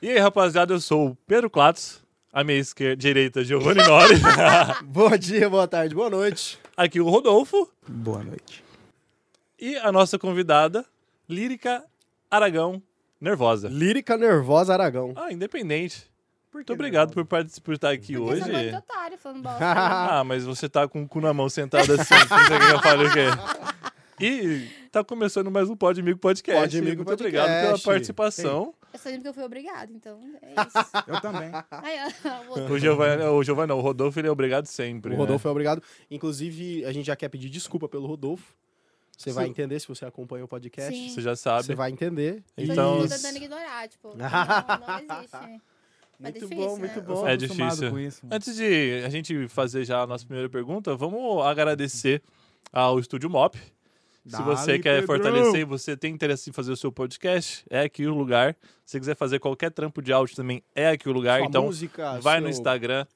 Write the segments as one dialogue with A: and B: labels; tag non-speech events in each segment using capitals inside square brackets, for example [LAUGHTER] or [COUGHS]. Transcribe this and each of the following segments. A: E aí, rapaziada, eu sou o Pedro Clatos, à minha esquerda, direita, Giovanni Nori, [LAUGHS]
B: Bom dia, boa tarde, boa noite.
A: aqui o Rodolfo
C: Boa noite.
A: e a nossa convidada, Lírica Aragão Nervosa.
B: Lírica Nervosa Aragão.
A: Ah, independente. Muito obrigado por, partici- por estar aqui
D: Porque
A: hoje.
D: Essa banda de tá otário
A: [LAUGHS]
D: falando bosta.
A: Ah, mas você tá com o cu na mão sentado assim, não sei o que eu falei o quê. E tá começando mais um Pod Amigo Podcast.
B: Pod Amigo
A: Muito
B: Podcast.
A: obrigado pela participação.
D: eu só lembro que eu fui obrigado, então é
A: [LAUGHS]
D: isso.
C: Eu
B: [LAUGHS]
C: também.
D: Aí, ó, o outro.
A: O Giovanni, o Giovanni não, o Rodolfo ele é obrigado sempre.
B: O
A: né?
B: Rodolfo é obrigado. Inclusive, a gente já quer pedir desculpa pelo Rodolfo. Você vai
A: Sim.
B: entender se você acompanha o podcast.
D: Sim.
A: Você já sabe.
B: Você vai entender.
A: Então-
D: Eu tô tentando
A: [LAUGHS]
D: ignorar, tipo, não, não existe. Mas
B: Muito
D: difícil,
B: bom,
D: né?
B: muito
C: Eu
B: bom.
C: sou
A: É
C: acostumado
A: difícil.
C: com isso. mano.
A: Antes de a gente fazer já a nossa primeira pergunta, vamos agradecer ao Estúdio Mop. Se
C: Dale,
A: você quer
C: Pedrão.
A: fortalecer e você tem interesse em fazer o seu podcast, é aqui o lugar. Se você quiser fazer qualquer trampo de áudio também, é aqui o lugar.
B: Ah, Sua
A: então,
B: música,
A: vai
B: seu-
A: no Instagram,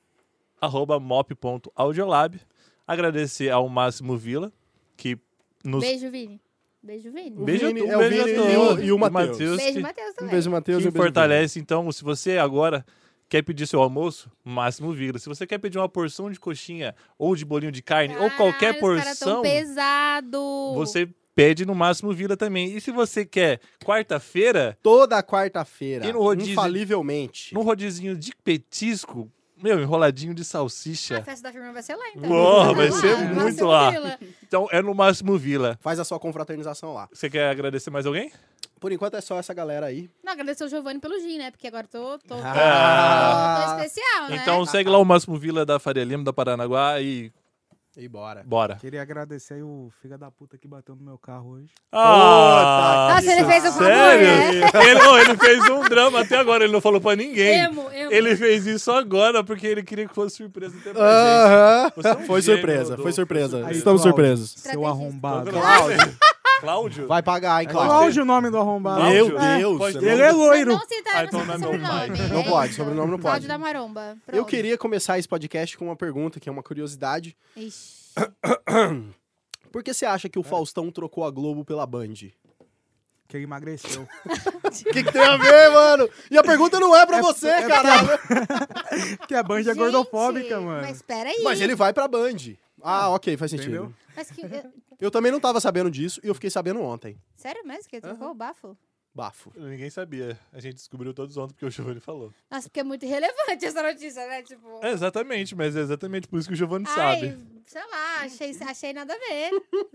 A: arroba mop.audiolab. Agradecer ao Máximo Vila, que nos...
D: Beijo, Vini. Beijo, Vini.
B: O
A: Beijo,
B: Vini-
A: um
B: é o
A: beijo
B: Vini
A: a
B: e o-
A: todos.
B: e o
A: E
B: Matheus.
D: Beijo,
A: que-
D: Matheus
B: Um
D: também.
B: beijo, Matheus.
A: que
B: um beijo,
A: fortalece. Então, se você agora quer pedir seu almoço, Máximo Vila. Se você quer pedir uma porção de coxinha ou de bolinho de carne ou qualquer
D: Caralho, os caras
A: porção,
D: tão pesado.
A: você pede no Máximo Vila também. E se você quer quarta-feira,
B: Vini. Toda quarta-feira.
A: E no rodízio-
B: Infalivelmente.
A: num rodízio de petisco, meu, enroladinho de
D: A
A: salsicha.
D: festa da firma vai ser lá, então.
A: Uou, vai
D: lá,
A: ser
D: vai
A: muito
D: ser
A: lá.
D: tranquila.
A: Então, é no Máximo Vila.
B: Faz a sua confraternização lá.
A: Você quer agradecer mais alguém?
B: Por enquanto é só essa galera aí.
D: Não, agradecer ao Giovanni pelo gin, né? Porque agora eu tô, tô, tô,
B: Ah.
D: tô especial, né?
A: Então segue lá o Máximo Vila da Faria Lima, da Paranaguá e
B: E bora.
A: bora.
C: Queria agradecer aí o filho da puta que bateu no meu carro hoje.
D: Nossa, ele fez o favor, né?
A: Ah,
D: É,
A: Sério? Ele, não, ele fez um drama até agora, ele não falou pra ninguém.
D: Emo, emo.
A: Ele fez isso agora porque ele queria que fosse surpresa até pra gente.
B: Aham.
A: Você é um
B: Foi
A: gênio,
B: surpresa,
A: Rodolfo.
B: foi surpresa.
C: Aí,
B: É, Estamos
C: Cláudio.
B: surpresos.
C: Seu arrombado.
A: Cláudio. Cláudio?
B: Vai pagar, hein,
C: É
B: Cláudio?
C: Cláudio o nome do arrombado.
A: Cláudio?
B: Meu Deus,
A: Pode
B: é
A: ter.
C: Ele é loiro.
D: Não citar
A: Ah,
D: ah,
A: então não é meu pai.
B: Não pode, sobrenome não pode.
D: Cláudio da Maromba. Pronto.
B: Eu queria começar esse podcast com uma pergunta, que é uma curiosidade.
D: Ixi.
B: Por que você acha que o Faustão trocou a Globo pela Band? O
C: Que ele emagreceu.
B: que, que tem a ver, mano? E a pergunta não é pra você, caralho.
C: que a Band é
D: Gente,
C: gordofóbica, mano.
D: Mas peraí.
B: [LAUGHS] Mas ele vai pra Band. Ah, ok, faz sentido.
C: Entendeu?
D: Mas que... eu-
B: Eu também não tava sabendo disso e eu fiquei sabendo ontem.
D: Sério mesmo? Que ele trocou o bafo?
B: Bafo.
A: Ninguém sabia. A gente descobriu todos ontem porque o Giovanni falou.
D: Nossa, porque é muito irrelevante essa notícia, né? Tipo...
A: exatamente, mas é exatamente por isso que o Giovanni
D: Ai,
A: sabe.
D: sei lá, achei, achei nada
B: [LAUGHS]
D: a ver.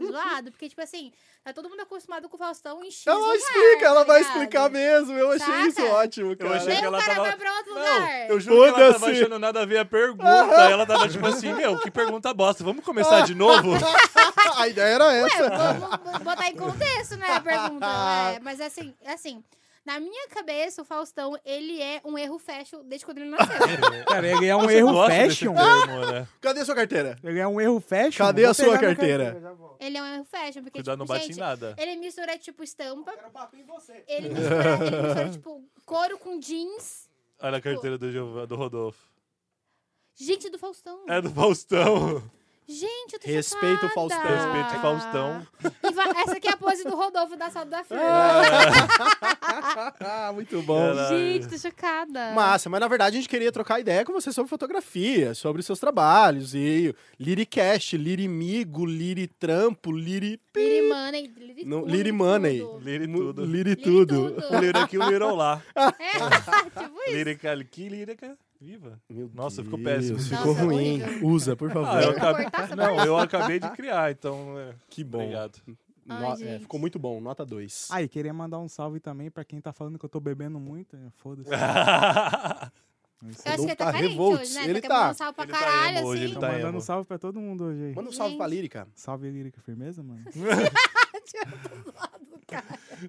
D: Zoado. Porque, tipo assim, tá todo mundo acostumado com o Faustão em X
B: Ela
D: lugar,
B: explica, ela
D: tá
B: vai
D: ligado?
B: explicar mesmo. Eu achei
D: Saca?
B: isso ótimo, cara.
A: achei
D: Daí
A: que
D: o
A: ela
D: cara
A: tava-
D: vai pra outro
A: Não,
D: lugar.
A: eu juro que ela tava
B: Foda-se.
A: achando nada a ver a pergunta. Ela tava tipo assim, meu, que pergunta bosta. Vamos começar de novo?
B: a ideia era
D: Ué,
B: essa.
D: vamos botar em contexto, né,
B: [LAUGHS]
D: a pergunta. né? mas assim, assim, na minha cabeça, o Faustão, ele é um erro fashion desde quando ele
A: [LAUGHS]
D: nasceu.
C: Cara, ele é um
A: Você
C: erro
A: gosta desse
C: fashion.
A: termo, né?
B: Cadê sua carteira?
C: Ele é um erro fashion.
B: Cadê
C: Vou
B: a sua
C: pegar minha
B: carteira?
C: já volto.
D: ele é um erro fashion, porque,
A: Cuidado, não
D: tipo,
A: bate
D: gente,
A: em nada.
D: ele mistura, tipo, estampa,
C: Quero papo em você.
D: ele mistura, ele mistura, tipo, couro com jeans.
A: Olha a
D: Tipo,
A: carteira do, Giov- do Rodolfo.
D: Gente do Faustão.
A: É do
D: [LAUGHS]
A: Faustão.
D: Gente, eu tô
B: Respeita o
D: chocada.
B: Faustão.
A: Respeita o Faustão.
D: E vai- essa aqui é a pose do Rodolfo da sala da firma.
B: ah, muito bom.
A: Caralho.
D: Gente, tô chocada.
B: Massa, mas na verdade a gente queria trocar ideia com você sobre fotografia, sobre seus trabalhos e Liricast, Lirimigo, Liritrampo, Liri...
D: Liri Money. Liri,
B: Não,
D: tudo,
B: Liri Money.
D: tudo.
A: Lire tudo.
B: Liri
D: Liri
B: tudo.
D: tudo.
A: O Lire aqui, o Lire lá.
D: [LAUGHS] É, [LAUGHS] tipo isso.
A: Lírica aqui, lírica é viva.
B: Meu
A: Nossa, ficou
B: Deus,
A: péssimo.
B: Ficou
D: Nossa,
B: ruim. é.
D: horrível.
B: Usa, por favor.
A: Ah, eu
D: Tem que
A: acabei...
D: cortar essa
A: Não, eu acabei de criar, então. é,
B: Que bom.
A: Obrigado.
B: No-
D: Ai,
B: é,
D: gente.
B: ficou muito bom, nota 2.
C: Aí, queria mandar um salve também pra quem tá falando que eu tô bebendo muito. né?
B: [LAUGHS]
A: [LAUGHS]
C: Foda-se. É
D: Eu acho que ele
B: Tá
D: tá carente
B: revolt.
D: hoje, né?
B: Ele
D: quer
B: tá.
D: mandar um salve pra
A: Ele tá
D: caralho,
A: emo hoje,
D: assim.
A: ele
C: Tô
A: tá
C: mandando
A: emo.
C: um salve pra todo mundo hoje aí.
B: Manda um salve pra Lírica.
C: Salve, Lírica Firmeza, mano.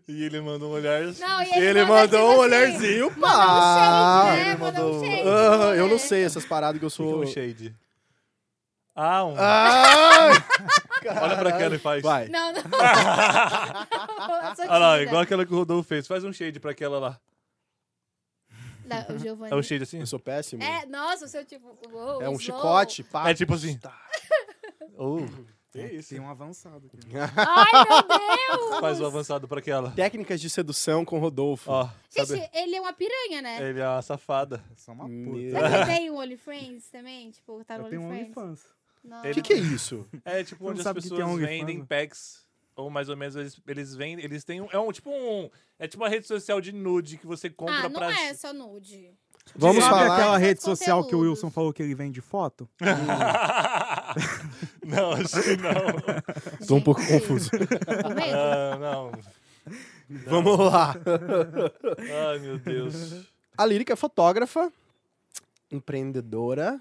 A: E ele mandou um olhar.
D: Não, e
B: Ele,
D: ele,
B: mandou um Ah,
D: tipo assim,
B: olharzinho,
D: Mandou um
B: pá!
D: shade, né?
A: Ele
D: Mandou
A: mandou-
D: um shade.
B: Ah, eu
D: né?
B: não sei essas paradas que eu
A: Fica
B: sou...
A: um shade. Ah, um.
B: Ah!
A: Olha pra Kelly e faz.
B: Vai.
D: Não, não. [LAUGHS] Eu
A: [LAUGHS]
D: sou
A: Olha lá,
D: tímida.
A: igual aquela que o Rodolfo fez. Faz um shade pra aquela lá.
D: Não, o Giovanni.
A: É um shade assim?
B: Eu sou péssimo.
D: É, nossa, o seu tipo. uou,
B: É um
D: slow.
B: chicote, pá.
A: É tipo assim. Oh,
B: Que isso?
C: Tem um avançado aqui.
D: Ai, meu Deus!
A: Faz o avançado pra aquela.
B: Técnicas de sedução com Rodolfo.
A: Ó,
D: Gente,
A: sabe?
D: ele é uma piranha, né?
A: Ele é uma safada.
C: É só uma
B: Meu-
C: puta.
D: Será que ele tem um OnlyFans também? Tipo, tá no
C: Eu tenho um
D: OnlyFans?
C: OnlyFans.
D: Não.
B: O que, que é isso?
A: É tipo
C: Não
A: onde as
C: sabe o que que é
A: pessoas
C: OnlyFans,
A: vendem
C: né?
A: packs. Ou mais ou menos eles, eles vendem. Eles têm um. É um tipo um. É tipo uma rede social de nude que você compra
D: Ah, não
A: pra.
D: é só nude.
B: Vamos
C: Sabe
B: falar.
C: aquela rede
D: Conteúdos.
C: social que o Wilson falou que ele vende foto?
D: assim.
A: [LAUGHS] não, acho que não.
B: [LAUGHS] Tô um
D: Gente,
B: pouco confuso.
D: tô com medo.
A: Ah, não.
B: Vamos lá.
A: Ai, meu Deus.
B: [LAUGHS] A Lírica é fotógrafa, empreendedora.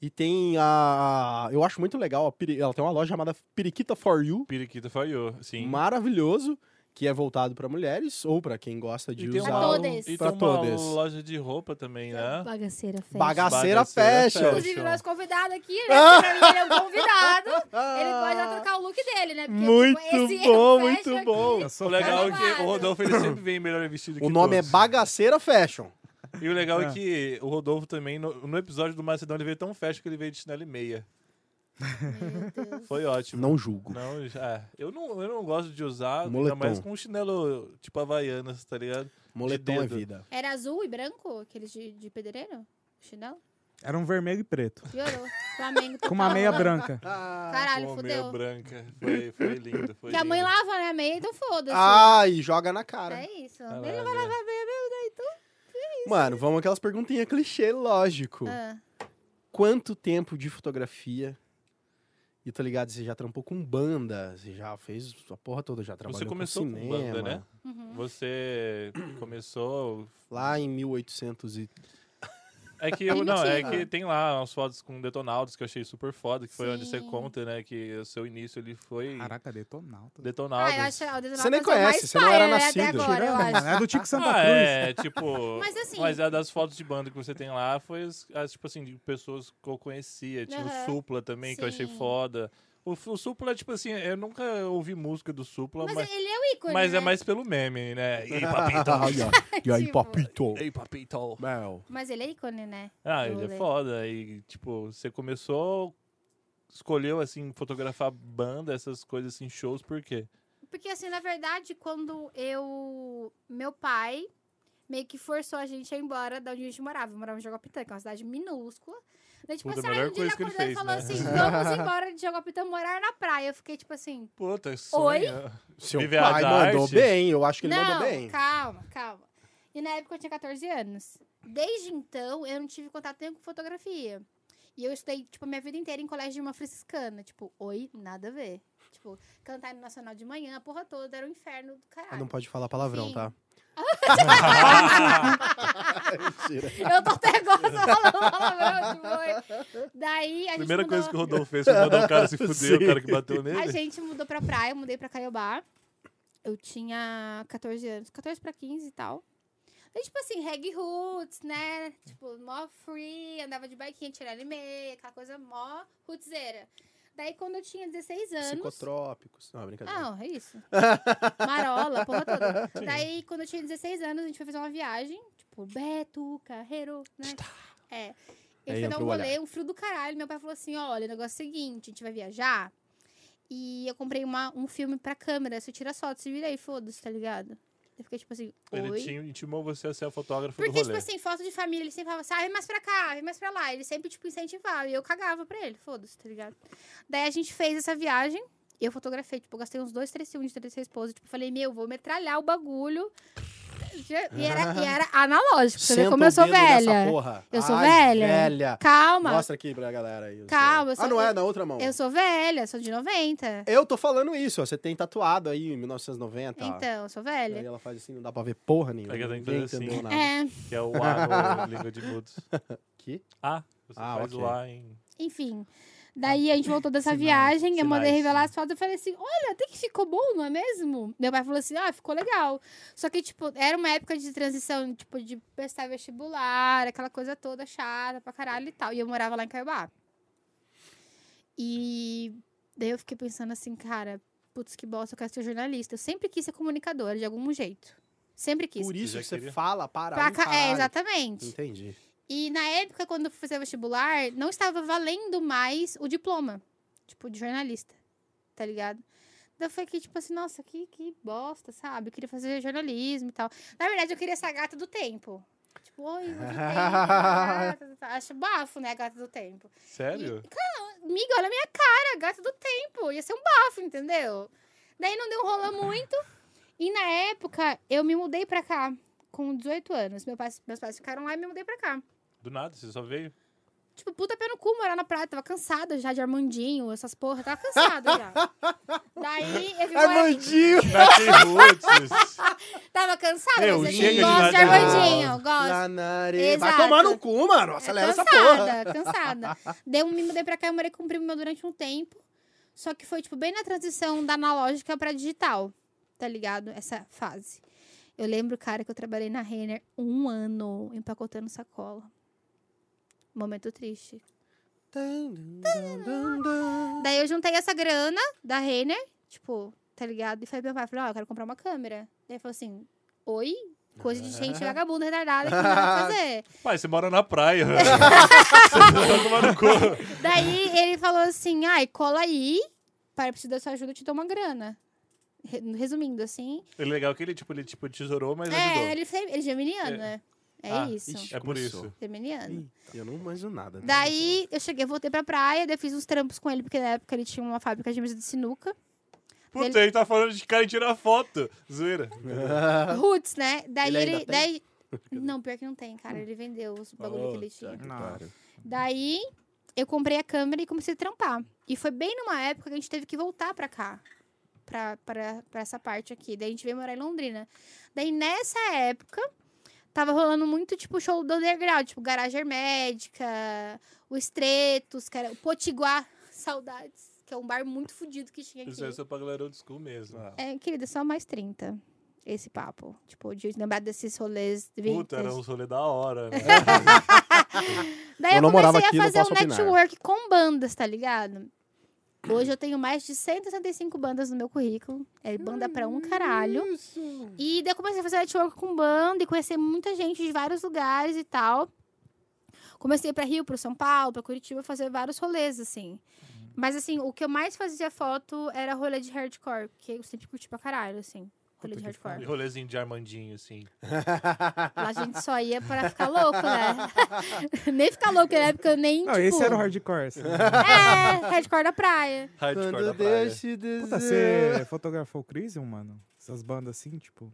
B: E tem a. Eu acho muito legal. a Piri- ela tem uma loja chamada Periquita For You.
A: Periquita falhou, sim.
B: Maravilhoso. Que é voltado pra mulheres ou pra quem gosta de
A: E tem
B: usar.
A: uma,
D: Pra todas.
A: E tem
B: Pra
A: uma
B: todas.
A: loja de roupa também, né?
D: Bagaceira feia.
B: Bagaceira, fashion.
D: Inclusive,
A: fashion.
D: nosso convidado aqui, né? que Pra mim, ele é um convidado.
B: Ah,
D: Ele pode já trocar o look dele, né? Porque,
B: Muito
D: tipo, esse
B: bom,
D: fashion
B: muito
D: aqui-
B: bom.
C: Eu
A: O
C: sou
A: legal é que
D: Caramba.
A: o Rodolfo ele sempre vem melhor vestido que
B: O nome é
A: todos.
B: Bagaceira Fashion.
A: E o legal é.
C: É.
A: que o Rodolfo também, no, no episódio do Macedão, ele veio tão fashion que ele veio de chinelo e meia.
D: Meu Deus.
A: Foi ótimo.
B: Não julgo.
A: Não, já- eu não, eu não gosto de usar, ainda
B: Moletom.
A: mais com chinelo tipo Havaianas, tá ligado?
B: Moletom é
A: dedo.
B: vida.
D: Era azul e branco, aqueles de, de pedreiro? Chinelo?
C: Era um vermelho e preto.
D: Piorou. Flamengo.
C: Com uma
D: total.
B: [LAUGHS]
C: meia branca.
D: Caralho,
A: Com a meia
D: fudeu.
A: branca. Foi, foi lindo. Foi
D: Que a mãe
A: lindo.
D: lava, né? A meia, então foda-se.
B: Ah, e joga na cara.
D: É isso.
A: Caralho.
D: Ele não vai lavar a meia mesmo, né? Então.
B: Mano, vamos aquelas perguntinhas clichê, lógico.
D: Ah.
B: Quanto tempo de fotografia? E tá ligado, você já trampou com banda, você já fez a porra toda, já trabalhou
A: começou
B: com
A: com
B: cinema.
A: banda, né?
D: Uhum.
A: Você começou.
B: Lá em 1800
D: [LAUGHS]
B: e...
A: É que eu,
D: Ele
A: não, é
D: tinha.
A: que tem lá umas fotos com Detonautas que eu achei super foda, que foi onde você
D: Sim.
A: conta, né? Que o seu início ele foi
C: Caraca, detonauta.
D: Ah, eu
A: Detonautas.
D: acho o Dedo
B: Você nem
D: Norte é o mais
B: conhece, você não era
D: paia, né,
B: nascido.
D: Até agora, eu
C: Tirando,
D: acho.
C: mano, É do Tico Santa
A: Ah,
C: Cruz.
A: é, tipo.
D: [LAUGHS] Mas assim-
A: Mas a das fotos de banda que você tem lá foi as, as, tipo assim, de pessoas que eu conhecia. Tinha
D: Aham.
A: o Supla também, que eu achei
D: Sim.
A: foda. O, o Supla, tipo assim, eu nunca ouvi música do Supla, mas,
D: Mas
A: mas,
D: ele é o ícone, né?
A: é mais pelo meme, né? Ei,
B: Ai,
A: papito!
B: ó. E aí,
D: Tipo-
B: papito.
A: Ei, papito!
B: Mel.
D: Mas ele é ícone, né?
A: Ah,
D: Eu
A: ele é
D: lembro.
A: foda. E, tipo, você começou. Escolheu, assim, fotografar banda, essas coisas, assim, shows, por quê?
D: Porque, assim, na verdade, quando eu... Meu pai meio que forçou a gente a ir embora da onde a gente morava. Eu morava em Jogopitã, que é uma cidade minúscula. Daí, tipo
A: Puta,
D: assim,
A: a
D: aí
A: melhor
D: um dia
A: coisa
D: ele
A: que ele
D: acordou e
A: fez,
D: falou
A: né?
B: [LAUGHS]
D: assim, vamos embora de Jogopitã morar na praia. Eu fiquei, tipo assim...
A: Puta, sonho.
B: Seu
A: Viver a
B: pai mandou
A: arte.
B: bem, eu acho que ele
D: não,
B: mandou bem.
D: calma, calma. E na época eu tinha 14 anos. Desde então, eu não tive contato nenhum com fotografia. E eu estudei, tipo, a minha vida inteira em colégio de uma franciscana. Tipo, oi, nada a ver. Tipo, cantar no Nacional de manhã, a porra toda, era um inferno do
B: Ah,
D: caralho.
B: não pode falar palavrão,
D: Sim. [LAUGHS]
B: tá? Mentira.
D: Eu tô até agora [LAUGHS] só falando palavrão, tipo, oi. Daí, a
A: Primeira
D: gente
A: coisa que o
D: mudou,
A: Rodolfo fez foi mandar o cara se fuder,
B: Sim.
A: o cara que bateu nele.
D: A gente mudou pra praia, eu mudei pra Caiobá. Eu tinha 14 anos, 14 pra 15 e tal. Daí, tipo assim, reggae roots, né? Tipo, mó free, andava de biquinha, tirando e meia, aquela coisa mó rootzeira. Daí, quando eu tinha 16 anos...
B: Psicotrópicos. Não, brincadeira.
D: Não, é isso.
B: [LAUGHS]
D: Marola, porra toda. Daí, quando eu tinha 16 anos, a gente foi fazer uma viagem. Tipo, Beto, Carreiro, né? É.
B: Aí
D: Ele foi dar
B: amplo
D: um
B: o
D: rolê, um frio do caralho. Meu pai falou assim, olha, o negócio é o seguinte, a gente vai viajar. E eu comprei uma, um filme pra câmera. Você tira foto, se vira aí, foda-se, tá ligado? Eu fiquei tipo assim, oi?
A: Ele te intimou você a ser a fotógrafa do
D: Porque,
A: rolê.
D: tipo assim, foto de família, ele sempre falava assim, ah, vem mais pra cá, vem mais pra lá. Ele sempre, tipo, incentivava. E eu cagava pra ele, foda-se, tá ligado? Daí a gente fez essa viagem. Eu fotografei, tipo, eu gastei uns dois, três segundos de 36 poses. Tipo, eu falei, meu, vou metralhar o bagulho. E era,
B: [LAUGHS]
D: e era analógico, você vê
B: Senta
D: como
B: o
D: eu sou
B: dedo nessa
D: velha.
B: porra.
D: Eu sou
B: Ai,
D: velha.
B: velha.
D: Calma,
B: Mostra aqui pra galera aí. o
D: Calma,
B: seu.
D: eu sou-
B: Ah, não é? Na outra mão.
D: eu sou velha, sou de 90.
B: Eu tô falando isso, ó. Você tem tatuado aí em 1990. ó.
D: Então, eu sou
B: Aí
D: velha.
B: ela faz assim, não dá pra ver porra nenhuma.
A: É que eu tenho que
B: Ninguém
A: fazer
B: entendeu
A: assim.
B: nada.
D: É,
A: Que é o A no
D: [LAUGHS]
A: Língua de Mudos.
B: Que?
A: Ah, você
B: Ah,
A: faz
B: ok.
A: o A em...
D: enfim. Daí a gente voltou dessa
C: Sinais,
D: viagem, eu
A: sinais.
D: mandei revelar as fotos, eu falei assim, olha, até que ficou bom, não é mesmo? Meu pai falou assim, ah, ficou legal. Só que, tipo, era uma época de transição, tipo, de prestar vestibular, aquela coisa toda chata pra caralho e tal. E eu morava lá em Caiobá. E daí eu fiquei pensando assim, cara, putz, que bosta, eu quero ser jornalista. Eu sempre quis ser comunicadora, de algum jeito. Sempre quis.
B: Por isso
A: já
B: que você
A: queria?
B: fala para
D: Pra
B: um
D: ca- É,
B: caralho.
D: exatamente.
B: Entendi.
D: E na época, quando eu fui fazer vestibular, não estava valendo mais o diploma, tipo, de jornalista. tá ligado? Daí eu fiquei tipo assim, nossa, que, que bosta, sabe? Eu queria fazer jornalismo e tal. Na verdade, eu queria ser a gata do tempo. Tipo, oi, hoje tem gata, acho bafo, né, gata do tempo.
A: Sério?
D: Miga, olha a minha cara, gata do tempo. Ia ser um bafo, entendeu? Daí não deu rola muito. E na época, eu me mudei pra cá com 18 anos. Meu pai, meus pais ficaram lá e me mudei pra cá.
A: Do nada, você só veio.
D: Tipo, puta pé no cu, morar na praia. Tava cansada já de Armandinho, essas porra. Tava
B: [LAUGHS]
D: cansada já. Daí
B: É
D: eu vim morar...
B: Armandinho!
A: Nath Roots.
D: Tava cansada,
A: Meu,
D: mas a gente
A: chega de
D: gosta de
A: nadar.
D: Armandinho. Gosto.
B: Lanare. Vai
D: Exato.
B: tomar no cu, mano.
D: É,
B: Acelera essa porra.
D: cansada, cansada. Dei um, me mudei pra cá, eu morei com um primo meu durante um tempo. Só que foi, tipo, bem na transição da analógica pra digital, tá ligado? Essa fase. Eu lembro, cara, que eu trabalhei na Renner um ano empacotando sacola. Momento triste. Daí eu juntei essa grana da Renner, tipo, tá ligado? E falei pro meu pai, falei, ó, eu quero comprar uma câmera. Daí ele falou assim, oi? Coisa de gente vagabunda, retardada, que não dá pra fazer.
A: Pai, você mora na praia. [LAUGHS] você vai tomar no cu.
D: Daí ele falou assim: ai, cola aí, para eu preciso da sua ajuda, eu te dou uma grana. Re- Resumindo, assim.
A: É legal que ele, tipo, ele tipo, tesourou, mas
D: É,
A: ajudou.
D: ele, fe- ele é geminiano,
A: É.
D: né? É
B: Ah,
D: isso.
B: ixi. tá
A: É por
B: Começou.
A: isso.
D: Geminiano.
B: Eu não manjo nada. né? [LAUGHS]
D: Daí eu cheguei, voltei pra praia, daí fiz uns trampos com ele, porque na época ele tinha uma fábrica de mesa de sinuca.
A: Puta, ele tá falando de cara e tirar foto. Zoeira.
D: Roots, né? Daí
B: Ele
D: ele.
B: ainda tem? [LAUGHS]
D: daí... Não, pior que não tem, cara. Ele vendeu os bagulho que ele tinha.
B: [LAUGHS]
D: Daí eu comprei a câmera e comecei a trampar. E foi bem numa época que a gente teve que voltar pra cá. Pra, pra, pra essa parte aqui. Daí a gente veio morar em Londrina. Daí nessa época, tava rolando muito, tipo, show do underground. Tipo, Garagem Hermédica, o Estretos, cara, o Potiguar. Saudades. Que é um bar muito fodido que tinha aqui.
A: Isso é só pra galera old school mesmo.
B: Ah.
D: É, querida, só mais 30. Esse papo. Tipo, de lembrar desses rolês
A: Puta,
D: vintage.
A: era um rolê da hora, né?
D: Daí eu,
B: Eu não morava
D: comecei
B: aqui,
D: a
B: não
D: fazer um
B: posso opinar.
D: network com bandas, tá ligado? Hoje eu tenho mais de 165 bandas no meu currículo. É banda pra um caralho. E daí eu comecei a fazer network com banda e conhecer muita gente de vários lugares e tal. Comecei pra Rio, pro São Paulo, pra Curitiba, fazer vários rolês, assim. Mas, assim, o que eu mais fazia foto era rolê de hardcore, porque eu sempre curti pra caralho, assim. Rolê de
A: E
D: hardcore.
A: rolezinho de Armandinho, assim.
D: Lá a gente só ia pra ficar louco, né? [LAUGHS] nem ficar louco, né? Porque eu nem.
C: Não,
D: tipo,
C: esse era o hardcore. assim.
D: É, hardcore da praia.
A: Hardcore da
B: Quando
A: praia.
B: Deus te
C: Puta,
B: dizer...
C: você fotografou o Crisium, mano? Essas bandas assim, tipo.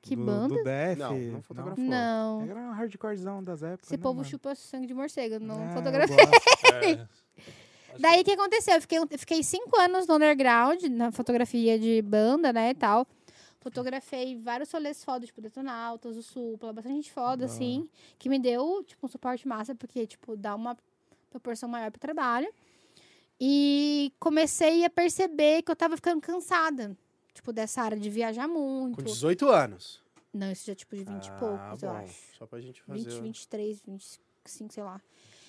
D: Que
C: do,
D: banda?
C: Do DF.
B: Não, não fotografou.
D: Não.
C: Era um hardcorezão das épocas.
D: Esse
C: né,
D: povo
C: mano?
D: chupa sangue de morcego, não
C: É, eu
D: fotografia.
C: gosto.
A: É.
D: Daí o que aconteceu? Eu fiquei, eu fiquei cinco anos no underground, na fotografia de banda, né, e tal. Fotografei vários solês foda, tipo, Detonautas, o Supla, bastante gente foda, assim. Que me deu, tipo, um suporte massa, porque, tipo, dá uma proporção maior pro trabalho. E comecei a perceber que eu tava ficando cansada. Tipo, dessa área de viajar muito.
B: Com 18 anos.
D: Não, isso já é tipo de 20 e poucos, eu acho.
B: Ah, Só pra gente fazer...
D: 20, 23, 25, sei lá.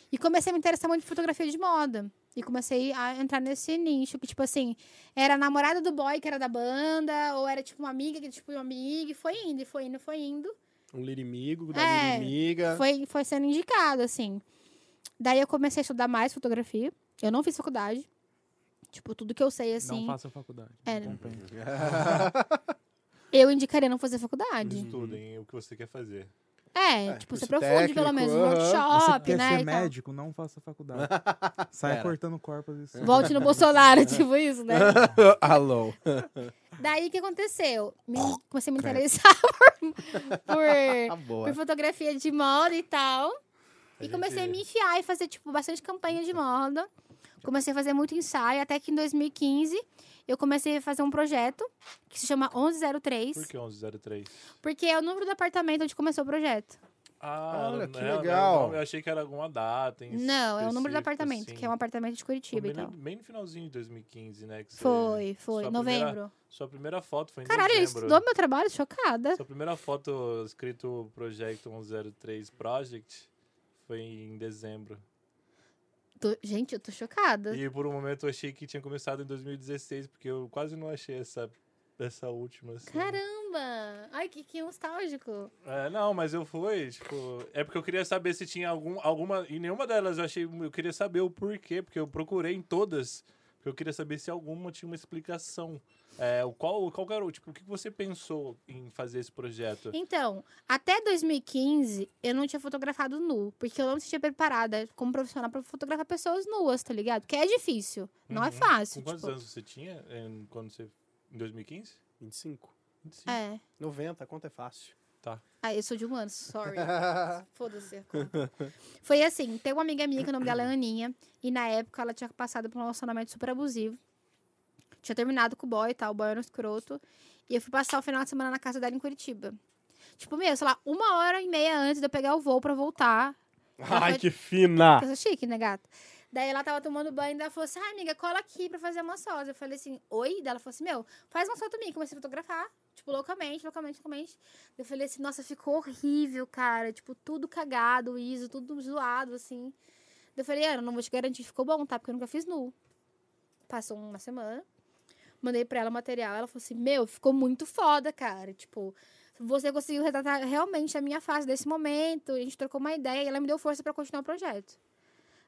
D: E comecei a me interessar muito por fotografia de moda. E comecei a entrar nesse nicho que, tipo assim, era a namorada do boy que era da banda, ou era tipo uma amiga que, tipo, uma amiga, e foi indo, e foi indo, foi indo.
B: Um lirimigo, da
D: É.
B: lirimiga.
D: Foi, foi sendo indicado, assim. Daí eu comecei a estudar mais fotografia. Eu não fiz faculdade. Tipo, tudo que eu sei, [LAUGHS] assim.
C: Não faça faculdade.
D: É,
C: não
D: né?
C: compensa.
D: Eu indicaria não fazer
A: Uhum.
D: faculdade.
A: Estudem o que você quer fazer.
D: É,
B: É,
D: tipo,
B: curso
D: se aprofunde pelo
B: técnico,
D: menos no
B: aham.
C: Você
D: workshop,
C: quer
D: né?
C: ser
D: e tal.
C: médico, não faça faculdade. Sai
B: Pera.
C: cortando corpos e se-
D: Volte no Bolsonaro, [LAUGHS] tipo isso, né?
B: [LAUGHS] Alô.
D: Daí o que aconteceu? Me, comecei a me interessar [LAUGHS] por, por,
B: Tá boa.
D: por fotografia de moda e tal.
A: A
D: e comecei a
A: gente-
D: me enfiar e fazer, tipo, bastante campanha de moda. Comecei a fazer muito ensaio, até que em 2015 eu comecei a fazer um projeto que se chama 1103,
A: Por que 1103?
D: porque é o número do apartamento onde começou o projeto.
A: Ah,
B: Olha, que
A: não, não,
B: legal.
A: não, eu achei que era alguma data. em
D: Não, é o número
A: específico,
D: do apartamento,
A: assim.
D: que é um apartamento de
A: Foi
D: Curitiba e
A: bem,
D: tal.
A: no- bem no finalzinho de 2015, né? que você-
D: Foi, foi,
A: Sua primeira-
D: novembro.
A: Sua primeira foto foi em
D: Caralho, ele
A: dezembro.
D: estudou meu trabalho, chocada.
A: Sua primeira foto escrito Project 103 Project foi em dezembro.
D: Tô- gente, eu tô chocada.
A: E por um momento eu achei que tinha começado em 2016, porque eu quase não achei essa, essa última. Assim.
D: Caramba! Ai, que, que nostálgico.
A: É, não, mas eu fui, tipo. É porque eu queria saber se tinha algum, alguma. E nenhuma delas eu achei. Eu queria saber o porquê, porque eu procurei em todas. Eu queria saber se alguma tinha uma explicação. É, o qual, qual que era o tipo, o que que você pensou em fazer esse projeto?
D: Então, até 2015, eu não tinha fotografado nu, porque eu não me sentia preparada como profissional pra fotografar pessoas nuas, tá ligado? Que é difícil, não é
A: Uhum. Com
D: fácil.
A: quantos
D: tipo,
A: anos você tinha em- quando você em 2015?
B: 25.
A: Sim.
D: É.
B: 90, a conta é [LAUGHS] fácil.
D: Ah, eu sou de um ano, sorry. Foda-se. a conta. Foi assim, tem uma amiga minha que o nome dela é Aninha, e na época ela tinha passado por um relacionamento super abusivo. Tinha terminado com o boy e tal, o boy era um escroto. E eu fui passar o final de semana na casa dela em Curitiba. Tipo, meu, sei lá, uma hora e meia antes de eu pegar o voo pra voltar.
B: Ai, que fina!
D: Porque eu sou chique, né, gata? Daí ela tava tomando banho e ela falou assim: ah, amiga, cola aqui pra fazer umas fotos. Eu falei assim: oi? Daí ela falou assim: meu, faz uma foto minha. Comecei a fotografar, tipo, loucamente, loucamente, loucamente. Eu falei assim: nossa, ficou horrível, cara. Tipo, tudo cagado, ISO, tudo zoado, assim. Daí Eu falei: Ana, não vou te garantir que ficou bom, tá? Porque eu nunca fiz nu. Passou uma semana, mandei pra ela o material. Ela falou assim: meu, ficou muito foda, cara. Tipo. Você conseguiu retratar realmente a minha fase desse momento. A gente trocou uma ideia e ela me deu força pra continuar o projeto.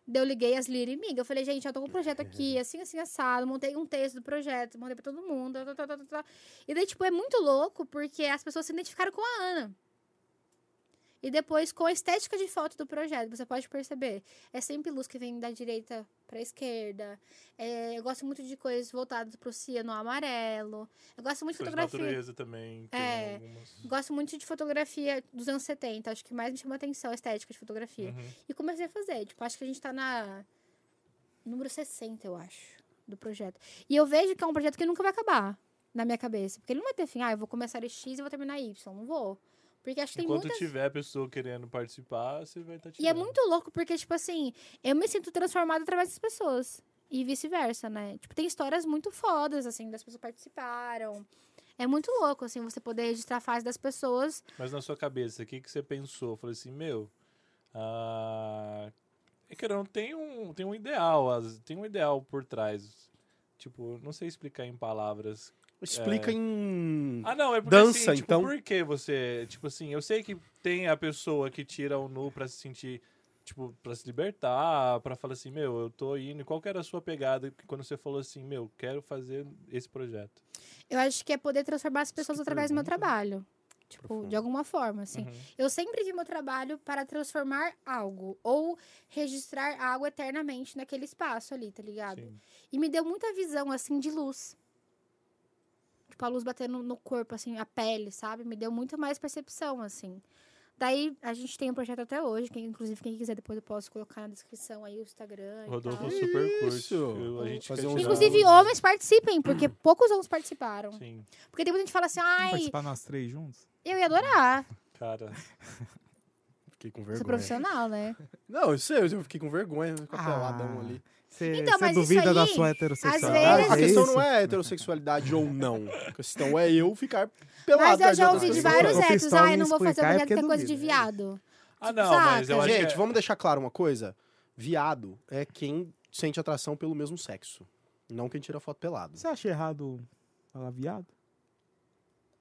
D: Daí eu liguei as Lira e Miga. Eu falei, gente, eu tô com um projeto aqui, assim, assim, assado. Montei um texto do projeto, mandei pra todo mundo. tá, tá, tá, tá, tá. E daí, tipo, é muito louco, porque as pessoas se identificaram com a Ana. E depois, com a estética de foto do projeto, você pode perceber. É sempre luz que vem da direita pra esquerda. É, eu gosto muito de coisas voltadas pro ciano amarelo. Eu gosto muito de
A: Coisa de
D: fotografia.
A: natureza também. Tem
D: É.
A: algumas...
D: Gosto muito de fotografia dos anos 70. Acho que mais me chama atenção a estética de fotografia.
A: Uhum.
D: E comecei a fazer. Tipo, acho que a gente tá na. Número 60, eu acho. Do projeto. E eu vejo que é um projeto que nunca vai acabar. Na minha cabeça. Porque ele não vai ter fim. Ah, eu vou começar em X e vou terminar em Y. Não vou. Porque acho que tem
A: Enquanto
D: muitas.
A: tiver pessoa querendo participar, você vai tá estar
D: E é muito louco, porque, tipo assim, eu me sinto transformada através das pessoas. E vice-versa, né? Tipo, tem histórias muito fodas, assim, das pessoas que participaram. É muito louco, assim, você poder registrar a fase das pessoas
A: Mas na sua cabeça, o que, que você pensou? Falei assim, meu. Ah, é que não tem um, tem um ideal, as- tem um ideal por trás. Tipo, não sei explicar em palavras.
B: Explica em.
A: Ah, não, é porque
B: Dança,
A: assim, tipo,
B: então.
A: por que você. Tipo assim, eu sei que tem a pessoa que tira o nu pra se sentir. Tipo, pra se libertar, pra falar assim, meu, eu tô indo. Qual que era a sua pegada quando você falou assim, meu, quero fazer esse projeto?
D: Eu acho que é poder transformar as pessoas
A: que
D: através do meu
A: pergunta.
D: trabalho. Tipo, de
B: Profundo.
D: alguma forma, assim.
A: Uhum.
D: Eu sempre vi meu trabalho para transformar algo. Ou registrar algo eternamente naquele espaço ali, tá ligado?
A: Sim.
D: E me deu muita visão, assim, de luz. Tipo, a luz batendo no corpo, assim, a pele, sabe? Me deu muito mais percepção, assim. Daí, a gente tem um projeto até hoje. Que, inclusive, quem quiser, depois eu posso colocar na descrição aí o Instagram e
A: Rodolfo
D: tal.
B: Que
A: super curte.
B: isso?
A: Eu- a gente
B: Fazer
A: quer
B: um-
A: tirar
D: Inclusive,
A: o-
D: homens participem, porque poucos homens participaram.
A: Sim.
D: Porque tem muita gente que fala assim,
C: Vamos
D: ai,
C: participar nós três juntos?
D: eu ia adorar.
A: Cara,
B: Fiquei com
D: Sou
B: vergonha.
D: profissional, né?
B: Não, eu sei, eu fiquei com vergonha com
C: Ah.
B: a peladão ali.
C: Você
D: Então, mas isso
C: duvida da
D: aí,
C: sua
B: Ah,
C: heterossexualidade?
D: vezes-
B: a
C: é
B: questão
C: isso?
B: não é a heterossexualidade ou não. A questão é eu ficar pelado.
D: Mas eu
B: atrás
D: já
B: de
D: ouvi de
B: outras
D: vários
B: pessoas.
C: Ficou
D: héteros,
C: pistola
D: ai,
C: em
D: não vou fazer
C: explicar, é
D: projeto
C: porque
D: que é coisa de
C: duvida, é
D: viado.
A: Ah, não,
D: Tipo, saca?
A: mas eu acho
B: Gente,
A: que.
B: vamos deixar claro uma coisa. Viado é quem sente atração pelo mesmo sexo. Não quem tira foto pelado.
C: Você acha errado falar viado?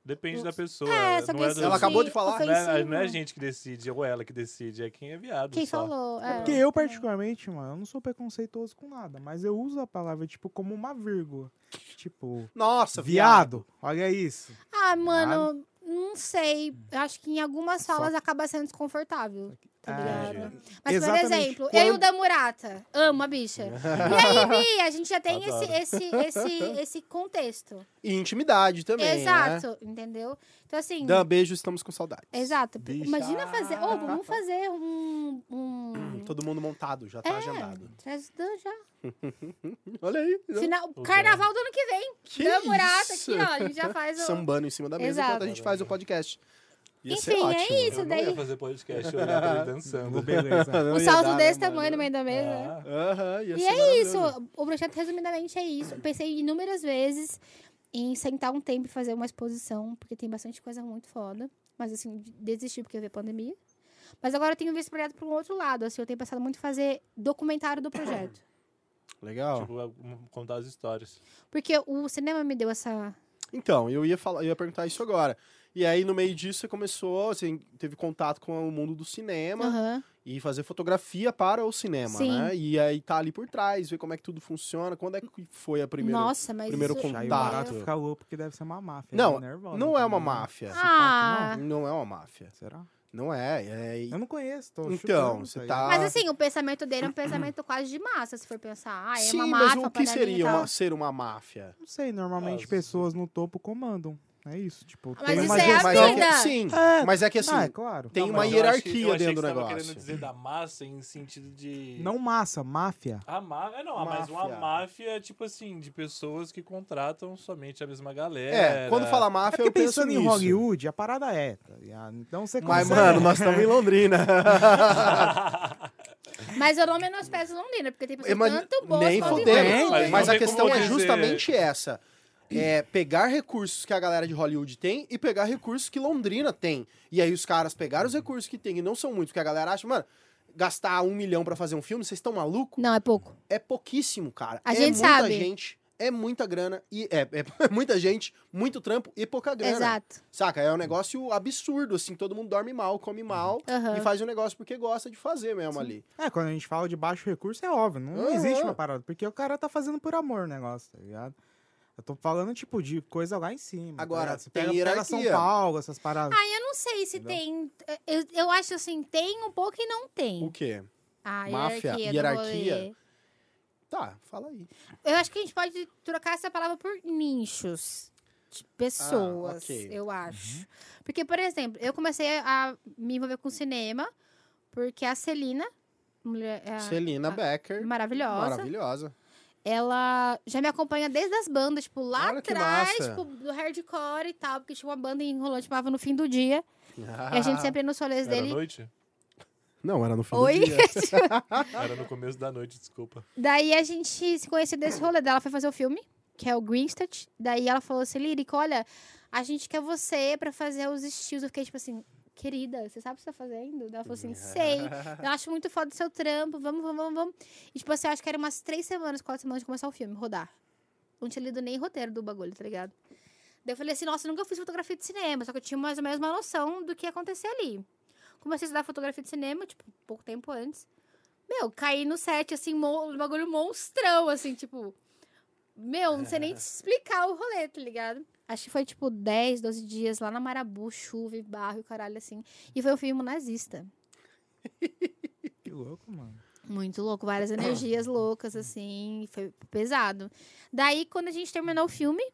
A: Depende da pessoa.
D: É, só que
A: não é
D: esse
A: do-
B: Ela acabou de
D: de
B: falar.
A: Não é,
D: ofensivo.
A: não é a gente que decide, ou ela que decide, é quem é viado.
D: Quem
A: só.
D: falou? É.
C: Porque eu, particularmente, mano, eu não sou preconceituoso com nada, mas eu uso a palavra, tipo, como uma vírgula. Tipo,
B: Nossa,
C: viado, olha isso.
D: Ah, mano, não sei. Eu acho que em algumas
C: Só
D: falas
C: que-
D: acaba sendo desconfortável. Tá
C: É,
D: ligado? Mas, por
C: Exatamente.
D: exemplo, eu
C: Quando-
D: e o da Murata. Amo a bicha. E aí, Bi, a gente já tem esse,
A: Adoro.
D: esse, esse, esse contexto.
B: E intimidade também, né?
D: Exato, entendeu? Então, assim.
B: Dan, beijo, estamos com saudade.
D: Exato.
A: Bicha.
D: Imagina fazer. Ô, vamos fazer um. um...
B: Todo mundo montado, já tá agendado. [LAUGHS]
D: É, traz o Dan já.
B: Olha aí. né?
D: Final,
A: Dan.
D: carnaval do ano que vem.
B: Que
D: Namorata
B: isso?
D: aqui, ó. A gente já
B: [LAUGHS]
D: faz um- o.
B: Sambando em cima da mesa
D: Exato.
B: enquanto a gente faz o podcast. Ia ser
D: Enfim, é
B: ótimo. [LAUGHS]
D: isso.
A: eu não
D: daí-
A: ia fazer podcast, eu olhar pra ele
C: [LAUGHS] Ô,
D: [LAUGHS]
A: dançando.
C: Beleza.
B: Não
D: Um
B: ia
D: salto
B: dar, né,
D: desse
B: mano?
D: tamanho no meio da mesa. né?
A: Ah,
B: Aham, ia
D: e
B: ser
D: é isso.
B: maravilhoso.
D: O projeto, resumidamente, é isso. Eu pensei inúmeras vezes em sentar um tempo e fazer uma exposição, porque tem bastante coisa muito foda. Mas, assim, de- desisti porque veio a pandemia. Mas agora eu tenho visto o projeto para um outro lado. Assim, eu tenho pensado muito em fazer documentário
B: [COUGHS]
D: do projeto.
B: Legal.
A: tipo, um- contar as histórias.
D: Porque o cinema me deu essa.
B: Então, eu ia falar, eu ia perguntar isso agora. E aí, no meio disso, você começou, assim, teve contato com o mundo do cinema
D: Aham.
B: e fazer fotografia para o cinema,
D: Sim.
B: né? E aí tá ali por trás, ver como é que tudo funciona. Quando é que foi a primeira?
D: Nossa, mas
B: primeiro
D: isso... é
B: contato.
C: Aí o
B: Tá.
C: barato fica louco porque deve ser uma máfia.
B: Não,
C: né? Nervosa
B: Não é
C: também,
B: uma
C: né?
B: máfia.
C: Esse
D: Ah.
C: papo,
B: Não é uma máfia.
C: não? Será?
B: Não é. é...
C: Eu não conheço,
A: um
C: tô
B: Então,
C: chutando isso
B: você
C: aí.
B: tá-
D: Mas assim, o pensamento dele é um pensamento quase de massa, se for pensar. Ah, é
B: Sim,
D: uma
B: mas
D: máfia, então.
B: o que
D: panelinha e
B: seria
D: tal.
B: uma- ser uma máfia?
C: Não sei, normalmente
A: Ah,
C: pessoas no topo comandam. É isso, tipo...
D: Mas
C: tem
D: isso
C: uma
D: é a
C: gestão-
B: mas é que-
D: vida.
B: sim,
C: É,
B: mas é que assim,
C: ah, é claro.
B: tem
A: Não,
B: uma
A: mas eu achei-
B: hierarquia
A: eu achei
B: dentro
A: que você
B: do
A: tava
B: negócio.
A: querendo dizer da massa em sentido
B: é.
A: de...
C: Não massa, máfia.
A: A máfia, não, mas uma
B: Máfia.
A: máfia, tipo assim, de pessoas que contratam somente a mesma galera.
B: É, quando
A: [LAUGHS]
B: fala
C: É
B: máfia,
C: porque
B: eu penso
C: pensando em
B: nisso.
C: Hollywood, a parada é. tá ligado? Então você
B: Mas,
C: consegue...
B: mano, nós
A: é. [LAUGHS]
B: estamos em Londrina.
D: Mas eu não menosprezo Londrina, porque tem pessoas
B: É, Mas
D: tanto boas
B: nem
D: quanto
B: fodendo.
D: iguais.
A: Mas
B: Mas
A: não
B: a
A: tem
B: questão
A: como
B: é
A: dizer-
B: justamente essa. É pegar recursos que a galera de Hollywood tem e pegar recursos que Londrina tem. E aí os caras pegaram os recursos que tem e não são muitos, porque a galera acha, mano, gastar um milhão pra fazer um filme, vocês estão malucos?
D: Não, é pouco.
B: É pouquíssimo, cara.
D: A
B: é
D: gente
B: muita
D: sabe.
B: gente, é muita grana, e é, é [LAUGHS] muita gente, muito trampo e pouca grana.
D: Exato.
B: Saca? É um negócio absurdo, assim, todo mundo dorme mal, come mal
D: Aham.
B: e faz o negócio porque gosta de fazer mesmo ali.
C: É, quando a gente fala de baixo recurso, é óbvio. Não
B: Aham.
C: existe uma parada. Porque o cara tá fazendo por amor o negócio, tá ligado? Eu tô falando, tipo, de coisa lá em cima. tá
B: Agora,
C: ligado? Você
B: tem
C: pega, pega São
B: hierarquia.
C: Paulo, essas paradas.
D: Ah, eu não sei se
C: Entendeu?
D: tem. Eu, eu acho assim, tem um pouco e não tem.
B: O quê?
D: A
B: Máfia,
D: hierarquia. do
B: hierarquia?
D: rolê.
B: Tá, fala aí.
D: Eu acho que a gente pode trocar essa palavra por nichos. De pessoas,
B: Ah, ok. Uhum.
D: eu acho. Porque, por exemplo, eu comecei a me envolver com cinema porque a Celina, mulher é
B: Celina
D: a-
B: Becker.
D: maravilhosa,
B: Maravilhosa.
D: ela já me acompanha desde as bandas, tipo, lá
B: Olha que
D: atrás,
B: massa.
D: tipo, do hardcore e tal, porque tinha uma banda enrolante, chamava No Fim do Dia. E a gente sempre ia nos rolês
A: Era
D: dele.
A: noite?
B: [LAUGHS] Não, era no Ah, fim
D: Oi?
B: do dia.
A: Era no começo da noite, desculpa.
D: Daí a gente se conheceu desse rolê dela, foi fazer o filme, que é o Greenstead. Daí ela falou assim, Lírica, olha, a gente quer você pra fazer os estilos. Eu fiquei tipo assim, querida, você sabe o que você tá fazendo? Daí Ela falou
B: Uhum.
D: assim, sei. Eu acho muito foda o seu trampo, vamos, vamos, vamos, vamos. E tipo assim, eu acho que era umas três semanas, quatro semanas de começar o filme, rodar. Não tinha lido nem roteiro do bagulho, tá ligado? Daí eu falei assim, nossa, eu nunca fiz fotografia de cinema, só que eu tinha mais ou menos uma noção do que ia acontecer ali. Comecei a estudar fotografia de cinema, tipo, pouco tempo antes. Meu, caí no set, assim, mo- um bagulho monstrão, assim, tipo. Meu, não sei nem te explicar o rolê, tá ligado? Acho que foi tipo 10, 12 dias lá na Marabu, chuva e barro e o caralho, assim. E foi um filme nazista.
C: Que louco, mano.
D: Muito louco, várias energias loucas, assim, foi pesado. Daí, quando a gente terminou o filme,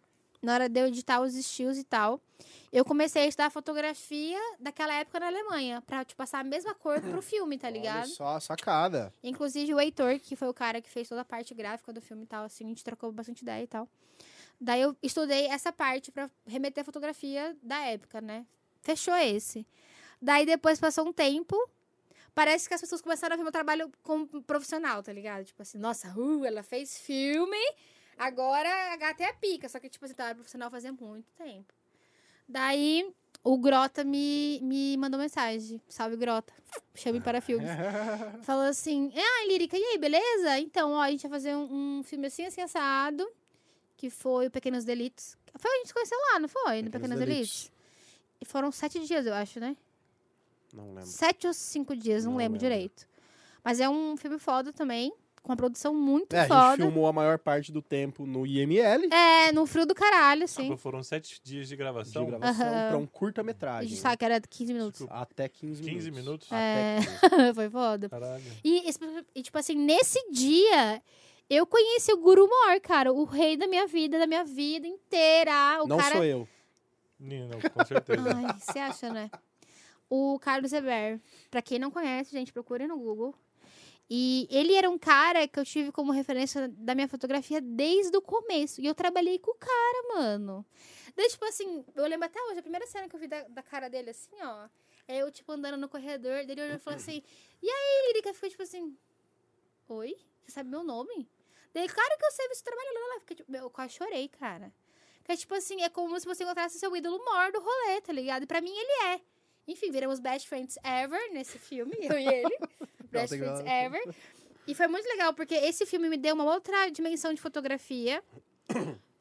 D: na hora de eu editar os estilos e tal, eu comecei a estudar fotografia daquela época na Alemanha, pra, tipo, passar a mesma cor pro filme, tá
B: Olha
D: ligado?
B: só, sacada.
D: Inclusive o Heitor, que foi o cara que fez toda a parte gráfica do filme e tal, assim, a gente trocou bastante ideia e tal. Daí eu estudei essa parte pra remeter a fotografia da época, né? Fechou esse. Daí depois passou um tempo, parece que as pessoas começaram a ver meu trabalho como profissional, tá ligado? Tipo assim, nossa, uh, ela fez filme, agora a gata é a pica. Só que, tipo assim, tava profissional fazia muito tempo. Daí o Grota me, me mandou mensagem. Salve, Grota. Chame
B: [LAUGHS]
D: para filmes.
B: É,
D: Falou assim: Ah, Lírica, e aí, beleza? Então, ó, a gente vai fazer um, um filme assim, assim, assado, que foi o Pequenos Delitos. Foi a gente se conheceu lá, não foi? No Pequenos,
B: Pequenos
D: Delitos. E foram sete dias, eu acho, né?
B: Não lembro.
D: Sete ou cinco dias, não,
B: Não
D: lembro,
B: lembro.
D: direito. Mas é um filme foda também, com uma produção muito
B: É, a gente
D: foda.
B: filmou a maior parte do tempo no IML.
D: É, num frio do caralho, assim.
A: Tipo, foram sete dias de
B: De
A: gravação.
B: gravação
D: Aham.
B: pra um
D: A gente
B: curta-metragem.
D: sabe que era 15 minutos.
A: Desculpa.
B: Até 15 minutos.
A: 15 minutos?
B: Até
D: É.
B: 15.
D: foi foda.
A: Caralho.
D: E, esse- e, tipo assim, nesse dia, eu conheci o Guru Mor, cara. O rei da minha vida, da minha vida inteira. [LAUGHS] O
B: Não
D: cara...
B: sou eu.
A: Nino, com certeza.
D: Ai, você acha, né? O Carlos Eber. Pra quem não conhece, gente, procure no Google. E ele era um cara que eu tive como referência da minha fotografia desde o começo. E eu trabalhei com o cara, mano. Daí, tipo assim, eu lembro até hoje, a primeira cena que eu vi da, da cara dele, assim, ó. É eu, tipo, andando no corredor, dele olhou e falou assim: E aí, Lirica? Ficou tipo assim: Oi? Você sabe meu nome? Daí, claro que eu sei, você trabalha lá, lá. Fiquei, tipo, meu, eu quase chorei, cara. Porque, tipo assim, é como se você encontrasse seu ídolo maior do rolê, tá ligado? E pra mim ele é. Enfim, viramos best friends ever nesse filme, eu e ele. best
B: Legal.
D: friends ever. E foi muito legal, porque esse filme me deu uma outra dimensão de fotografia.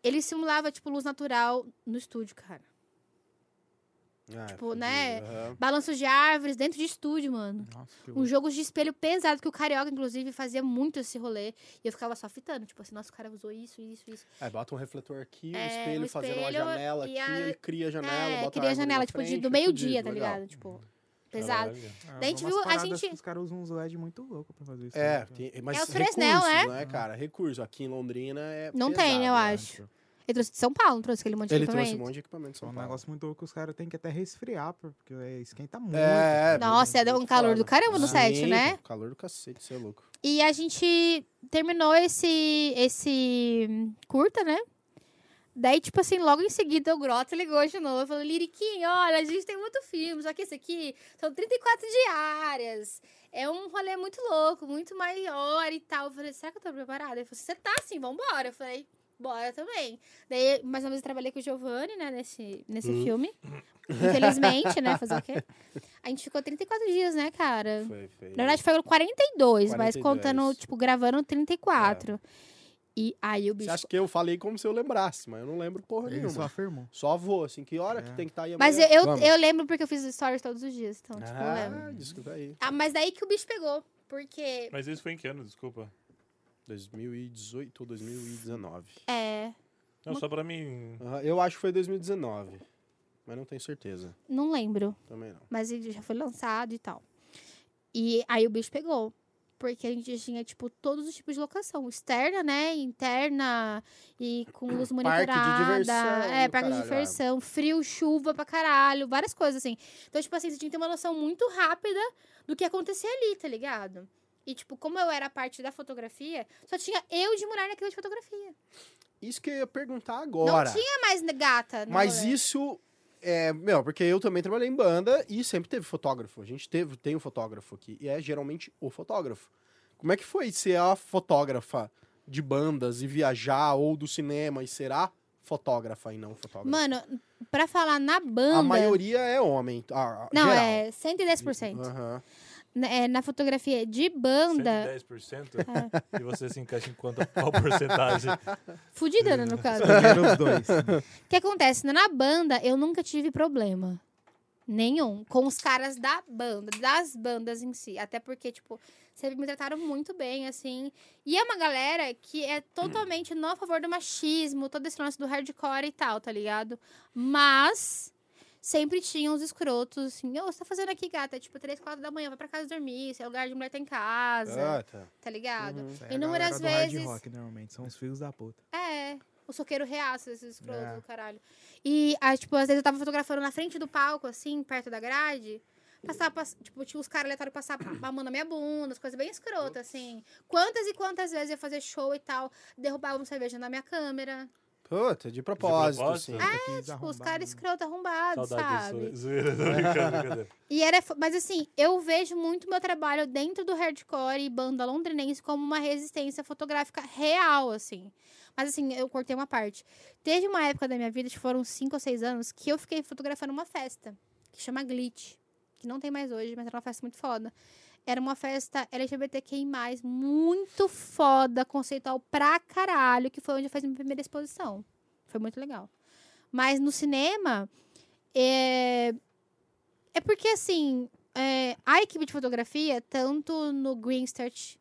D: Ele simulava, tipo, luz natural no estúdio, cara.
B: Ah,
D: Tipo,
B: é
D: né?
B: fudido, aham.
D: Balanços de árvores dentro de estúdio, mano.
C: Nossa, que
D: Uns jogos Um de espelho pesado, que o Carioca, inclusive, fazia muito esse rolê. E eu ficava só fitando, tipo assim, nossa, o cara usou isso, isso, isso.
B: É, bota um refletor aqui, um
D: É,
B: espelho,
D: um
B: fazendo uma
D: espelho
B: janela
D: e
B: aqui,
D: a-
B: ele cria a janela,
D: é,
B: bota
D: queria
B: a árvore
D: janela,
B: na
D: tipo, de,
B: frente,
D: do
B: é
D: meio-dia,
B: fudido,
D: tá
B: legal. Uhum.
D: ligado? Tipo, [LAUGHS] pesado.
A: Caralho.
D: Daí
C: É,
D: a gente
C: umas
D: viu- a
C: paradas
D: gente-
C: que Os caras usam uns LED muito louco pra fazer isso.
B: É,
C: né, cara?
B: tem- mas
D: É o
B: recursos,
D: Fresnel, né?
B: né, cara? Recurso. Aqui em Londrina é
D: Não tem,
B: pesado,
D: eu
B: né?
D: acho. Ele trouxe de São Paulo, não trouxe aquele monte de
B: Ele
D: equipamento?
B: trouxe um monte de equipamento em
C: É
B: São
C: um
B: Paulo.
C: negócio muito louco que os caras têm que até resfriar, porque é, esquenta muito.
B: é,
C: cara.
D: Nossa, é
B: eu
D: deu
B: tô
D: um
B: te
D: calor
B: falando.
D: do caramba no
B: Sim,
D: set, né?
B: pô, Calor do cacete, você é louco.
D: E a gente terminou esse, esse hum, curta, né? Daí, tipo assim, logo em seguida o Grota ligou de novo. Falou, Liriquinho, olha, a gente tem muito filme, só que esse aqui são 34 diárias. É um rolê muito louco, muito maior e tal. Eu falei, será que eu tô preparada? Ele falou, você tá assim, vambora. Eu falei, bora também. Daí, mais uma vez, eu trabalhei com o Giovanni, né, nesse, nesse
B: Hum.
D: filme. Infelizmente, né, fazer o quê? A gente ficou 34 dias, né, cara?
B: Foi, foi.
D: Na verdade, foi 42, mas
B: 42.
D: contando, tipo, gravando 34. E aí o bicho.
B: É. Você acha que eu falei como se eu lembrasse, mas eu não lembro porra
C: Ele só
B: nenhuma.
C: afirmou.
B: Só vou, assim, que hora que
C: É.
B: tem que estar aí
D: Mas eu,
B: amanhã?
D: eu,
B: Vamos.
D: eu lembro porque eu fiz stories todos os dias, então, tipo, eu lembro.
B: Ah, desculpa aí.
D: Ah, mas daí que o bicho pegou, porque.
A: Mas isso foi em que ano, desculpa?
B: 2018 ou 2019.
D: É.
A: Não, só pra mim.
B: Aham, eu acho que foi 2019, mas não tenho certeza.
D: Não lembro,
B: Também não.
D: mas ele já foi lançado e tal. E aí o bicho pegou. Porque a gente tinha, tipo, todos os tipos de locação. Externa, né? Interna. E com
B: Parque
D: luz
B: de
D: monitorada.
B: diversão e
D: É,
B: o
D: parque de
B: caralho, ah.
D: diversão. Frio, chuva pra caralho. Várias coisas, assim. Então, tipo assim, você tinha que ter uma noção muito rápida do que acontecia ali, tá ligado? E, tipo, como eu era parte da fotografia, só tinha eu de mulher naquilo de fotografia.
B: Isso que eu ia perguntar agora.
D: Não tinha mais gata. no
B: Mas
D: rolê.
B: isso é, meu, porque eu também trabalhei em banda e sempre teve fotógrafo. A gente teve, tem um fotógrafo aqui e é geralmente o fotógrafo. Como é que foi ser a fotógrafa de bandas e viajar ou do cinema e será fotógrafa e não fotógrafa?
D: Mano, pra falar na banda.
B: a maioria é homem, ah,
D: Não,
B: geral.
D: é 110%.
B: Aham.
D: Na- é, na fotografia de banda. É.
A: 110%? E você se encaixa em quanto qual
D: [LAUGHS]
A: porcentagem?
D: Fudida, né, no caso.
C: Primeiro
D: [LAUGHS]
C: os dois. é
D: O que acontece? Na banda, eu nunca tive problema. Nenhum. Com os caras da banda, das bandas em si. Até porque, tipo, sempre me trataram muito bem, assim. E é uma galera que é totalmente não a favor do machismo, todo esse lance do hardcore e tal, tá ligado? Mas sempre tinha uns escrotos, assim, ô, você tá fazendo aqui, gata? É tipo, três, quatro da manhã, vai pra casa dormir, se é lugar de mulher tá em casa,
B: Ah, tá.
D: tá ligado?
B: Uhum.
C: É a
D: Inúmeras
C: galera do hard
D: vezes-
C: rock, normalmente. São os filhos da puta.
D: É. O soqueiro reaça esses escrotos
C: É.
D: do caralho. E, ah, tipo, às vezes eu tava fotografando na frente do palco, assim, perto da grade. Passava, pass- tipo, tinha os caras aleatórios passar [CLEARS THROAT] a mão na minha bunda, as coisas bem escrotas, assim. Quantas e quantas vezes eu ia fazer show e tal, derrubavam cerveja na minha câmera.
B: Puta, de propósito,
A: propósito?
B: assim.
A: Ah,
C: É,
D: Tipo, os
B: um
D: caras escrotos, arrombados,
A: Saudade
D: sabe?
A: disso. né? Zoeira, tô brincando, brincadeira.
D: E era, fo- mas assim, eu vejo muito meu trabalho dentro do hardcore e banda londrinense como uma resistência fotográfica real, assim. Mas assim, eu cortei uma parte. Teve uma época da minha vida, acho que foram cinco ou seis anos, que eu fiquei fotografando uma festa, que chama Glitch, que não tem mais hoje, mas era uma festa muito foda. Era uma festa LGBTQI+, muito foda, conceitual pra caralho, que foi onde eu fiz minha primeira exposição. Foi muito legal. Mas no cinema, é, é porque, assim, é, a equipe de fotografia, tanto no Greenstart,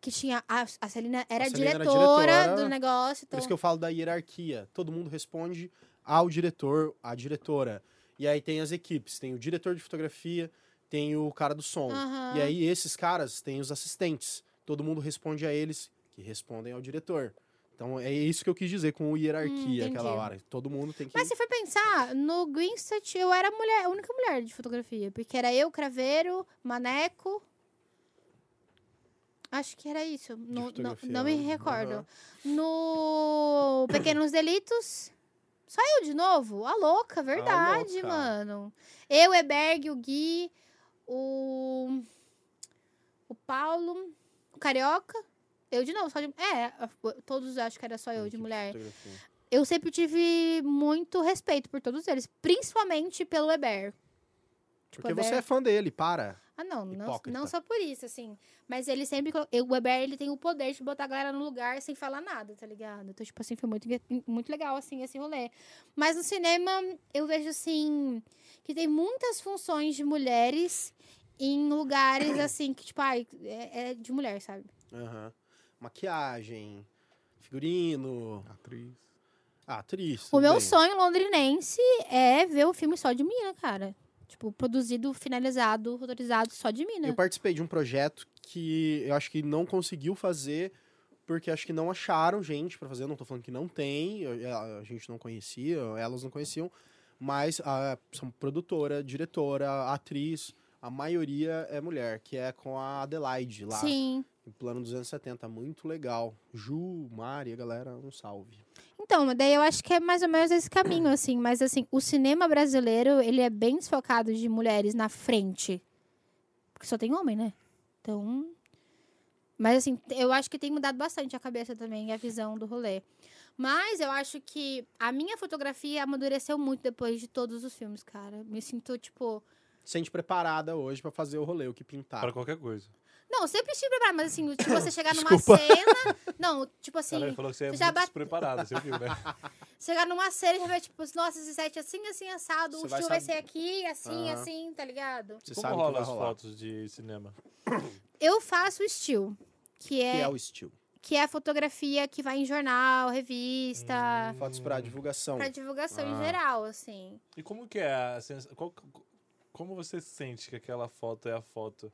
D: que tinha. A, a Celina era
B: A
D: a
B: Celina era
D: diretora,
B: diretora.
D: do negócio.
B: Por
D: Então,
B: isso que eu falo da hierarquia. Todo mundo responde ao diretor, à diretora. E aí tem as equipes, tem o diretor de fotografia, tem o cara do som.
D: Aham.
B: E aí esses caras têm os assistentes. Todo mundo responde a eles, que respondem ao diretor. Então é isso que eu quis dizer com o hierarquia
D: Hum,
B: aquela
D: entendi.
B: hora. Todo mundo tem que
D: Mas se for pensar, no Greenstart eu era a, mulher, a única mulher de fotografia. Porque era eu, Craveiro, Maneco. Acho que era isso. No- não,
B: fotografia,
D: não me
B: né?
D: recordo.
B: Aham.
D: No Pequenos Delitos. Só eu de novo? A louca, verdade,
B: louca.
D: mano. Eu, Eberg, o Gui, o. O Paulo, o Carioca. Eu de novo, só de. É, todos acho que era só eu de
B: equipe
D: mulher
B: fotografia.
D: eu sempre tive muito respeito por todos eles, principalmente pelo Eber. Tipo,
B: Porque
D: Eber-
B: você é fã dele, para.
D: Ah, não, não,
B: hipócrita.
D: não só por isso, assim. Mas ele sempre. colo- eu- O Eber, ele tem o poder de botar a galera no lugar sem falar nada, tá ligado? Então, tipo assim, foi muito, muito legal, assim, esse rolê. Mas no cinema, eu vejo, assim, que tem muitas funções de mulheres em
B: [COUGHS]
D: lugares assim que, tipo, ai, é, é de mulher, sabe?
B: Aham. Maquiagem, figurino,
C: Atriz.
B: ah, atriz.
D: O
B: tudo
D: meu
B: bem.
D: sonho londrinense é ver o filme só de mina, cara. Tipo, produzido, finalizado, roteirizado só de mina.
B: Eu participei de um projeto que eu acho que não conseguiu fazer, porque acho que não acharam gente pra fazer. Eu Não tô falando que não tem, eu- é, a a gente não conhecia, elas não conheciam, mas ah, são produtora, diretora, atriz. A maioria é mulher, que é com a Adelaide lá.
D: Sim.
B: Em plano 270, muito legal. Ju, Mari, a galera, um salve.
D: Então, mas daí eu acho que é mais ou menos
A: [CLEARS THROAT]
D: esse caminho, assim. Mas, assim, o cinema brasileiro, ele é bem desfocado de mulheres na frente. Porque só tem homem, né? Então... Mas, assim, te- eu acho que tem mudado bastante a cabeça também e a visão do rolê. Mas eu acho que a minha fotografia amadureceu muito depois de todos os filmes, cara. Me sinto, tipo...
B: Sente preparada hoje pra fazer o rolê, o que pintar.
A: Pra qualquer coisa.
D: Não, eu sempre estive preparada, mas, assim, tipo,
A: [COUGHS]
D: você chegar numa
A: Desculpa.
D: cena... Não, tipo assim...
A: Cara, ele falou que você é
D: Você já
A: muito
D: bate-
A: despreparada, você viu, né?
D: Chegar numa série e já vai, tipo, nossa, esse set é assim, assim, assado,
B: Você
D: o
B: vai
D: estilo vai
B: saber-
D: ser aqui, assim,
B: Aham.
D: assim, tá ligado?
B: Você
A: Como
B: sabe o que
A: rola
B: vai
A: as
B: rolar.
A: fotos de cinema?
D: Eu faço o estilo, que
B: Que é
D: é,
B: o estilo.
D: que é a fotografia que vai em jornal, revista,
A: Hum.
B: Fotos pra divulgação.
D: pra divulgação em
B: Ah.
D: geral, assim.
A: E como que é a sensação? como você sente que aquela foto é a foto?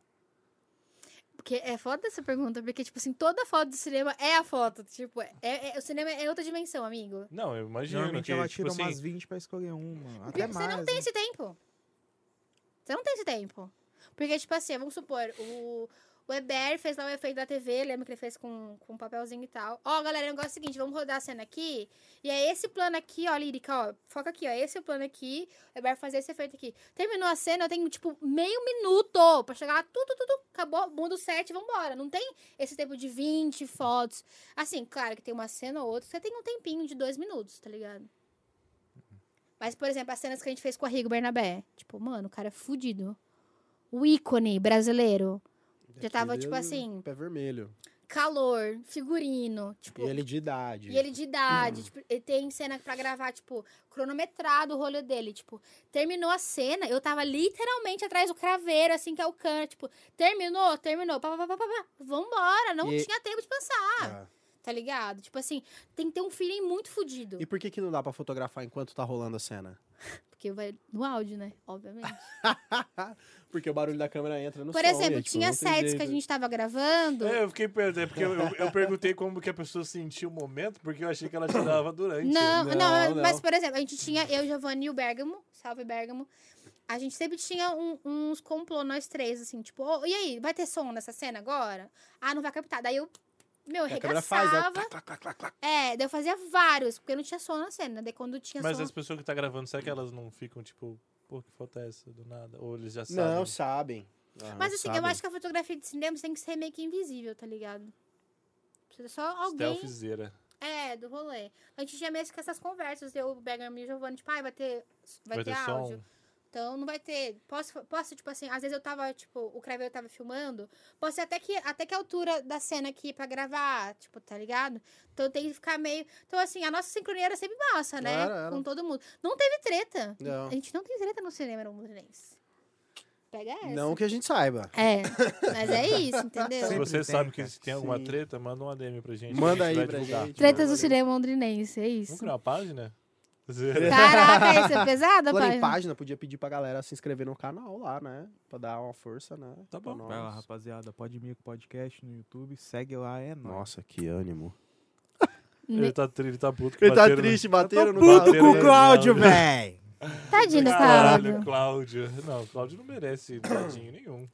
D: Porque é foda essa pergunta, porque, tipo assim, toda foto do cinema é a foto. Tipo, é, é- o cinema é outra dimensão, amigo.
A: Não, eu imagino
C: Geralmente é,
A: que,
C: ela
A: tipo
C: tira umas
A: assim...
C: 20 pra escolher uma.
D: Porque
C: Até
D: você
C: mais.
D: não tem
C: né?
D: esse tempo. Você não tem esse tempo. Porque, tipo assim, vamos supor, o, o Eber fez lá o efeito da TV, lembra que ele fez com, com um papelzinho e tal. Ó, galera, o negócio é o seguinte, vamos rodar a cena aqui. E é esse plano aqui, ó, lírica, ó. Foca aqui, ó. Esse é o plano aqui. O Eber fazer esse efeito aqui. Terminou a cena, eu tenho, tipo, meio minuto pra chegar lá, tudo, tudo, acabou, muda o set, vambora. Não tem esse tempo de 20 fotos. Assim, claro que tem uma cena ou outra, você tem um tempinho de dois minutos, tá ligado? Mas, por exemplo, as cenas que a gente fez com a Rigo Bernabé. Tipo, mano, o cara é fudido. O ícone brasileiro. Já tava,
B: Aquele
D: tipo
B: é
D: assim-
B: Pé vermelho.
D: Calor, figurino. Tipo,
B: E ele Hum. de idade.
D: e ele de idade. tipo, ele tem cena pra gravar, tipo, cronometrado o rolê dele. Tipo, terminou a cena, eu tava literalmente atrás do craveiro, assim, que é o cano. Tipo, terminou, terminou. Pá, pá, pá, pá, pá. Vambora, não
B: E-
D: tinha tempo de pensar,
B: Ah.
D: tá ligado? Tipo assim, tem que ter um feeling muito fudido.
B: E por que que não dá pra fotografar enquanto tá rolando a cena?
D: Porque vai no áudio, né? Obviamente.
B: Porque o barulho da câmera entra Ah, no
D: Por
B: som,
D: exemplo,
B: e, tipo,
D: tinha
B: não tem
D: sets que
B: jeito.
D: a gente tava gravando.
A: É, eu fiquei perdido, é porque eu, eu- eu perguntei como que a pessoa sentia o momento, porque eu achei que ela tirava durante.
D: Não, não,
B: Não,
D: mas
B: não.
D: por exemplo, a gente tinha eu, Giovanni e o Bergamo, salve Bergamo. A gente sempre tinha um- uns complô, nós três, assim, tipo, "Ô, e aí, vai ter som nessa cena agora? Ah, não vai captar. Daí eu, meu,
B: E a câmera faz, né?
D: arregaçava. É, daí eu fazia vários, porque não tinha som na cena. Daí quando tinha
A: Mas
D: som.
A: as pessoas que tá gravando, será que elas não ficam, tipo, pô, que foto é essa do nada? Ou eles já sabem?
B: Não, sabem. Ah,
D: Mas assim, eu
B: sabem.
D: acho que a fotografia de cinema tem que ser meio que invisível, tá ligado? Precisa só alguém.
A: Stealthzeira.
D: É, do rolê. A gente tinha mesmo que essas conversas, eu, o Bergamo e o Giovanni, tipo, ai, vai ter, vai ter, áudio.
A: som?
D: Então não vai ter. Posso, posso, tipo assim, às vezes eu tava, tipo, o Craveiro tava filmando. Posso ir até que, até que altura da cena aqui pra gravar, tipo, tá ligado? Então tem que ficar meio. Então, assim, a nossa sincronia era sempre massa, né?
B: Era, era.
D: Com todo mundo. Não teve treta.
B: Não.
D: A gente não tem treta no cinema no Londrinense. Pega é essa.
B: Não que a gente saiba.
D: É, mas é isso, entendeu?
A: Se
C: Sempre
A: você
C: tem,
A: sabe que
C: cara.
A: se tem alguma
B: Sim.
A: treta, manda um DM pra gente.
B: Manda
A: a gente vai
B: aí pra
A: divulgar.
B: gente.
D: Tretas do
B: Valeu.
D: cinema londrinense, é
A: Vamos
D: isso.
A: criar uma página?
D: Caraca, isso é pesado,
B: Falando em
D: pai.
B: página, podia pedir pra galera se inscrever no canal lá, né? Pra dar uma força, né?
A: Tá
B: Pra
A: bom.
B: nós.
C: Vai lá, rapaziada. Pode me podcast no YouTube. Segue lá, é nóis.
B: Nossa, que ânimo.
A: Ele tá, tri- ele tá puto que
B: Ele tá
A: bateram no-
B: triste, bateram no
A: puto
B: Cláudio.
A: com o Cláudio.
C: véi!
D: Tadinho do
A: Caralho,
D: Cláudio.
A: Cláudio. Não, o Cláudio não merece tadinho nenhum.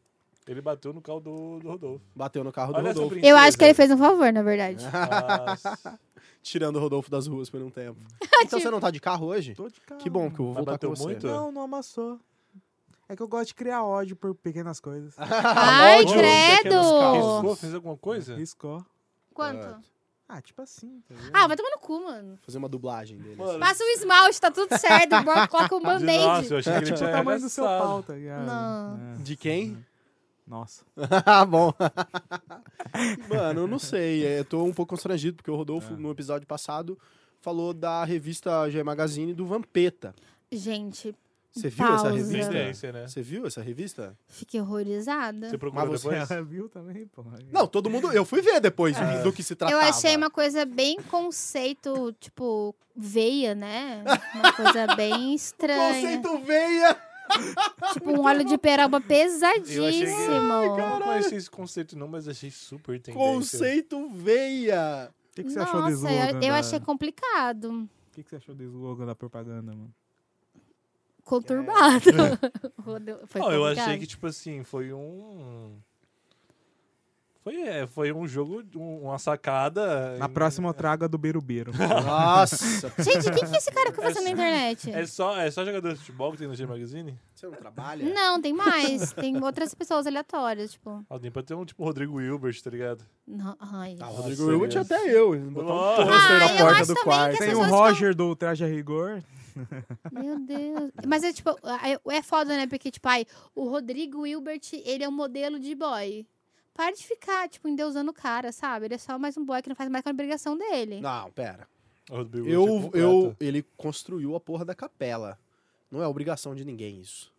A: Ele bateu no carro do, do Rodolfo.
B: Bateu no carro do
A: Olha essa
B: Rodolfo,
D: Eu
A: princesa.
D: acho que ele fez um favor,
B: [LAUGHS]
D: na verdade.
A: Nossa.
B: tirando o Rodolfo das ruas por um tempo. então você não tá de carro hoje?
C: Tô de cara.
B: Que bom que eu vou
A: Mas
B: voltar
A: bateu
B: com você.
A: muito?
C: Não, não amassou. É que eu gosto de criar ódio por pequenas coisas.
B: Ah,
D: Ai,
A: Bom,
B: pequenos
D: credo!
B: causos.
A: Riscou? Fez alguma
B: é.
A: coisa?
C: Riscou.
D: Quanto?
C: Ah, tipo assim, tá ligado?
D: Ah, vai tomar no cu, mano.
B: Fazer uma dublagem dele.
A: Mano,
D: Passa um esmalte, tá tudo certo. Bora, Coloca um
A: Nossa,
D: band-aid.
A: eu achei que ele
C: Tipo o
A: tinha
C: tamanho do seu
A: arregaçado.
C: pau, tá ligado?
D: é Não.
C: É.
B: De quem?
C: Nossa.
B: [LAUGHS] Ah, bom. [LAUGHS] Mano, eu não sei. é, Eu tô um pouco constrangido, porque o Rodolfo,
C: É.
B: no episódio passado, falou da revista G Magazine do Vampeta.
D: Gente,
B: Você viu essa
D: Pausa.
B: revista?
A: Tendência, né?
B: Você viu essa revista?
D: Fiquei horrorizada.
A: Você procurou
B: Mas você-
A: depois?
C: Ela viu também, pô.
B: Não, todo mundo. Eu fui ver depois do que- do que se tratava.
D: Eu achei uma coisa bem conceito, tipo, veia, né? Uma coisa bem estranha.
B: Conceito veia!
D: Tipo, um óleo de peroba
A: Eu achei que-
D: pesadíssimo.
A: [LAUGHS] Eu não conheci esse conceito não, mas achei super tendência.
B: Conceito [LAUGHS] veia!
C: O que, que você achou do né?
D: Nossa,
C: slogan?
D: eu, eu
C: da-
D: achei complicado.
C: O que, que você achou do slogan da propaganda, mano?
D: Conturbado. [LAUGHS] Rodeu- Foi
A: Não, eu
D: complicado.
A: achei que, tipo assim, foi um... Foi, é, foi um jogo, um- uma sacada...
C: Na
A: em-
C: próxima eu trago a do
B: [LAUGHS]
C: Berubeiro.
B: Nossa!
D: [LAUGHS] Gente, o que, que esse cara fica fazendo na internet?
A: É só, é só jogador de futebol que tem no G Magazine?
B: Você não trabalha?
D: Não, tem mais. Tem outras pessoas aleatórias, tipo.
A: Alguém pode ter um, tipo, Rodrigo Hilbert, tá ligado?
D: Não, ai.
B: Ah, o
A: Nossa,
B: Rodrigo Wilbert
A: Deus.
B: até eu. Botar um
A: Nossa.
B: pôster
D: Ah, eu
B: na porta
D: acho
B: do
D: também que
B: quarto.
D: essa-
C: Tem
D: Essas
C: o
D: pessoas
C: Roger do Traje a Rigor.
D: Meu Deus. Mas é tipo, é- é foda, né? Porque, tipo, ai, o Rodrigo Hilbert, ele é um modelo de boy. Para de ficar, tipo, endeusando o cara, sabe? Ele é só mais um boy que não faz mais que a obrigação dele.
B: Não, pera.
A: O Rodrigo
B: Eu,
A: Hilbert é
B: eu,
A: completo.
B: ele construiu a porra da capela. Não é obrigação de ninguém isso.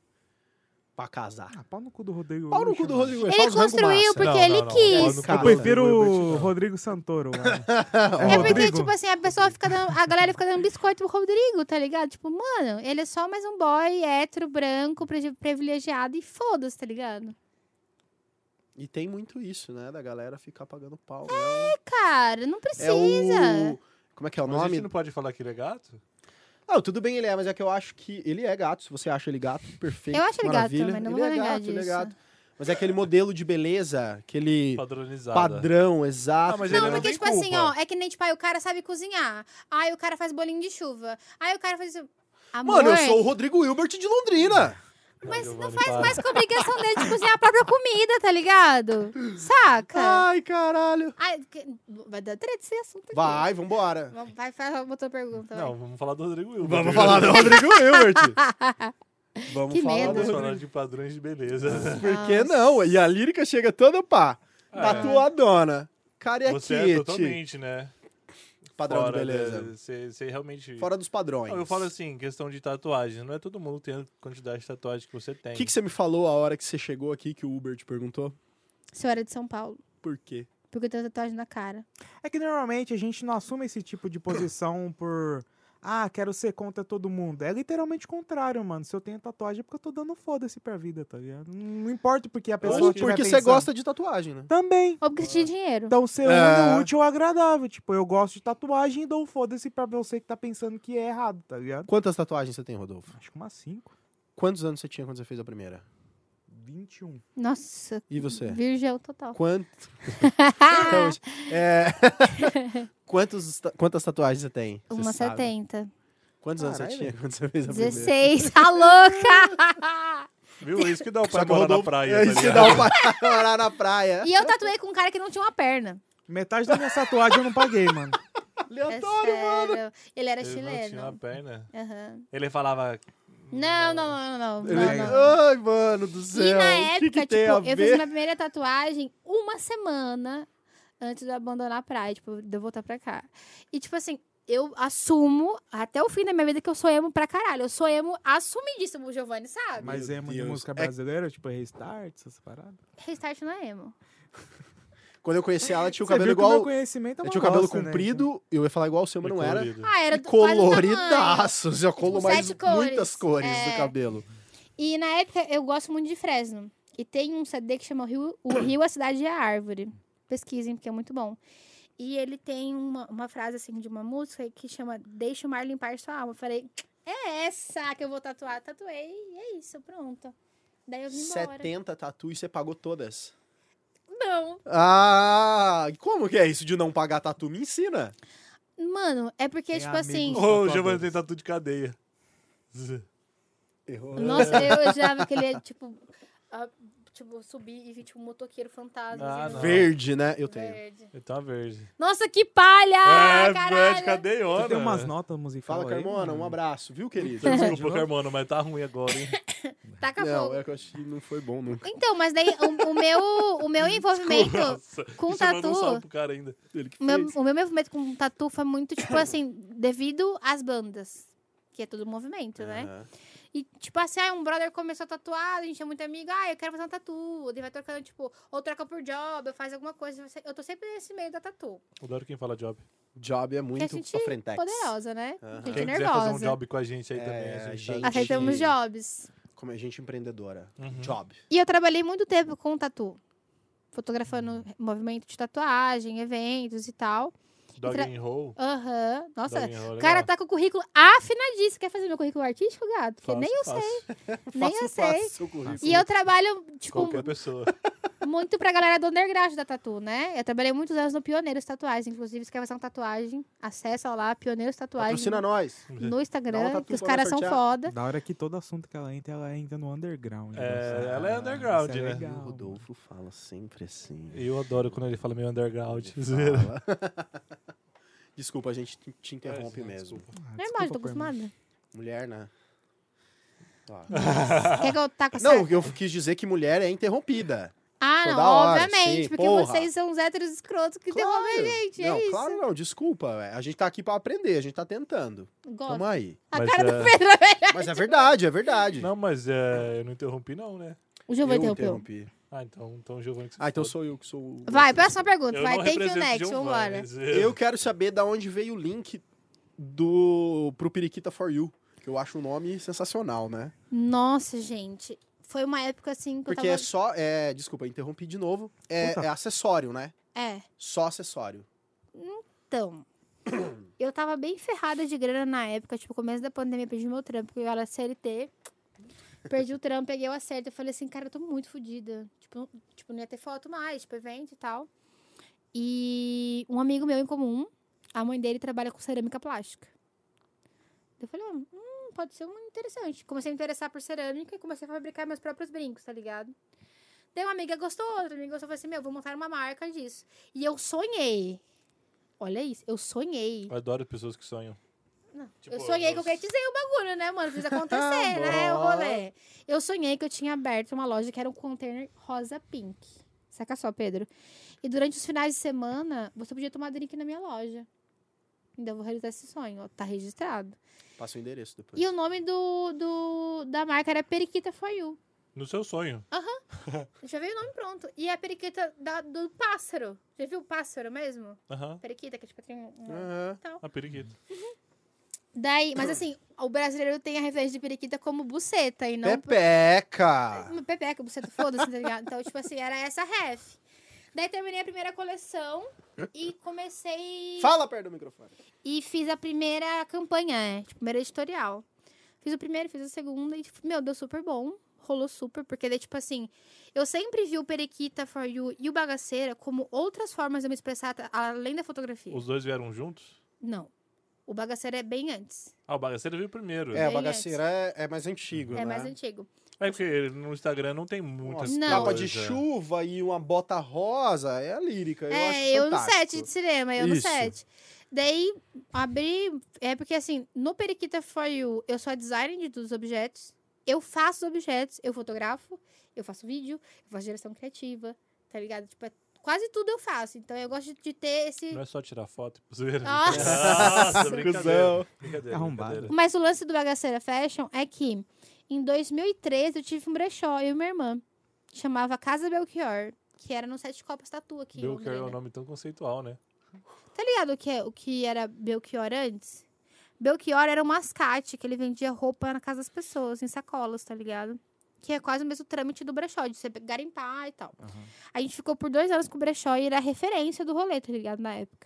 B: Pra casar.
C: Ah, pau no cu do Rodrigo.
B: Pau no
C: Hilbert,
B: cu do
C: mano.
B: Rodrigo Wilbert.
D: Ele
B: [LAUGHS]
D: construiu porque
A: Não,
D: ele
A: não, não,
D: quis.
A: pode no cu
B: cara.
C: Eu
A: do
C: prefiro o
A: Hilbert, não.
C: Rodrigo Santoro. mano.
D: É porque,
C: Rodrigo.
D: tipo assim, a pessoa fica dando. A galera fica dando biscoito pro Rodrigo, tá ligado? Tipo, mano, ele é só mais um boy hétero, branco, privi- privilegiado e foda-se, tá ligado?
B: E tem muito isso, né? Da galera ficar pagando pau. É,
D: Cara, não
B: é
D: precisa.
B: o. Como é que é o
A: Mas a
B: nome?
A: gente não pode falar que ele é gato?
B: Ah, tudo bem ele é, mas é que eu acho que ele é gato. Se você acha ele gato, perfeito.
D: Eu acho ele gato
B: maravilha.
D: também, não
B: ele
D: vou
B: é
D: negar
B: gato, ele é
D: disso.
B: gato. Mas é aquele modelo de beleza, aquele
A: Padronizado.
B: padrão exato.
A: Ah, mas ele
D: Não,
A: não
D: porque,
A: tem
D: tipo assim, ó,
A: culpa.
D: é que nem, tipo, aí o cara sabe cozinhar. Aí o cara faz bolinho de chuva. Aí o cara faz isso. Amor,
B: Mano, eu sou o Rodrigo Hilbert de Londrina.
D: Mas não
A: Giovanni,
D: faz
A: para.
D: mais que a obrigação dele de cozinhar a própria comida, tá ligado? Saca?
B: Ai, caralho.
D: Ai, que- vai dar treta esse assunto aqui.
B: Vai, vambora.
D: Vai, vai, faz outra pergunta. vai.
A: Não, vamos falar do Rodrigo Hilbert.
B: Vamos falar do Rodrigo Hilbert.
A: [LAUGHS]
B: Vamos
D: Que
B: falar
D: medo.
A: Vamos
B: do
A: falar
B: Rodrigo.
A: de padrões de beleza.
B: Por que não? E a lírica chega toda pá.
A: É.
B: Tatuadona.
A: Você é
B: Carequete.
A: totalmente, né?
B: padrão
A: fora
B: de beleza.
A: da- Você você realmente...
B: Fora dos padrões.
A: Não, eu falo assim, questão de tatuagem. Não é todo mundo tem a quantidade de tatuagem que você tem.
B: O que, que você me falou a hora que você chegou aqui que o Uber te perguntou?
D: Se eu era de São Paulo.
B: Por quê?
D: Porque eu tenho tatuagem na cara.
C: [LAUGHS] É que normalmente a gente não assume esse tipo de posição por. Ah, quero ser contra todo mundo. É literalmente o contrário, mano. Se eu tenho tatuagem é porque eu tô dando foda-se pra vida, tá ligado? Não importa porque a pessoa.
A: acho
B: Ou
A: que-
C: estiver
B: porque você
C: pensando.
B: gosta de tatuagem, né?
C: Também.
D: Ou porque eu tinha dinheiro.
C: Então você
B: É.
C: une o útil ao agradável. Tipo, eu gosto de tatuagem e dou foda-se pra você que tá pensando que é errado, tá ligado?
B: Quantas tatuagens você tem, Rodolfo?
C: Acho que umas 5.
B: Quantos anos você tinha quando você fez a primeira?
C: 21.
D: Nossa,
B: E você?
D: virgem
B: [LAUGHS]
D: total. Ah,
B: Quanto? Até hoje. É... [LAUGHS] Quantos, ta- quantas tatuagens você tem? Você
D: Uma
B: sabe?
D: 70.
B: Quantos anos você
C: Caralho.
B: tinha quando você fez a primeira?
D: 16, tá louca!
A: Viu? É isso que dá
B: [LAUGHS]
A: o
B: Só
A: pai
B: que o
A: morar na
B: Rodolfo...
A: praia,
B: É
A: tá
B: isso que
A: ligado?
B: dá o pai [LAUGHS] morar na praia.
D: E eu tatuei com um cara que não tinha uma perna.
C: Metade da minha tatuagem eu não paguei, mano.
D: É
B: Aleatório.
D: sério. Ele era
A: Ele não tinha uma
D: Tá chileno.
A: perna.
D: Aham.
A: Ele falava...
D: Não, não, não, não, não.
B: Ele-
D: não, não.
B: Ai, mano do céu.
D: E na
B: o que
D: época,
B: que
D: tipo,
B: tem a
D: eu
B: ver?
D: fiz minha primeira tatuagem uma semana antes de eu abandonar a praia, tipo, de eu voltar pra cá. E, tipo assim, eu assumo até o fim da minha vida que eu sou emo pra caralho. Eu sou emo assumidíssimo, o Giovanni, sabe?
C: Mas
B: [LAUGHS] Meu
C: é de
B: Deus.
C: música
B: É-
C: brasileira, tipo Restart, essas paradas.
D: Restart não é emo.
B: Quando eu conheci ela, ela tinha o
C: Você
B: cabelo
C: viu que o meu
B: igual...
C: conhecido é
B: Eu
C: uma
B: tinha o cabelo
C: bosta, né?
B: comprido, eu ia falar igual o seu, mas não era.
A: colorido.
D: Ah, era do quase do tamanho.
B: Coloridaço, já colou
D: Tipo,
B: mais
D: sete cores.
B: muitas cores do
D: É.
B: cabelo.
D: E na época eu gosto muito de Fresno. E tem um CD que chama O Rio, o Rio a Cidade e a Árvore. Pesquisem, porque é muito bom. E ele tem uma, uma frase assim de uma música que chama Deixa o mar limpar sua alma. Eu falei, é essa que eu vou tatuar. Tatuei, e é isso, pronto. Daí eu vim embora.
B: 70 tatu e você pagou todas.
D: Não.
B: Ah, e como que é isso de não pagar tatu? Me ensina.
D: Mano, é porque,
C: Tem
D: tipo assim.
C: amigos.
A: Ô, o Giovanni tem tatu de cadeia. Z-
B: Errou.
D: Nossa, eu achava que ele ia, tipo, [LAUGHS] ah, tipo subir e vir, tipo, um motoqueiro fantasma.
A: Ah,
D: assim,
A: não.
B: Verde, né? Eu tenho.
D: verde.
A: Ele tá verde.
D: Nossa, que palha!
A: é, de
D: caralho!
A: cadeiona. Então,
C: Você tem umas notas musicais.
B: Fala, Carmona, um abraço, viu,
D: [LAUGHS]
B: querido?
A: Desculpa, Carmona, mas tá ruim agora, hein?
D: Taca fogo.
B: Não, é que eu acho que não foi bom nunca.
D: Então, mas daí o, o meu,
A: [LAUGHS]
D: o meu envolvimento
A: Nossa, [LAUGHS]
D: com
A: e você mandou um salve
D: tatu.
A: pro cara ainda.
B: Ele que
D: O meu,
B: fez.
D: o meu envolvimento com tatu foi muito, tipo assim, devido às bandas. Que é todo movimento, né?
B: Aham.
D: E, tipo assim, ah, um brother começou a tatuar, a gente é muito amigo, ah, eu quero fazer uma tatu. Ele vai trocando, tipo, ou troca por job, ou faz alguma coisa. Eu tô sempre nesse meio da tatu.
A: Adoro quem fala job.
B: Job é muito
D: gente
B: pra frente.
D: Poderosa, né?
B: Aham.
D: Gente
A: Quem quiser fazer um
D: nervosa.
A: job com a gente aí
B: É,
A: também, a gente, tá-
B: gente.
D: Aceitamos jobs.
B: Como é gente empreendedora.
A: Uhum.
B: Job.
D: E eu trabalhei muito tempo com tatu. Fotografando movimento de tatuagem, eventos e tal.
A: Dog
D: Tra-
A: and roll.
D: Aham. Nossa,
A: Dog and roll, é
D: o cara
A: legal.
D: tá com o currículo afinadíssimo. Quer fazer meu currículo artístico, gato? Porque
A: Fácil,
D: nem eu,
A: fácil.
D: nem
B: Faça
D: eu
B: o
D: sei.
B: passo, seu currículo.
D: E eu trabalho, tipo,
A: Qualquer pessoa.
D: muito pra galera do underground da tatu, né? Eu trabalhei muitos anos no Pioneiros Tatuagens. Inclusive, se quer fazer uma tatuagem, acessa lá, Pioneiros Tatuagens.
B: Patrocina nós.
D: No
B: Dá uma
D: Instagram,
B: tatu
D: que os
B: pra nós
D: caras são
B: sortear.
D: foda.
C: Da hora que todo assunto que ela entra, ela entra no underground.
A: É,
C: Nossa,
A: ela é
C: ah,
A: underground,
C: isso é
A: né?
C: legal,
B: O Rodolfo fala sempre assim.
A: Eu adoro quando ele fala meio underground.
B: Ele
A: zoeira.
B: fala. [LAUGHS] Desculpa, a gente te- te interrompe
A: É,
B: mesmo.
A: desculpa.
C: mano. Ah,
D: Normal, eu tô
C: desculpa, Fernanda.
B: [LAUGHS]
D: acostumada.
B: Mulher, né?
A: Tá.
B: Ó. [LAUGHS]
D: Quer que eu tá com
B: Não, eu quis dizer que mulher é interrompida.
D: Ah,
B: Toda
D: não,
B: hora,
D: obviamente,
B: sim,
D: porque
B: porra.
D: vocês são os héteros escrotos que
B: Claro.
D: interrompem a gente,
B: não,
D: é isso.
B: claro não, desculpa. ué. A gente tá aqui pra aprender, a gente tá tentando.
D: Gosto.
B: Tamo
D: [LAUGHS]
B: aí.
D: A
A: Mas,
D: cara
A: é,
D: do Pedro, velho.
B: Mas é verdade, é verdade.
A: Não, mas é, eu não interrompi, não, né?
D: O Giovanni interrompeu.
B: interrompi.
A: Ah, então, então Giovanni que você
B: Ah, então
A: foda.
B: sou eu que sou o...
D: Vai, próxima pergunta.
A: Eu
D: Vai,
A: não
D: thank you
A: represento
D: next,
A: Giovanni, é
D: vambora.
A: zoeira.
B: Eu quero saber da onde veio o link do pro Periquita For You. Que eu acho o nome sensacional, né?
D: Nossa, gente. Foi uma época assim que
B: Porque
D: eu
B: é
D: tava.
B: só. É, desculpa, interrompi de novo. É,
C: Puta.
B: é acessório, né?
D: É,
B: Só acessório.
D: então. eu tava bem ferrada de grana na época, tipo, começo da pandemia, perdi meu trampo, porque eu era CLT. Perdi o trampo, peguei o acerto. Eu falei assim, cara, eu tô muito fodida. Tipo, não- tipo, não ia ter foto mais, tipo, evento e tal. E um amigo meu em comum, a mãe dele trabalha com cerâmica plástica. Eu falei, "Ah, hum, pode ser muito interessante. Comecei a me interessar por cerâmica e comecei a fabricar meus próprios brincos, tá ligado? Daí uma amiga gostou, outra amiga gostou. Eu falei assim, meu, vou montar uma marca disso. E eu sonhei. Olha isso, eu sonhei.
A: Eu adoro pessoas que sonham. Tipo,
D: eu sonhei
A: eu-
D: que eu concretizei o bagulho, né, mano? Fiz acontecer, né? O rolê. Eu sonhei que eu tinha aberto uma loja que era um container rosa pink. Saca só, Pedro. E durante os finais de semana, você podia tomar drink na minha loja. Ainda vou realizar esse sonho, ó. Tá registrado.
B: Passa o endereço depois.
D: E o nome do, do- da marca era Periquita For You.
A: No seu sonho.
D: Já veio o nome pronto. E é a periquita da- do pássaro. Já viu o pássaro mesmo?
A: Aham. Ah,
D: Periquita, que é tipo tem um- um-
B: Aham.
A: A periquita.
D: Daí, mas assim, o brasileiro tem a revés de periquita como buceta e não
B: É Pepeca!
D: Uma pepeca, buceta, foda-se, tá ligado? Então, tipo assim, era essa ref. Daí terminei a primeira coleção e comecei.
B: Fala perto do microfone.
D: E fiz a primeira campanha, é, tipo, primeira editorial. Fiz o primeiro, fiz a segunda e, tipo, meu, deu super bom. Rolou super, porque daí, tipo assim, eu sempre vi o Periquita For You e o Bagaceira como outras formas de eu me expressar ta- além da fotografia.
A: Os dois vieram juntos?
D: Não. O Bagaceira é bem antes.
A: Ah, o bagaceiro veio primeiro.
B: É,
D: Bem
B: o bagaceira é, é mais antigo,
D: É
B: né?
D: mais antigo.
A: É porque ele- no Instagram não é. tem muitas
B: Nossa,
D: Não.
A: coisas.
B: capa de chuva e uma bota rosa é a lírica. Eu acho
D: é, eu no
B: fantástico.
D: set de cinema, eu no
B: Isso.
D: set. Daí, abri. É porque assim, no Periquita For You, eu sou a designer de- dos objetos. Eu faço os objetos, eu fotografo, eu faço vídeo, eu faço direção criativa, tá ligado? Tipo, é- quase tudo eu faço. Então eu gosto de- de ter esse.
A: Não é só tirar foto. e zoeira.
D: Nossa.
A: Nossa, brincadeira.
B: Cusão.
A: Brincadeira,
C: Arrombado.
A: brincadeira.
D: Mas o lance do Bagaceira Fashion é que em 2013 eu tive um brechó, eu e minha irmã. Chamava Casa Belchior, que era no Sete Copas Tatu aqui. em
A: Belchior é um
D: Londrina.
A: nome tão conceitual, né?
D: Tá ligado o que, é- o que era Belchior antes? Belchior era um mascate que ele vendia roupa na casa das pessoas, em sacolas, tá ligado? Que é quase o mesmo trâmite do brechó, de você pe- garimpar e tal.
C: Aham.
D: A gente ficou por dois anos com o brechó e era a referência do rolê, tá ligado? Na época.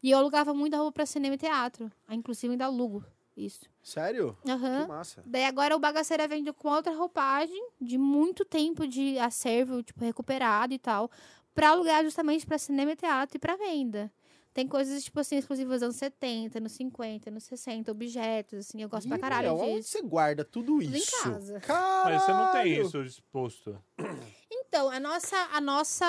D: E eu alugava muita roupa pra cinema e teatro. Ah, Inclusive ainda alugo isso.
B: Sério?
D: Aham.
B: Que massa.
D: Daí agora o Bagaceira vende com outra roupagem, de muito tempo de acervo, tipo, recuperado e tal, pra alugar justamente pra cinema e teatro e pra venda. Tem coisas, tipo assim, exclusivas dos anos 70, nos 50, nos 60, objetos, assim, eu gosto
B: Ih, é
D: pra
B: um
D: caralho
B: meu, Onde
D: disso.
B: você guarda tudo
D: Tudo em
B: isso?
D: casa.
B: Caralho!
A: Mas você não tem isso exposto. tá
D: Então, a nossa, a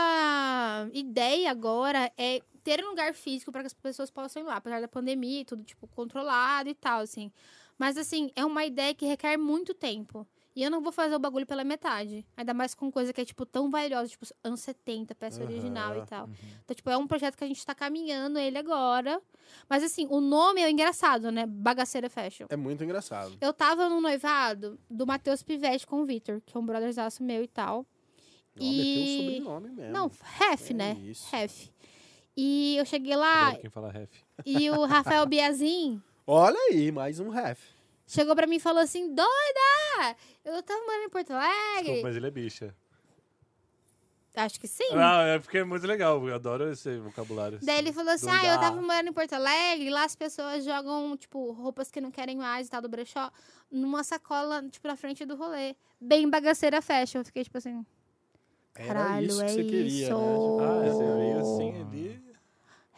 D: nossa ideia agora é ter um lugar físico para que as pessoas possam ir lá, apesar da pandemia e tudo, tipo, controlado e tal, assim. Mas, assim, é uma ideia que requer muito tempo. E eu não vou fazer o bagulho pela metade. Ainda mais com coisa que é, tipo, tão valiosa, tipo, anos 70, peça original
B: Aham. Uhum.
D: e tal. Então, tipo, é um projeto que a gente tá caminhando ele agora. Mas, assim, o nome é engraçado, né? Bagaceira Fashion.
B: É muito engraçado.
D: Eu tava no noivado do Matheus Pivete com o Vitor, que é um brotherzaço meu e tal.
B: Ó, meteu
D: E-
B: o sobrenome mesmo.
D: Não, Ref,
B: É
D: né?
B: isso.
D: Ref. E eu cheguei lá
A: Quem fala ref.
D: e o
A: [LAUGHS]
D: Rafael Biazin
B: Olha aí, mais um ref.
D: chegou pra mim e falou assim: doida! Eu tava morando em Porto Alegre.
A: Desculpa, mas ele é bicha.
D: Acho que sim.
A: Ah, é porque é muito legal. Eu adoro esse vocabulário.
D: Daí ele falou assim: ah,
A: Doida.
D: eu tava morando em Porto Alegre, lá as pessoas jogam, tipo, roupas que não querem mais e tal, do brechó, numa sacola, tipo, na frente do rolê. Bem bagaceira fashion. Eu fiquei, tipo assim,
B: Era
D: Caralho,
B: isso que você
D: é
B: queria,
D: isso.
B: né?
A: Ah, você veio
D: Oh.
A: assim ali.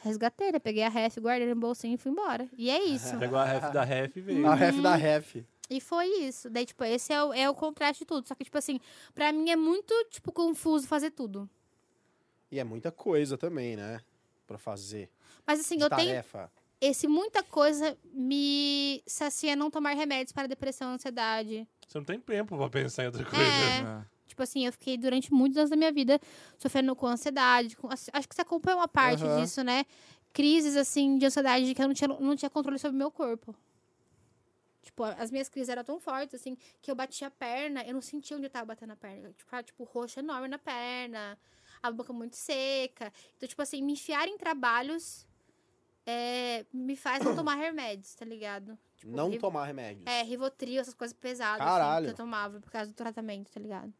D: resgatei, né? Peguei a ref, guardei no bolsinho e fui embora. E é isso.
A: [LAUGHS] Pegou a ref da ref e veio.
D: Ah.
B: A ref da ref.
D: E foi isso. Daí, tipo, esse é o, é o contraste de tudo. Só que, tipo assim, pra mim é muito, tipo, confuso fazer tudo.
B: E é muita coisa também, né? Pra fazer.
D: Mas assim,
B: De
A: Tá,
D: eu tenho.
B: tarefa.
D: Esse muita coisa me sacia não tomar remédios para depressão, ansiedade.
A: Você não tem tempo pra pensar em outra coisa.
D: É. Tipo assim, eu fiquei durante muitos anos da minha vida sofrendo com ansiedade. com- acho que você acompanha uma parte
B: Aham.
D: disso, né? Crises, assim, de ansiedade de que eu não tinha, não tinha controle sobre o meu corpo. Tipo, as minhas crises eram tão fortes, assim, que eu batia a perna, eu não sentia onde eu tava batendo a perna. Eu ficava, tipo, roxo enorme na perna, a boca muito seca. Então, tipo assim, me enfiar em trabalhos é, me faz não tomar remédios, tá ligado? Tipo,
B: Não
D: eu-
B: tomar remédios.
D: é, Rivotril, essas coisas pesadas
B: Caralho.
D: assim, que eu tomava por causa do tratamento, tá ligado?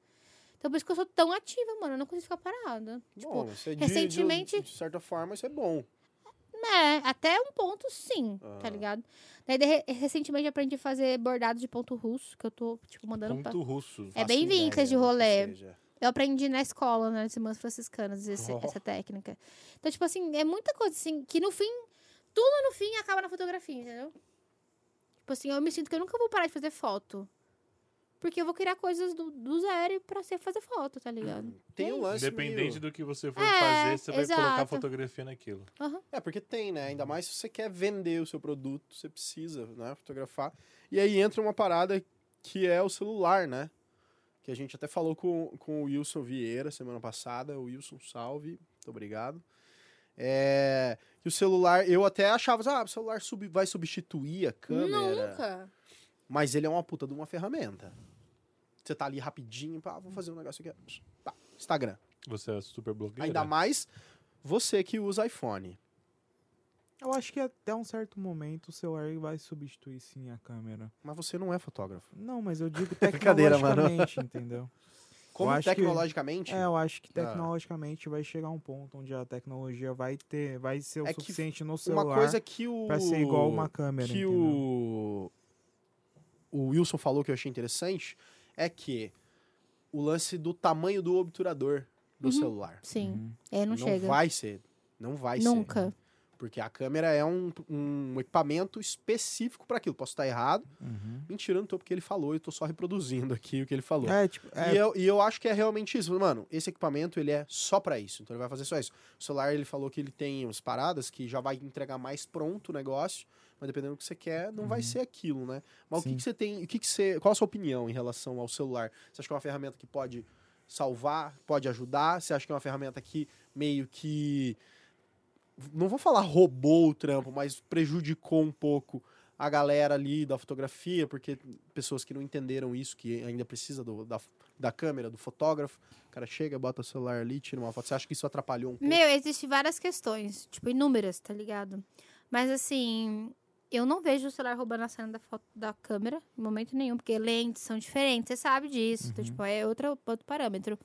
D: Então por isso que eu sou tão ativa, mano. Eu não consigo ficar parada. Tipo,
B: Bom, isso é de-
D: recentemente-
B: De, de certa forma, isso é bom.
D: Né? Até um ponto, sim, tá
B: Ah.
D: ligado? Daí, de re- recentemente, eu aprendi a fazer bordado de ponto russo, que eu tô, tipo, mandando pra.
A: Ponto russo.
D: É bem vincas
B: vincas
D: de rolê. Eu aprendi na escola, né, nas Irmãs Franciscanas, esse-
B: Oh.
D: essa técnica. Então, tipo assim, é muita coisa, assim, que no fim, tudo no fim acaba na fotografia, entendeu? Tipo assim, eu me sinto que eu nunca vou parar de fazer foto. Porque eu vou criar coisas do, do zero pra ser fazer foto, tá ligado?
B: Tem um lance
A: Independente
B: meio-
A: do que você for
D: É,
A: fazer, você vai colocar
D: exato.
A: fotografia naquilo.
B: É, porque tem, né? Ainda mais se você quer vender o seu produto, você precisa, né? Fotografar. E aí entra uma parada que é o celular, né? Que a gente até falou com, com o Wilson Vieira semana passada. O Wilson, salve. Muito obrigado. É... E o celular, eu até achava, ah, o celular sub- vai substituir a câmera.
D: Nunca.
B: Mas ele é uma puta de uma ferramenta. Você tá ali rapidinho, pá, vou fazer um negócio aqui. Pá, Instagram.
A: Você é super blogueira.
B: Ainda mais você que usa iPhone.
C: Eu acho que até um certo momento o seu ar vai substituir sim a câmera.
B: Mas você não é fotógrafo.
C: Não, mas eu digo
B: [LAUGHS] Brincadeira, mano.
C: tecnologicamente,
B: [LAUGHS]
C: entendeu?
B: Como
C: acho que-
B: tecnologicamente,
C: É, eu acho que
B: Ah.
C: tecnologicamente vai chegar um ponto onde a tecnologia vai ter, vai ser o
B: É que
C: suficiente no celular
B: uma coisa que o.
C: pra ser igual uma câmera,
B: que
C: entendeu?
B: o. O Wilson falou que eu achei interessante é que o lance do tamanho do obturador do celular.
D: Sim.
C: Uhum.
D: É, não, chega.
B: vai ser. Não vai ser.
D: Nunca.
B: Porque a câmera é um, um equipamento específico para aquilo. Posso estar errado.
C: Uhum.
B: Mentira, eu não tô porque ele falou, eu tô só reproduzindo aqui o que ele falou.
C: É, tipo, é,
B: E, eu, e eu acho que é realmente isso. Mano, esse equipamento, ele é só pra isso. Então ele vai fazer só isso. O celular, ele falou que ele tem umas paradas que já vai entregar mais pronto o negócio. Mas dependendo do que você quer, não vai ser aquilo, né? Mas o que,
C: Uhum. Sim.
B: que você tem... O que que você, qual a sua opinião em relação ao celular? Você acha que é uma ferramenta que pode salvar? Pode ajudar? Você acha que é uma ferramenta que meio que... Não vou falar roubou o trampo, mas prejudicou um pouco a galera ali da fotografia, porque pessoas que não entenderam isso, que ainda precisa do- da, da câmera, do fotógrafo. O cara chega, bota o celular ali, tira uma foto. Você acha que isso atrapalhou um pouco?
D: Meu, existem várias questões, tipo, inúmeras, tá ligado? Mas assim, eu não vejo o celular roubando a cena da, foto, da câmera em momento nenhum, porque lentes são diferentes, você sabe disso. Então,
B: Uhum.
D: tipo, é outra, outro parâmetro.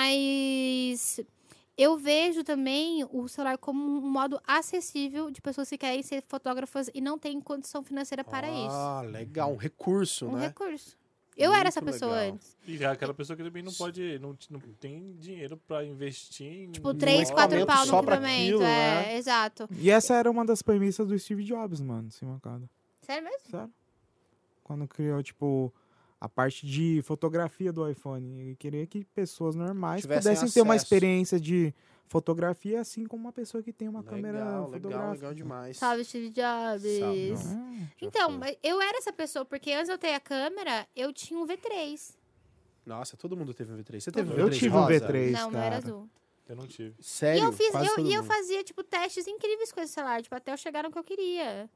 D: Mas eu vejo também o celular como um modo acessível de pessoas que querem ser fotógrafas e não têm condição financeira para isso.
B: Ah, legal. Um recurso,
D: Um
B: né?
D: recurso. Eu era essa
B: Muito
D: pessoa
B: legal.
D: antes.
A: E aquela pessoa que também não pode, não, não tem dinheiro pra investir em.
D: Tipo,
A: um
D: três, quatro
A: equipamento
D: pau no
B: só pra
D: equipamento.
B: aquilo,
D: é,
B: né?
D: exato.
C: e essa era uma das premissas do Steve Jobs, mano, sem mancada.
D: Sério mesmo?
C: Sério. Quando criou, tipo, a parte de fotografia do iPhone. Ele queria que pessoas normais
B: Tivessem
C: pudessem ter uma
B: acesso.
C: experiência de fotografia, assim como uma pessoa que tem uma câmera
B: legal, legal,
C: fotográfica.
B: legal demais.
D: Salve, Steve Jobs.
B: Salve.
C: Hum.
D: Então, mas eu era essa pessoa, porque antes de eu ter a câmera, eu tinha um V3.
B: Nossa, todo mundo teve um V3. Você teve um V3
C: Eu tive um
B: rosa?
C: V3,
D: não, não era
C: cara.
D: azul.
A: Eu não tive.
B: Sério?
D: e eu fiz,
B: Quase
D: eu,
B: todo
D: e eu
B: mundo.
D: fazia, tipo, testes incríveis com esse celular, tipo, até eu chegar no que eu queria.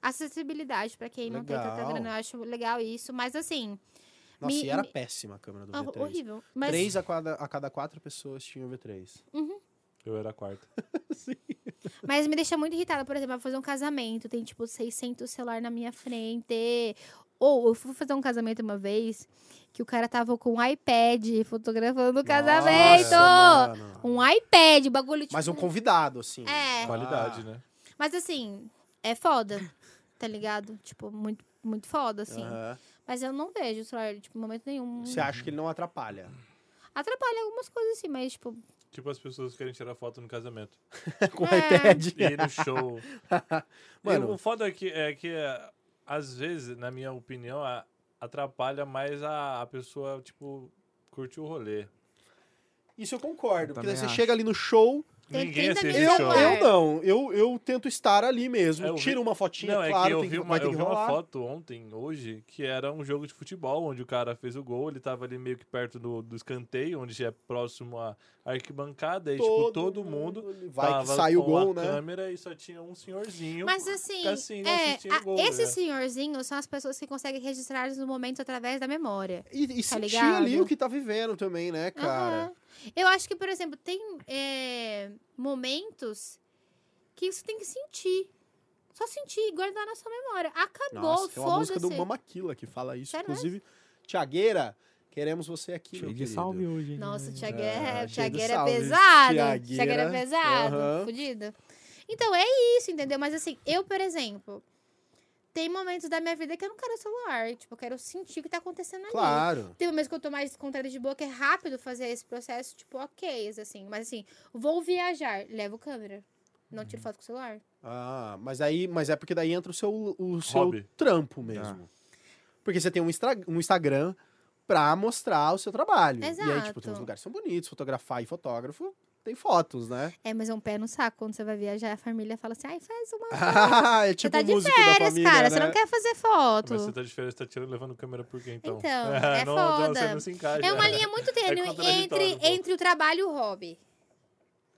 D: Acessibilidade, pra quem não tem tanta
B: Legal.
D: grana, eu acho legal isso, mas assim,
B: Nossa,
D: me-
B: e era
D: me-
B: péssima a câmera do
D: hor-
B: V3.
D: horrível. Mas
B: Três a cada, a cada quatro pessoas tinham V3.
A: Eu era a quarta.
D: Mas me deixa muito irritada, por exemplo, eu vou fazer um casamento, tem tipo 600 celular na minha frente. Ou eu fui fazer um casamento uma vez que o cara tava com um iPad fotografando o casamento.
B: Nossa, mano.
D: um iPad, o bagulho tipo.
B: Mas um convidado, assim.
D: É.
A: Qualidade,
B: Ah.
A: né?
D: Mas assim, é foda, tá ligado? Tipo, muito, muito foda, assim.
B: Aham.
D: Mas eu não vejo o celular, tipo, em momento nenhum.
B: Uhum. Você acha que ele não
A: [LAUGHS]
B: atrapalha?
D: Atrapalha algumas coisas, assim, mas, tipo,
A: Tipo as pessoas que querem tirar foto no casamento.
B: [LAUGHS] Com o
D: É.
A: E
B: iPad.
A: ir no
B: [LAUGHS]
A: show. E
B: Mano.
A: o foda é que, é que, é, às vezes, na minha opinião, a- atrapalha mais a, a pessoa, tipo, curtir o rolê.
B: Isso eu concordo.
C: Eu
B: porque daí você
C: também
B: chega ali no show.
D: Tem
A: Ninguém
D: 30
A: assiste
D: mil
B: Eu,
A: show.
D: celular.
B: eu não. Eu, eu tento estar ali mesmo.
A: É, eu vi-
B: Tiro uma fotinha,
A: Não, é
B: claro.
A: que eu
B: tem
A: vi, uma,
B: vai ter
A: eu
B: que
A: vi uma
B: rolar.
A: foto ontem, hoje, que era um jogo de futebol, onde o cara fez o gol, ele tava ali meio que perto do, do escanteio, onde já é próximo à arquibancada, e tipo, todo mundo
B: Vai que
A: tava
B: sai o
A: com
B: gol,
A: a
B: né?
A: câmera e só tinha um senhorzinho.
D: Mas assim,
A: fica assim, né,
D: é,
A: assistindo
D: a-
A: gol,
D: esses
A: né?
D: senhorzinhos são as pessoas que conseguem registrar os momentos através da memória.
B: E, e sentir
D: ligado?
B: ali o que tá vivendo também, né, cara?
D: Aham. Eu acho que, por exemplo, tem é, momentos que você tem que sentir. Só sentir, guardar na sua memória. Acabou,
B: Nossa, tem uma
D: foda-se.
B: música do Mamaquila que fala isso.
D: Sério mesmo?
B: Inclusive, Tiagueira, queremos você aqui, meu
C: Cheio de
B: querido.
C: salve hoje. hein,
D: Nossa,
C: galera?
D: Tiagueira
B: É,
D: é,
B: cheio de
D: Tiagueira é
B: salve.
D: pesado.
B: Tiagueira,
D: Tiagueira é pesado.
B: aham.
D: Fudido. Então, é isso, entendeu? Mas assim, eu, por exemplo, tem momentos da minha vida que eu não quero celular. Tipo, eu quero sentir o que tá acontecendo ali.
B: Claro.
D: Tem momentos que eu tô mais descontada de boa, que é rápido fazer esse processo, tipo, ok, assim. Mas assim, vou viajar, levo câmera. Não
B: Uhum.
D: tiro foto com o celular.
B: Ah, mas aí, mas é porque daí entra o seu, o seu
A: Hobby. É.
B: trampo mesmo. Porque você tem um, Instra- um Instagram pra mostrar o seu trabalho. E aí, tipo, tem uns
D: Exato. lugares
B: lugares que são bonitos, fotografar e fotógrafo tem fotos, né? [LAUGHS]
D: É, mas é um pé no saco. Quando você vai viajar, a família fala assim, ai, faz uma
B: é
D: Você
B: tipo
D: tá
B: o
D: de
B: músico da
D: férias,
B: família,
D: cara.
B: né?
D: Você não quer fazer foto.
A: Mas você tá de férias, tá tirando, levando câmera por quê, então? [LAUGHS]
D: Então, é
A: não, Não,
D: foda.
A: você não se encaixa.
D: É uma linha muito tênue
A: contraditório um
D: entre,
A: pouco.
D: entre o trabalho e o hobby.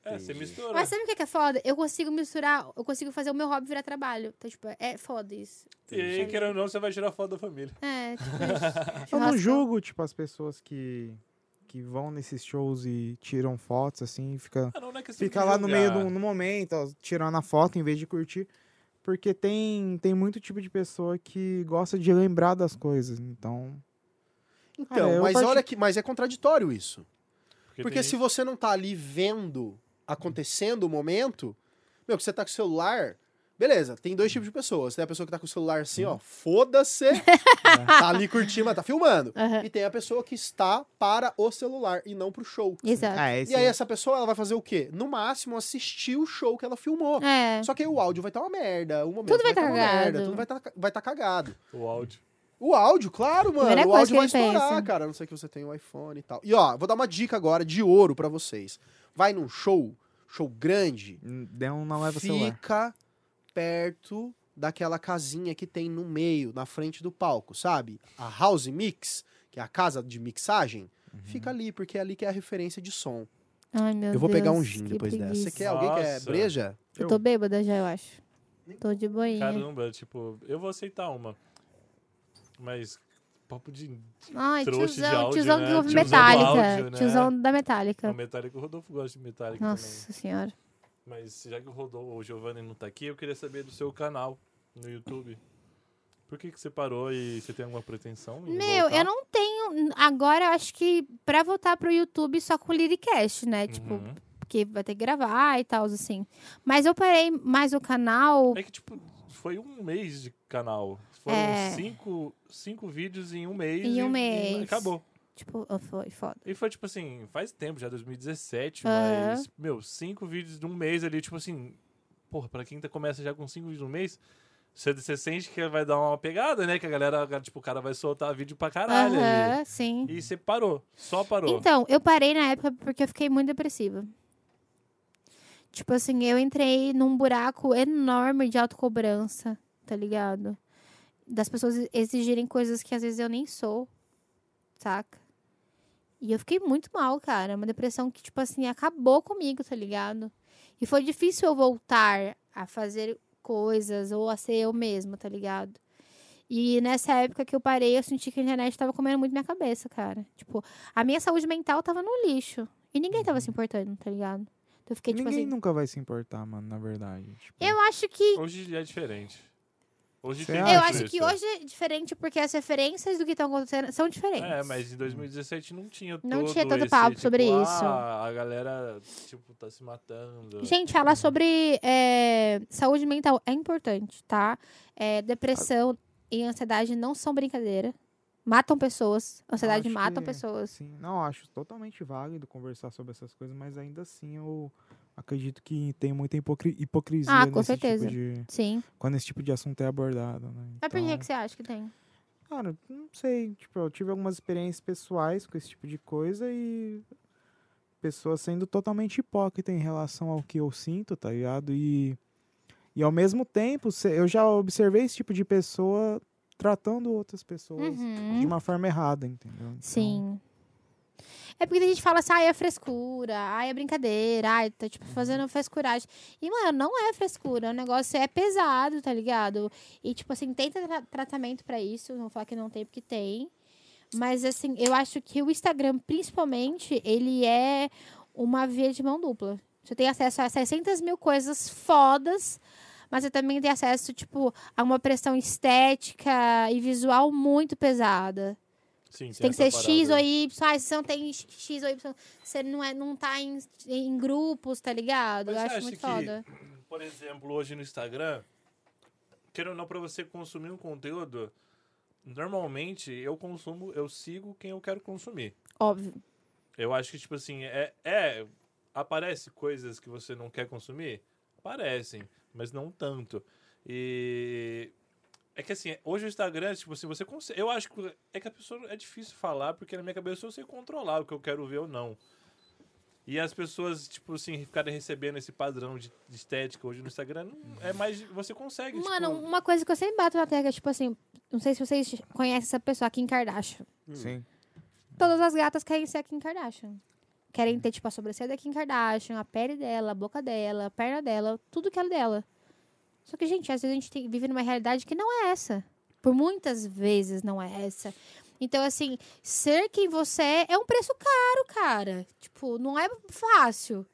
A: É, você mistura.
D: Mas sabe o que é que é foda? Eu consigo misturar, eu consigo fazer o meu hobby virar trabalho. Então, tipo, é foda isso.
A: E aí,
D: Entendi.
A: querendo ou não, você vai tirar foto da família.
D: É, tipo,
C: Eu não
D: churrasco.
C: julgo, tipo, as pessoas que, que vão nesses shows e tiram fotos, assim, e fica,
A: Ah, não, não é questão
C: fica
A: de
C: lá no meio
A: julgar.
C: do no momento, ó, tirando a foto em vez de curtir. Porque tem, tem muito tipo de pessoa que gosta de lembrar das coisas. Então,
B: Então,
C: Ah, eu
B: mas
C: parti-
B: olha que, mas é contraditório isso.
A: Porque,
B: Porque
A: tem
B: se você não tá ali vendo acontecendo o momento, meu, que você tá com o celular, beleza, tem dois tipos de pessoas. Tem a pessoa que tá com o celular assim,
A: Hum.
B: ó, foda-se,
A: [LAUGHS]
B: tá ali curtindo, mas tá filmando.
D: Aham.
B: E tem a pessoa que está para o celular e não pro show.
D: Exato.
C: é,
B: E aí essa pessoa, ela vai fazer o quê? No máximo, assistir o show que ela filmou.
D: É.
B: Ah, Só que aí o áudio vai estar tá uma merda, o momento
D: Tudo
B: vai
D: vai
B: tá
D: tá
B: uma
D: cagado.
B: merda, tudo vai estar tá, vai tá cagado.
A: O áudio.
B: O áudio, claro, mano.
D: Primeira
B: O
D: coisa
B: áudio
D: que
B: vai
D: ele
B: estourar,
D: pensa.
B: cara. A não sei que você tem um iPhone e tal. E ó, vou dar uma dica agora de ouro pra vocês. Vai num show, show grande,
C: Não, um não leva o celular.
B: fica perto daquela casinha que tem no meio, na frente do palco, sabe? A House Mix, que é a casa de mixagem,
C: Uhum.
B: fica ali, porque é ali que é a referência de som.
D: Ai, meu
B: eu vou pegar um
D: Deus,
B: gin
D: que
B: depois dessa. Você
D: preguiça.
B: quer alguém que é
A: Nossa.
B: breja?
D: Eu tô bêbada já, eu acho. Tô de boinha.
A: Caramba, tipo, eu vou aceitar uma. Mas papo de
D: Ai,
A: trouxa de
D: tiozão,
A: áudio,
D: tiozão
A: né?
D: que ouve
A: Tiozão do
D: Metallica.
A: áudio, né?
D: Tiozão da
A: não,
D: Metallica.
A: Metallica. O Rodolfo gosta de Metallica também.
D: Tá. Nossa senhora.
A: Mas já que o Rodolfo, o Giovanni não tá aqui, eu queria saber do seu canal no YouTube. Por que, que você parou e você tem alguma pretensão? em
D: Meu,
A: voltar?
D: eu não tenho. Agora, eu acho que pra voltar pro YouTube só com o Liricast, né? Tipo,
A: Uhum.
D: porque vai ter que gravar e tal, assim. Mas eu parei mais o canal.
A: É que, tipo, foi um mês de canal. Foram
D: É.
A: cinco, cinco vídeos em um mês.
D: Em um
A: e- e
D: mês.
A: acabou.
D: Tipo, ah, foi foda.
A: E foi, tipo assim, faz tempo já, 2017,
D: Aham.
A: mas, meu, cinco vídeos de um mês ali, tipo assim. Porra, pra quem tá, começa já com cinco vídeos no mês, Você, você sente que vai dar uma pegada, né? Que a galera, tipo, o cara vai soltar vídeo pra caralho. ali.
D: Aham, sim.
A: E você parou, só parou.
D: Então, eu parei na época porque eu fiquei muito depressiva. Tipo assim, eu entrei num buraco enorme de autocobrança, tá ligado? Das pessoas exigirem coisas que às vezes eu nem sou, saca? E eu fiquei muito mal, cara. Uma depressão que, tipo assim, acabou comigo, tá ligado? E foi difícil eu voltar a fazer coisas ou a ser eu mesma, tá ligado? E nessa época que eu parei, eu senti que a internet tava comendo muito minha cabeça, cara. Tipo, a minha saúde mental tava no lixo. E ninguém
A: Uhum.
D: tava se importando, tá ligado? Então eu fiquei, tipo
C: Ninguém
D: assim.
C: nunca vai se importar, mano, na verdade. Tipo,
D: Eu acho que.
A: Hoje é diferente. Hoje
C: Você
A: tem
C: acha?
D: Eu
A: muito
D: acho que
A: isso.
D: hoje é diferente porque as referências do que estão acontecendo são diferentes.
A: É, mas em 2017 não tinha
D: Não
A: todo
D: tinha tanto
A: esse,
D: papo
A: tipo,
D: sobre
A: ah,
D: isso.
A: a galera, tipo, tá se matando.
D: Gente, falar sobre é, saúde mental é importante, tá? É, depressão e ansiedade não são brincadeira. Matam pessoas. Ansiedade
C: Acho
D: matam
C: que-
D: pessoas.
C: Sim, assim, não, acho totalmente válido conversar sobre essas coisas, mas ainda assim eu acredito que tem muita hipocri- hipocrisia
D: Ah, com
C: nesse
D: certeza.
C: Tipo de,
D: Sim.
C: quando esse tipo de assunto é abordado, né?
D: Mas por que,
C: Então,
D: que você acha que tem?
C: Cara, não sei, tipo, eu tive algumas experiências pessoais com esse tipo de coisa e pessoas sendo totalmente hipócrita em relação ao que eu sinto, tá ligado? E, e ao mesmo tempo, se- eu já observei esse tipo de pessoa tratando outras pessoas
D: Uhum.
C: de uma forma errada, entendeu? Então,
D: Sim. É porque tem gente que fala assim, ai, é frescura, ai, é brincadeira, ai, tá, tipo, fazendo frescuragem. E, mano, não é frescura, o negócio é pesado, tá ligado? E, tipo assim, tem tra- tratamento pra isso, não vou falar que não tem, porque tem. Mas, assim, eu acho que o Instagram, principalmente, ele é uma via de mão dupla. Você tem acesso a 600 mil coisas fodas, mas você também tem acesso, tipo, a uma pressão estética e visual muito pesada.
A: Sim,
D: Você tem que ser
A: essa
D: X ou
A: parada.
D: Y. Ah, se você não tem X ou Y, você não, é, não tá em, em grupos, tá ligado?
A: Mas
D: eu
A: você
D: acho
A: acha
D: muito
A: que-
D: foda.
A: Por exemplo, hoje no Instagram, querendo ou não, pra você consumir um conteúdo, normalmente eu consumo, eu sigo quem eu quero consumir.
D: Óbvio.
A: Eu acho que, tipo assim, é, é. Aparece coisas que você não quer consumir? Aparecem, mas não tanto. E. É que assim, hoje o Instagram, tipo assim, você consegue. Eu acho que. É que a pessoa. É difícil falar, porque na minha cabeça eu sei controlar o que eu quero ver ou não. E as pessoas, tipo assim, ficarem recebendo esse padrão de, de estética hoje no Instagram, não, é mais. Você consegue.
D: Mano,
A: tipo,
D: uma coisa que eu sempre bato na tecla, tipo assim, não sei se vocês conhecem essa pessoa, a Kim Kardashian.
C: Sim.
D: Todas as gatas querem ser a Kim Kardashian. Querem ter, tipo, a sobrancelha da Kim Kardashian, a pele dela, a boca dela, a perna dela, tudo que é dela. Só que, gente, às vezes a gente tem- vive numa realidade que não é essa. Por muitas vezes não é essa. Então, assim, ser quem você é é um preço caro, cara. Tipo, não é fácil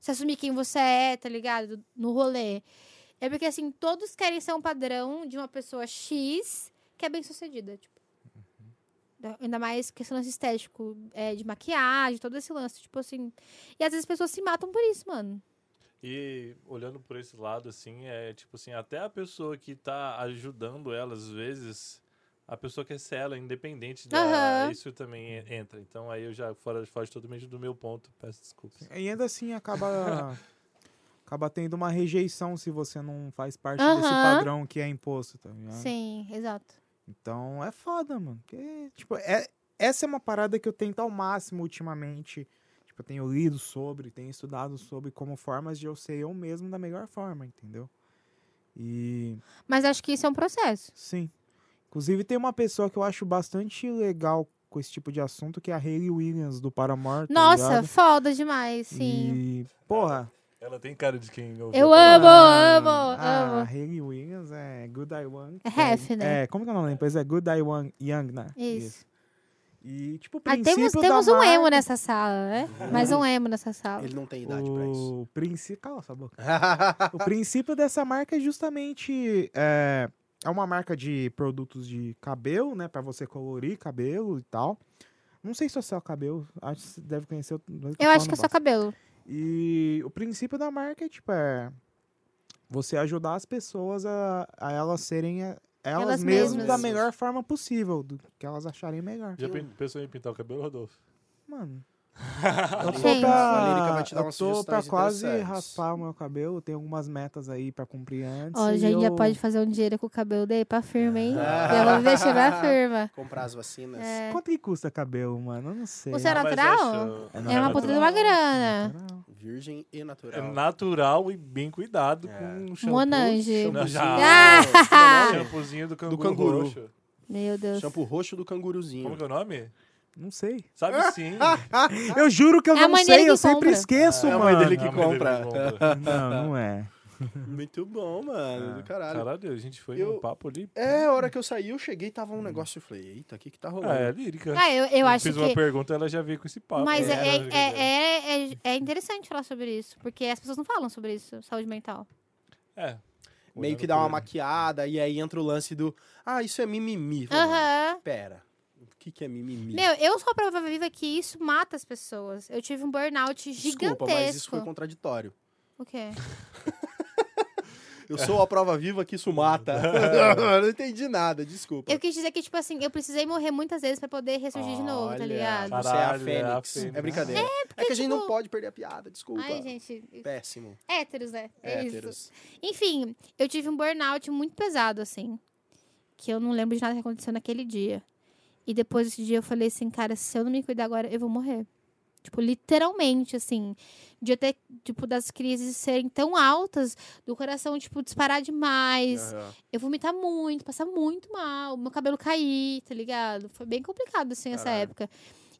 D: se assumir quem você é, tá ligado? No rolê. É porque, assim, todos querem ser um padrão de uma pessoa X que é bem sucedida. Tipo. Da- Ainda mais que esse lance estético, é, de maquiagem, todo esse lance, tipo assim. E às vezes as pessoas se matam por isso, mano.
A: E olhando por esse lado, assim, é tipo assim, até a pessoa que tá ajudando ela, às vezes, a pessoa quer ser ela, independente da.
D: Aham.
A: Isso também en- entra. Então aí eu já fora, foge totalmente do meu ponto, peço desculpas.
C: E ainda
D: [LAUGHS]
C: assim acaba acaba tendo uma rejeição se você não faz parte desse
D: Aham.
C: padrão que é imposto, tá ligado?
D: Sim, exato.
C: Então é foda, mano. Porque, tipo, é, essa é uma parada que eu tento ao máximo ultimamente. Tipo, eu tenho lido sobre, tenho estudado sobre como formas de eu ser eu mesmo da melhor forma, entendeu? E
D: Mas acho que isso é um processo.
C: sim. Inclusive tem uma pessoa que eu acho bastante legal com esse tipo de assunto, que é a Hayley Williams, do Paramore. tá
D: Nossa,
C: ligado?
D: foda demais, sim.
C: E, porra,
A: Ela tem cara de quem ouviu
D: Eu
A: falar.
D: amo,
C: Ah,
D: amo,
C: ah,
D: amo.
C: Hayley Williams é Good I One.
D: É half, né?
C: É, como que é o nome da empresa? É Good I One Young, né?
D: Isso.
C: E, tipo, o
D: Ah,
C: princípio
D: temos
C: da
D: temos um emo
C: marca-
D: nessa sala, né? Mais um emo nessa sala.
B: Ele não tem idade pra isso. [LAUGHS] Ah.
C: O princípio... Cala sua boca. O princípio dessa marca é justamente... É, é uma marca de produtos de cabelo, né? Pra você colorir cabelo e tal. Não sei se é só cabelo. Acho que você deve conhecer...
D: Eu
C: tá
D: acho que é só cabelo.
C: E o princípio da marca é, tipo, é você ajudar as pessoas a, a elas serem a- elas,
D: Elas
C: mesmas,
D: mesmas.
C: da melhor forma possível, do que elas acharem melhor.
A: Já pen- pensou em pintar o cabelo, Rodolfo?
C: Mano, Eu tô
D: Gente.
C: pra,
B: A Lírica vai te dar
C: eu
B: umas
C: tô pra
B: sugestões
C: quase
B: interessantes.
C: raspar o meu cabelo, tem algumas metas aí pra cumprir antes.
D: Ó,
C: e
D: já, já
C: eu-
D: pode fazer um dinheiro com o cabelo daí pra firma, hein? Já vou investir na firma.
B: Comprar as vacinas.
C: [LAUGHS]
D: É.
C: Quanto que custa cabelo, mano? Eu não sei.
D: O senhor-
A: Ah, mas
D: É natural?
A: show.
C: É
D: É uma puta de uma grana.
C: Natural.
B: Virgem e natural.
A: É natural e bem cuidado
B: É.
A: com o shampoo.
D: Monange.
A: Não, já.
B: Ah!
A: Shampoozinho do canguru,
B: canguru.
A: roxo.
D: Meu Deus.
B: Shampoo roxo do
A: Como
B: canguruzinho.
A: que é o nome?
C: Não sei.
A: Sabe sim.
C: Eu juro que eu
D: É a
C: não
D: maneira
C: sei,
D: que
C: eu sempre
D: compra.
C: esqueço,
B: É a
C: mano.
B: mãe dele Ah, que
A: Ah, mas ele
B: compra.
A: compra.
C: Não, não é.
B: Muito bom,
A: Ah,
B: mano. Do caralho.
A: Caralho, a gente foi
B: Eu-
A: num papo ali.
B: É, a hora que eu saí, eu cheguei tava um negócio. Eu falei, eita, o que que tá rolando?
A: Ah, Uhum. é lírica.
D: Ah, eu, eu acho
A: Fiz uma
D: que.
A: pergunta, ela já veio com esse papo.
D: Mas é,
A: né?
D: é, é, é, é interessante falar sobre isso, porque as pessoas não falam sobre isso, saúde mental.
A: É.
B: Meio que
A: Olhando
B: dá uma
A: por-
B: maquiada e aí entra o lance do, ah, isso é mimimi. Falei,
D: Aham.
B: Pera, o que que é mimimi?
D: Meu, eu sou a prova viva que isso mata as pessoas. Eu tive um burnout gigantesco.
B: Desculpa, mas isso foi contraditório.
D: O quê?
B: Eu sou a prova viva que
A: [LAUGHS]
B: isso mata. [LAUGHS] eu não entendi nada, desculpa.
D: Eu quis dizer que, tipo assim, eu precisei morrer muitas vezes pra poder ressurgir de novo, tá
B: Olha,
D: ligado?
B: Você é a
A: Caralho, é a
B: Fênix. É,
A: Fênix.
B: brincadeira. É, que a gente
D: tipo-
B: não pode perder a piada, desculpa.
D: Ai, gente.
B: Péssimo.
D: Héteros, né? É isso.
B: Héteros.
D: Enfim, eu tive um burnout muito pesado, assim. Que eu não lembro de nada que aconteceu naquele dia. E depois desse dia eu falei assim, cara, se eu não me cuidar agora, eu vou morrer. Tipo, literalmente, assim. De eu ter, tipo, das crises serem tão altas, do coração, tipo, disparar demais.
B: Aham.
D: Eu vomitar muito, passar muito mal, meu cabelo cair, tá ligado? Foi bem complicado, assim, essa
B: Caralho.
D: época.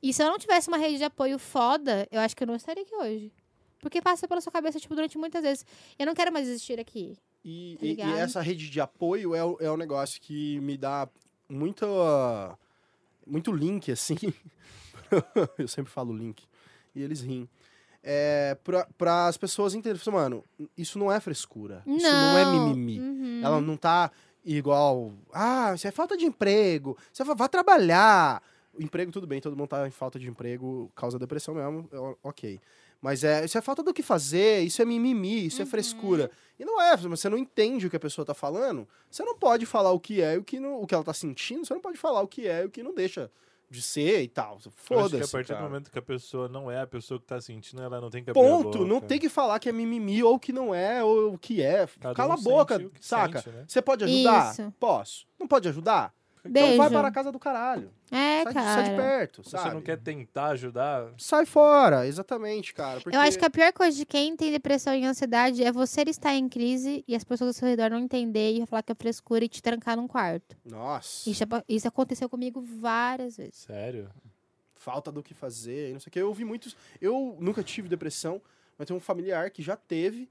D: E se eu não tivesse uma rede de apoio foda, eu acho que eu não estaria aqui hoje. Porque passa pela sua cabeça, tipo, durante muitas vezes. Eu não quero mais existir aqui.
B: E,
D: Tá
B: e- e
D: ligado?
B: essa rede de apoio é o, é o negócio que me dá muito, ah, muito link, assim. [LAUGHS] Eu sempre falo link. E eles riem. É, para as pessoas entenderem, falam, mano, isso não é frescura. Isso não é mimimi.
D: Uhum.
B: Ela não tá igual, ah, isso é falta de emprego, você vai, vai trabalhar. O emprego, tudo bem, todo mundo tá em falta de emprego, causa depressão mesmo, é o- ok. Mas é, isso é falta do que fazer, isso é mimimi, isso é frescura. E não é, mas você não entende o que a pessoa tá falando, você não pode falar o que é e o que, não, o que ela tá sentindo, você não pode falar o que é e o que não deixa de ser e tal.
A: Eu acho
B: Foda-se.
A: que a partir
B: cara.
A: do momento que a pessoa não é a pessoa que tá sentindo, ela não tem que abrir a
B: Ponto, não
A: boca.
B: tem que falar que é mimimi ou que não é, ou o que é.
A: Cada
B: Cala
A: um
B: a boca,
A: sente o que
B: saca?
A: sente, né?
B: Você pode ajudar?
D: Isso.
B: Posso. Não pode ajudar?
D: Beijo.
B: Então vai para a casa do caralho.
D: É,
B: sai, de- sai de
D: cara.
B: perto,
A: Se
B: sabe?
A: você não quer tentar ajudar,
B: Sai fora, exatamente, cara.
D: Eu acho que a pior coisa de quem tem depressão e ansiedade é você estar em crise e as pessoas ao seu redor não entender e falar que é frescura e te trancar num quarto.
B: Nossa,
D: Isso, é- isso aconteceu comigo várias vezes.
A: sério.
B: falta do que fazer, e não sei o que. Eu ouvi muitos... Eu nunca tive depressão, mas tem um familiar que já teve.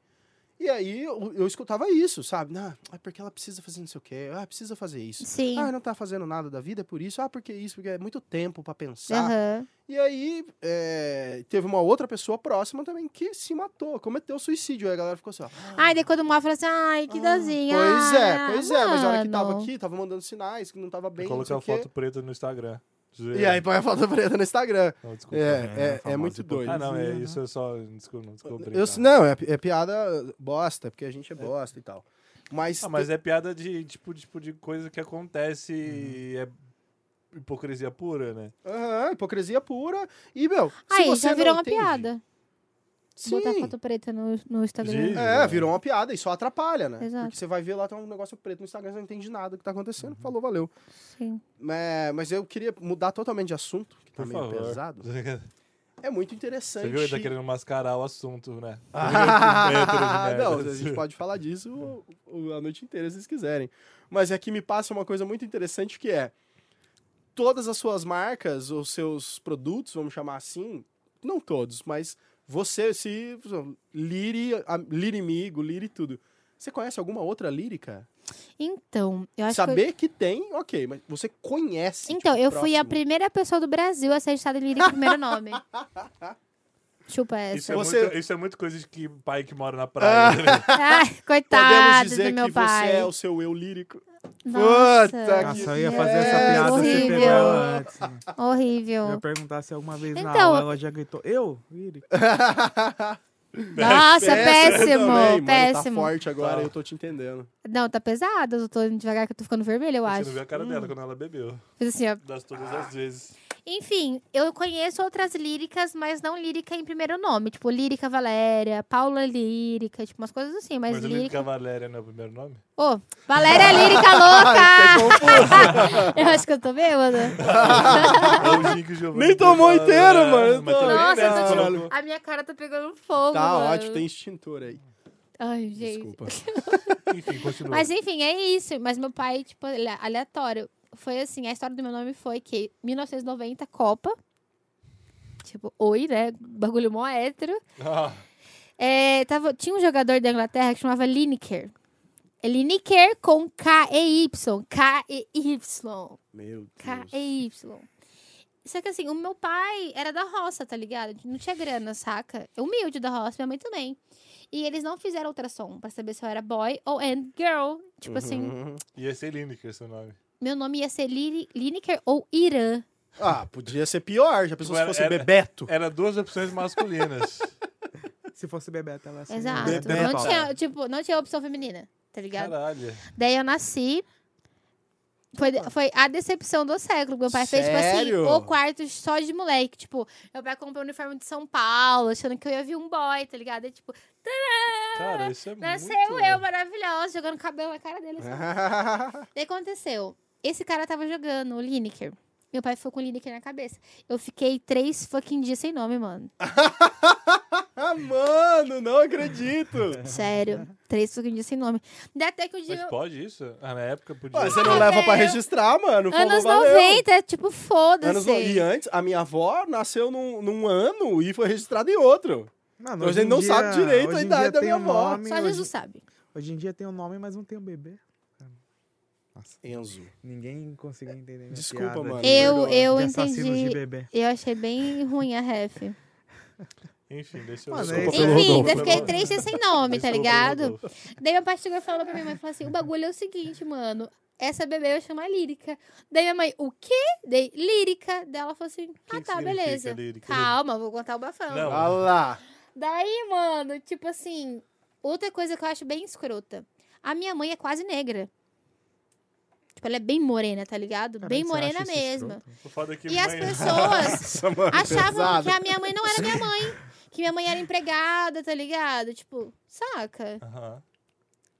B: E aí eu, eu escutava isso, sabe? Ah, é porque ela precisa fazer não sei o que. Ah, precisa fazer isso.
D: Sim.
B: Ah, não tá fazendo nada da vida, é por isso. Ah, porque isso, porque é muito tempo pra pensar.
D: Aham.
B: E aí, é, teve uma outra pessoa próxima também que se matou, cometeu suicídio. Aí a galera ficou assim, ó.
D: Ai, daí quando morre, fala assim, ai, que dozinha.
B: Ah,
D: ah,
B: Pois é, pois é, mas a hora que
D: mano.
B: tava aqui, tava mandando sinais que não tava bem.
A: Bem,
B: não sei
A: colocar
B: o quê.
A: foto preta no Instagram. Zoeira.
B: E aí põe a foto preta no Instagram.
A: Não, desculpa.
B: É, é, é,
C: famosa
B: muito doido.
A: Ah, não, é
C: né?
A: isso, é só. Desculpa, não, desculpa.
B: Eu,
A: brincar.
B: não, é, é piada bosta, porque a gente é bosta e tal. Mas,
A: Ah, mas é piada de tipo, tipo de coisa que
B: Uhum.
A: acontece e é hipocrisia pura, né?
B: Aham, hipocrisia pura. E, meu, se
D: Aí,
B: você
D: já virou
B: não
D: uma
B: entende-
D: piada.
B: Sim,
D: Botar foto preta no, no Instagram.
A: De-
B: É, virou uma piada e só atrapalha, né?
D: Exato.
B: Porque você vai ver lá, tem um negócio preto no Instagram, você não entende nada do que tá acontecendo.
A: Uhum.
B: Falou, valeu.
D: Sim.
B: É, mas eu queria mudar totalmente de assunto, que tá
A: Por
B: meio
A: favor.
B: pesado.
A: Você
B: É muito interessante.
A: viu? Ele tá [LAUGHS]
B: [LAUGHS]
A: querendo mascarar o assunto, né?
B: Ah,
A: Hétero de
B: não,
A: merda. assim.
B: a gente pode falar disso o- o- a noite inteira se vocês quiserem. Mas aqui me passa uma coisa muito interessante que é todas as suas marcas ou seus produtos, vamos chamar assim, não todos, mas você se lire, a- lirimigo, lire tudo. Você conhece alguma outra lírica?
D: Então, eu acho que... eu-
B: Saber que... tem, ok, mas você conhece.
D: Então,
B: tipo,
D: eu fui a
B: próximo.
D: primeira pessoa do Brasil a ser editada em lírica com
B: [LAUGHS]
D: primeiro nome. Chupa
A: Isso
D: essa.
A: é,
B: Você-
A: muito, isso é muito coisa de que pai que mora na praia. né?
D: [LAUGHS] Ai,
B: Podemos
D: coitado
B: dizer
D: do meu
B: que
D: pai.
B: você é o seu eu
D: [LAUGHS]
B: lírico.
D: Nossa,
B: Puta que-
C: Nossa, eu ia fazer essa
B: É,
C: piada você
D: horrível,
C: pegou ela antes. mano. Eu ia
D: Horrível.
C: perguntar se alguma vez na
D: Então-
C: aula ela já gritou. Eu? Ih,
D: Nossa, péssimo,
B: também,
D: péssimo.
B: Mano, tá forte agora,
A: Tá.
B: eu tô te entendendo.
D: Não, tá pesado. Eu tô indo devagar que eu tô ficando vermelha, eu
A: Você não
D: acho.
A: viu a cara dela quando ela bebeu.
D: Fiz assim, ó.
A: Das todas as vezes.
D: Enfim, eu conheço outras líricas, mas não lírica em primeiro nome. Tipo, Lírica Valéria, Paula Lírica, tipo, umas coisas assim. Mas,
A: Mas
D: lírica...
A: Lírica Valéria não é o primeiro nome?
D: Ô, Valéria
B: [LAUGHS]
D: é Lírica Louca! [LAUGHS] eu acho que eu tô
B: [LAUGHS]
D: bêbada.
A: É o Gig Giovanni.
B: Nem tomou
A: Valéria,
B: inteiro, mano.
A: mas
B: Tô-
A: também é
D: Nossa, eu
A: não.
D: tô
B: Caralho.
D: tipo... A minha cara tá pegando fogo,
B: Tá
D: mano.
B: ótimo, tem extintor aí.
D: Ai, gente.
B: Desculpa.
A: Enfim, continua.
D: Mas enfim, é isso. Mas meu pai, tipo, ele é aleatório. Foi assim, a história do meu nome foi que 1990, Copa. Tipo, oi, né? Bagulho mó hétero.
A: Ah,
D: É, tava, tinha um jogador da Inglaterra que chamava Lineker. É Lineker com K e Y. K e Y.
B: Meu
D: K
B: Deus.
D: e Y. Só que assim, o meu pai era da roça, tá ligado? Não tinha grana, saca? É Humilde da roça, minha mãe também. E eles não fizeram ultrassom pra saber se eu era boy ou and girl. Tipo assim,
B: Uhum.
A: ia ser Lineker é seu nome.
D: meu nome ia ser Lili- Lineker ou Irã.
B: [LAUGHS] Ah, podia ser pior. Já pensou
A: Tipo,
B: se fosse
A: era-
B: Bebeto? [LAUGHS]
A: Era duas opções masculinas.
C: Se fosse Bebeto, ela ia ser
D: Exato.
B: Bebeto.
D: Não tinha, tipo, não tinha opção feminina, tá ligado?
A: Caralho.
D: Daí eu nasci. Foi, foi a decepção do século. Meu pai fez, tipo
B: Sério?
D: assim, o quarto só de moleque. Tipo, meu pai comprou o uniforme de São Paulo, achando que eu ia vir um boy, tá ligado? E, tipo,
A: Cara, isso é muito...
D: nasceu eu, maravilhosa, jogando cabelo na cara dele. assim.
B: É.
D: Daí aconteceu. Esse cara tava jogando, o Lineker. Meu pai ficou com o Lineker na cabeça. Eu fiquei três fucking dias sem nome, mano.
B: ah, mano, não acredito.
D: Sério. três fucking dias sem nome. Daí até que o dia.
A: Mas pode isso? Ah, na época podia.
B: Ué, você não
D: Ah,
B: leva pra
D: velho.
B: registrar, mano. Falou,
D: Anos
B: valeu.
D: 90, tipo,
B: Anos no... E
D: foda-se.
B: antes, a minha avó nasceu num, num ano e foi registrada em outro.
C: Mano,
B: A
C: hoje
B: gente
C: em
B: não sabe
C: dia-
B: direito a
C: hoje em
B: idade
C: dia
B: da
C: tem
B: minha
C: um
B: avó.
C: nome,
D: Só Jesus
C: hoje,
D: sabe.
C: hoje em dia tem um nome, mas não tem o bebê. Nossa,
B: Enzo.
C: ninguém conseguiu entender minha
B: Desculpa,
C: piada
B: mano.
C: de-
D: Eu,
B: Perdoa.
D: eu
C: de assassinos de
D: entendi.
C: bebê.
D: Eu achei bem ruim a ref.
A: Enfim, deixa eu...
C: Mano,
A: Desculpa
C: é isso.
A: pelo
D: Enfim,
A: Rodolfo,
D: daí fiquei
A: pelo-
D: três dias sem nome, tá
A: Desculpa pelo
D: ligado?
A: Rodolfo.
D: Daí meu pai chegou e falou pra minha mãe, falou assim, o bagulho é o seguinte, mano, essa bebê eu chamo a Lírica. Daí minha mãe, o quê? Daí, Lírica. Daí ela falou assim,
A: que
D: ah
A: que
D: tá,
A: significa
D: beleza.
A: lírica?
D: Calma, vou contar o bafão.
A: Não.
B: Olha lá.
D: Daí, mano, tipo assim, outra coisa que eu acho bem escrota. A minha mãe é quase negra. Tipo, ela é bem morena, tá ligado?
C: Caralho,
D: bem
C: você acha
D: morena
C: isso
D: mesmo.
C: escroto?
A: O foda é que
D: E as
A: mãe-
D: pessoas
A: [LAUGHS]
B: Nossa, mano.
D: achavam
B: pesado.
D: que a minha mãe não era minha mãe. Que minha mãe era empregada, tá ligado? Tipo, saca?
A: Aham.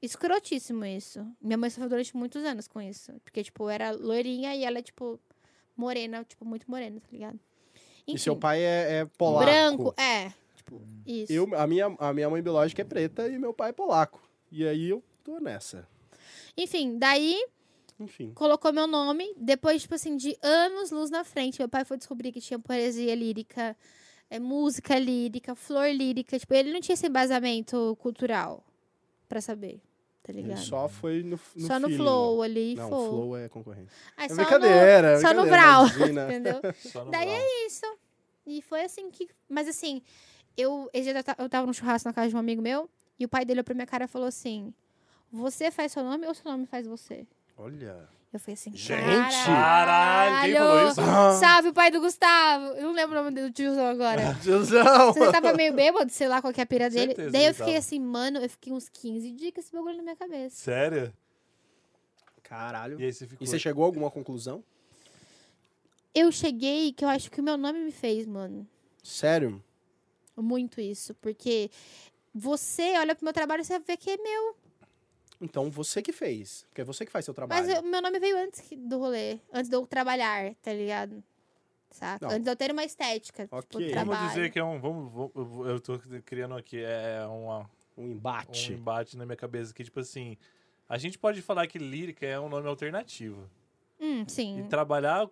D: Escrotíssimo isso. Minha mãe sofreu durante muitos anos com isso. Porque, tipo, eu era loirinha e ela é, tipo, morena, tipo, muito morena, tá ligado?
B: E seu pai é, é polaco. Hum.
D: branco, é. Tipo, isso.
B: Eu, a, minha, a minha mãe biológica é preta e meu pai é polaco. E aí eu tô nessa.
D: Enfim, daí
B: Enfim.
D: colocou meu nome. Depois, tipo assim, de anos luz na frente, meu pai foi descobrir que tinha poesia lírica, é, música lírica, flor lírica. Tipo, ele não tinha esse embasamento cultural pra saber, tá
B: Ele
D: ligado?
B: só foi no, no
D: só no
B: feeling. né?
D: flow ali,
B: Não,
D: flow.
B: flow é concorrência.
D: Aí,
B: É
D: só
B: brincadeira,
D: no, só no
B: brincadeira,
D: Brau, [LAUGHS]
B: imagina. [LAUGHS]
D: entendeu?
A: Só no
D: Daí
A: Brau.
D: é isso. E foi assim que... Mas assim, eu, esse dia eu ta- eu tava num churrasco na casa de um amigo meu, e o pai dele olhou pra minha cara e falou assim, você faz seu nome ou seu nome faz você?
B: Olha.
D: Eu fui assim,
B: Gente!
A: Caralho, quem falou isso?
D: Salve, o pai do Gustavo! Eu não lembro o nome do
A: [LAUGHS]
D: tiozão agora.
B: Tiozão!
D: Você tava meio bêbado, sei lá qual que é a pira dele.
A: Certeza
D: Daí
A: ele
D: eu fiquei
A: tava.
D: assim, mano, eu fiquei uns 15 dias com esse bagulho na minha cabeça.
A: Sério?
B: Caralho.
A: E aí é? você ficou...
B: E você chegou a alguma conclusão?
D: Eu cheguei que eu acho que o meu nome me fez, mano.
B: Sério?
D: muito isso, porque você olha pro meu trabalho e você vê que é meu.
B: Então você que fez. Porque é você que faz seu trabalho.
D: Mas o meu nome veio antes que- do rolê, antes de eu trabalhar, tá ligado? Saca?
B: Não.
D: Antes de eu ter uma estética, tipo,
B: Ok.
D: do
A: Vamos
D: trabalho.
A: dizer que é um... Vamos, vamos- eu tô criando aqui é uma,
B: Um
A: um
B: embate.
A: embate na minha cabeça que, tipo assim... A gente pode falar que lírica é um nome alternativo.
D: Hum, sim.
A: E trabalhar,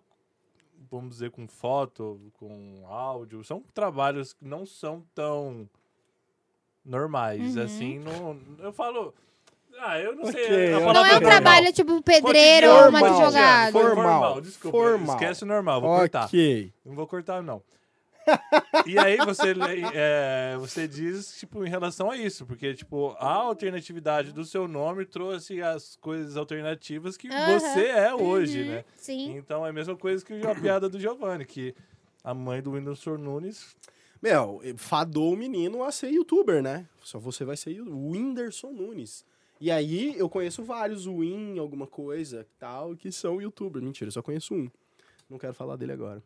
A: vamos dizer, com foto, com áudio, são trabalhos que não são tão normais,
D: Uhum.
A: assim, não, eu falo, ah, eu não sei,
B: Ok,
A: a
B: ok.
D: Não
A: palavra
D: é um
B: Normal.
D: trabalho tipo pedreiro um
A: Cotidiano,
D: ou uma
B: Normal.
D: advogada.
A: cotidiano,
B: advogado.
A: Formal,
B: Formal,
A: desculpa,
B: formal.
A: esquece o normal, vou cortar.
B: ok.
A: Não vou cortar, não. e aí você, le- [LAUGHS] é, você diz, tipo, em relação a isso, porque, tipo, a alternatividade do seu nome trouxe as coisas alternativas que
D: Aham.
A: você é hoje,
D: Uhum,
A: né?
D: Sim.
A: Então é a mesma coisa que a piada do Giovanni, que a mãe do Whindersson Nunes.
B: Meu, fadou o menino a ser youtuber, né? Só você vai ser o Whindersson Nunes. E aí eu conheço vários, o Win, alguma coisa tal, que são youtuber. Mentira, eu só conheço um. Não quero falar dele agora.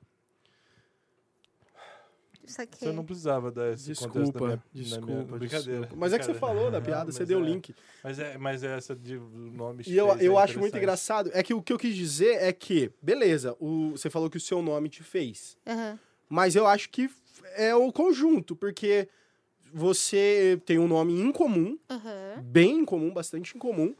D: Saquei.
A: Você não precisava dar esse contexto
E: Desculpa,
A: da minha,
E: desculpa,
A: da minha brincadeira.
B: Mas é que você
A: Brincadeira.
B: falou na
A: Não,
B: piada, você
A: mas
B: deu o
A: é.
B: link.
A: Mas é, mas é essa de do nome
B: E eu,
A: chinês é
B: eu acho muito
A: interessante.
B: engraçado. É que o que eu quis dizer é que, beleza, o, você falou que o seu nome te fez.
D: Aham.
B: Mas eu acho que é o conjunto, porque você tem um nome incomum,
D: Aham.
B: bem incomum, bastante incomum,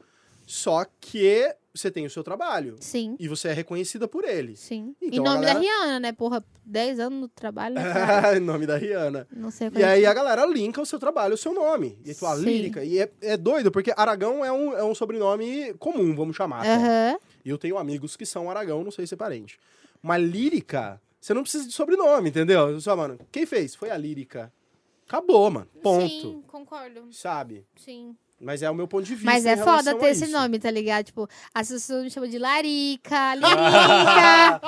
B: só que você tem o seu trabalho.
D: Sim.
B: E você é reconhecida por eles.
D: Sim.
B: Então,
D: em nome
B: a
D: da
B: galera-
D: Rihanna, né? Porra, 10 anos no trabalho.
B: [LAUGHS]
D: né, cara?
B: Em nome da Rihanna.
D: não sei é
B: E aí a galera linka o seu trabalho, o seu nome. E tua
D: Sim.
B: lírica. E é, é doido, porque Aragão é um, é um sobrenome comum, vamos chamar. até.
D: Aham.
B: E eu tenho amigos que são Aragão, não sei se é parente. Mas lírica, você não precisa de sobrenome, entendeu? Só, mano, quem fez? Foi a lírica. Acabou, mano. Ponto.
D: Sim, concordo.
B: Sabe?
D: Sim.
B: Mas é o meu ponto de vista.
D: Mas
B: em
D: é foda
B: relação
D: ter
B: a
D: esse
B: isso.
D: nome, tá ligado? Tipo, as pessoas me chamam
B: [LAUGHS]
D: de Larica, Lirica,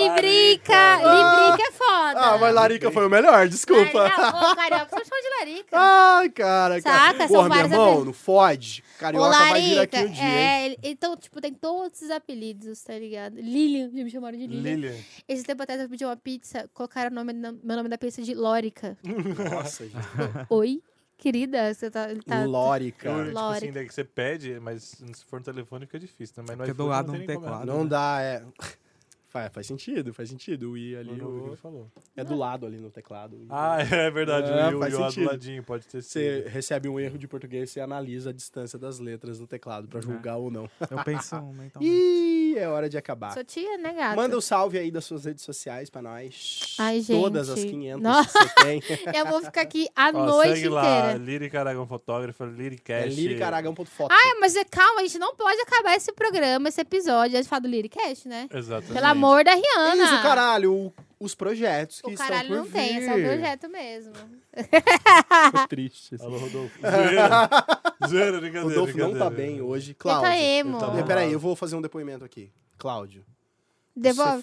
D: Librica.
B: Ah!
D: Librica é foda.
B: Ah, mas Larica foi o melhor, desculpa. Ah,
D: Larica, ô, carioca, você me chama de Larica.
B: Ai, cara,
D: Saca?
B: cara.
D: São
B: Porra, meu
D: vários
B: irmão,
D: apelidos.
B: não fode.
D: Ô,
B: Carioca vai vir
D: Larica.
B: aqui um dia, hein?
D: é, ele- então, tipo, tem todos os apelidos, tá ligado? Lilian, já me chamaram de Lilian.
A: Lilian.
D: Esse tempo atrás eu pedi uma pizza, colocaram o nome na- meu nome da pizza de Lórica.
B: Nossa, gente.
D: Oi, querida, você tá... tá
B: Lórica.
A: Eu, tipo
D: Lore.
A: assim, daí que você pede, mas se for no telefone fica difícil, né? Mas no
C: Fica do
A: iFood
C: lado
A: não tem
C: um
A: nem como, né?
C: teclado.
B: Não dá, é. [LAUGHS] Faz, faz sentido, faz sentido. O I ali.
A: Não, não,
B: o-
A: ele
B: [LAUGHS]
A: falou.
B: É do lado ali no teclado. o I.
A: Ah, é verdade.
B: É,
A: o Yu e
B: faz
A: o A do
B: sentido.
A: ladinho, pode ter
B: Você
A: sido.
B: recebe um erro de português, você analisa a distância das letras do teclado pra julgar ou não.
C: Eu penso uma, então.
B: Ih, é hora de acabar.
D: Sua tia, né, gata?
B: Manda o salve aí das suas redes sociais pra nós.
D: Ai,
B: Todas as
D: gente.
B: 500
D: Nossa.
B: que você tem.
D: [LAUGHS] Eu vou ficar aqui a
A: Ó,
D: noite
A: segue
D: inteira.
A: lá, Lírica Aragão Fotógrafa, Liricast.
B: É liricaragão.foto.
D: É, Mas é, calma, a gente não pode acabar esse programa, esse episódio, a gente fala do Lyricast, né?
A: Exatamente.
D: Pelo amor da
B: É
D: Rihanna.
B: isso, caralho. o- os projetos que
D: O
B: estão
D: caralho
B: por
D: não
B: vir.
D: tem, é só um projeto mesmo.
B: Tô triste. assim.
A: Alô,
B: [LAUGHS]
A: Rodolfo. Zoeira. Zoeira, brincadeira.
B: O Rodolfo não
A: brincadeira.
B: tá bem hoje. Cláudio.
D: emo.
B: Tá bem, Peraí, eu vou fazer um depoimento aqui. Cláudio,
D: Devolve.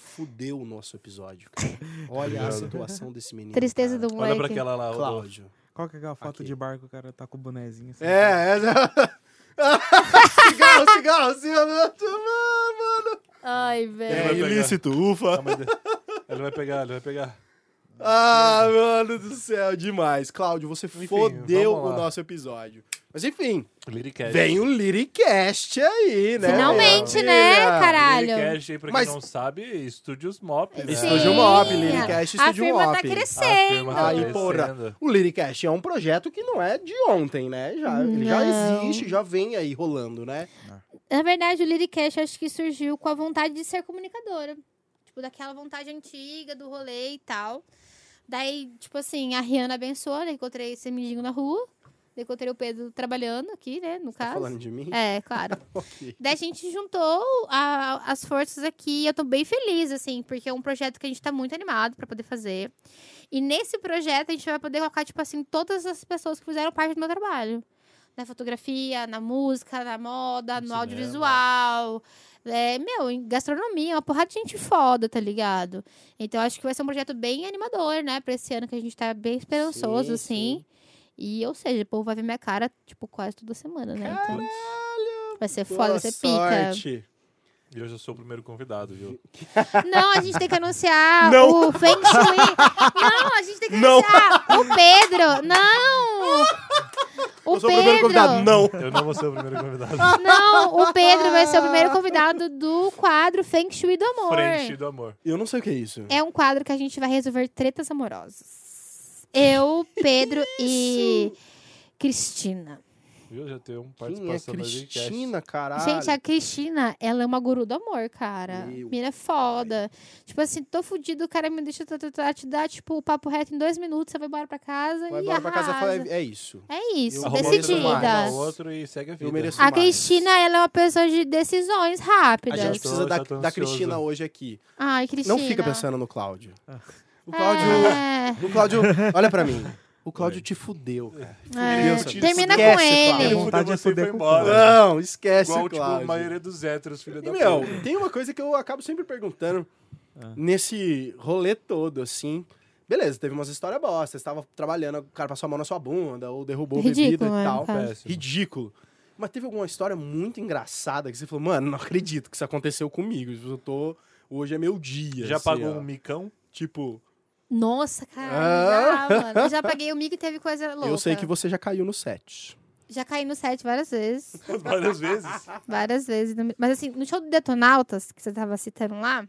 B: você fudeu o nosso episódio. cara. Olha a
A: Obrigado.
B: situação desse menino.
D: Tristeza
B: cara.
D: do moleque.
A: Olha pra aquela lá, Rodolfo.
B: Cláudio.
C: Qual que é aquela foto
B: Aqui.
C: de barco, o cara tá com o bonezinho?
A: Ah,
C: assim?
B: É, [LAUGHS] cigarro, cigarro, cigarro.
D: Ai, velho.
A: É, vai pegar.
B: ufa.
A: Ah, mas de- Ele vai pegar, ele vai pegar.
B: Ah, mano do céu, demais. Cláudio, você
A: Enfim,
B: fodeu
A: vamos
B: o
A: lá.
B: nosso episódio. Mas enfim,
A: Liricast.
B: vem o Liricast aí, né?
D: Finalmente,
B: Mentira.
D: né, caralho?
A: Liricast, aí, pra quem
B: Mas-
A: não sabe, Estúdios Mop. Né?
B: Estúdio
D: Sim.
B: Mop, Lyricast,
D: A
B: Estúdio
D: firma tá
B: Mop.
D: crescendo.
A: A firma tá
B: Aí, porra.
A: crescendo.
B: O Lyricast é um projeto que não é de ontem, né? Já, ele já
D: Não.
B: existe, já vem aí rolando, né?
D: Na verdade, o Lyricast acho que surgiu com a vontade de ser comunicadora. Tipo, daquela vontade antiga do rolê e tal. Daí, tipo assim, a Rihanna abençoa, né? Encontrei esse mendigo na rua. Daí Encontrei o Pedro trabalhando aqui, né? No
B: Tá
D: caso.
B: falando de mim?
D: É, claro.
B: [LAUGHS] Ok.
D: Daí a gente juntou a- as forças aqui e eu tô bem feliz, assim, porque é um projeto que a gente tá muito animado pra poder fazer. E nesse projeto a gente vai poder colocar, tipo assim, todas as pessoas que fizeram parte do meu trabalho. Na fotografia, na música, na moda, no
A: cinema.
D: audiovisual. É, meu, em gastronomia, é uma porrada de gente foda, tá ligado? Então acho que vai ser um projeto bem animador, né? Pra esse ano que a gente tá bem esperançoso,
B: Sim,
D: assim. E, ou seja, o povo vai ver minha cara, tipo, quase toda semana, né? Então, vai ser
B: Boa
D: foda, vai ser pica.
B: sorte.
A: E eu já sou o primeiro convidado, viu?
D: Não, a gente tem que
B: [LAUGHS]
D: anunciar
B: Não.
D: o Feng Shui. Não, a gente tem que
B: Não.
D: anunciar o Pedro. Não! O
B: Eu sou o primeiro
D: Pedro.
B: convidado. Não.
A: Eu não vou ser o primeiro convidado.
D: Não, o Pedro vai ser o primeiro convidado do quadro Feng Shui do Amor.
A: Frente do amor.
B: Eu não sei o que é isso.
D: É um quadro que a gente vai resolver tretas amorosas. Eu,
B: [LAUGHS]
D: Pedro e Cristina.
A: Viu? Já tem um
B: Quem é
A: participação no Liricast.
B: Cristina, caralho?
D: Gente, a Cristina, ela é uma guru do amor, cara.
B: Meu
D: Mina é foda. Tipo assim, tô fudido, o cara me deixa tra- tra- tra- te dar, tipo, o papo reto em dois minutos, você vai embora pra casa
B: Vai
D: e
B: embora pra casa e
D: arrasa.
B: fala, é isso.
D: É isso,
B: Eu
A: Arruma
B: mereço
A: outra, arruma
D: decidida.
B: mais.
A: um outro e segue a vida.
B: Eu mereço
D: A
B: mais.
D: Cristina, ela é uma pessoa de decisões
B: A
D: rápidas.
B: gente
A: tô-
B: precisa
A: já
B: da,
A: tô
B: da
A: ansioso.
B: Cristina hoje aqui.
D: Ai, Cristina. Ah.
B: Não fica pensando no Cláudio. O Cláudio.
D: É,
B: O Cláudio. Olha pra
D: [LAUGHS]
B: mim. O Cláudio te fudeu. cara.
D: é.
B: Deus,
D: Termina
B: esquece,
D: com
B: Cláudia.
D: ele.
C: Minha vontade é
A: você e
C: foder
A: foi
C: com
A: embora.
C: tudo.
B: Não, esquece
A: Igual,
B: o
A: tipo,
B: Cláudio.
A: a maioria dos héteros, filho
B: E,
A: da
B: meu,
A: puta.
B: tem uma coisa que eu acabo sempre perguntando nesse rolê todo, assim. Beleza, teve umas histórias bosta, você tava trabalhando, o cara passou a mão na sua bunda, ou derrubou bebida
D: Ridículo,
B: e
D: né,
B: tal.
D: no caso.
A: Péssimo.
B: Ridículo. Mas teve alguma história muito engraçada que você falou, mano, não acredito que isso aconteceu comigo. Eu tô. Hoje é meu dia.
A: Já
B: assim,
A: pagou
B: ó.
A: um micão?
B: Tipo,
D: Nossa, cara,
B: Ah.
D: já, mano. Eu já paguei o mico e teve coisa louca.
B: Eu sei que você já caiu no set.
D: Já caí no set várias vezes.
A: [LAUGHS] Várias vezes.
D: Várias vezes. Mas assim, no show do Detonautas, que você tava citando lá,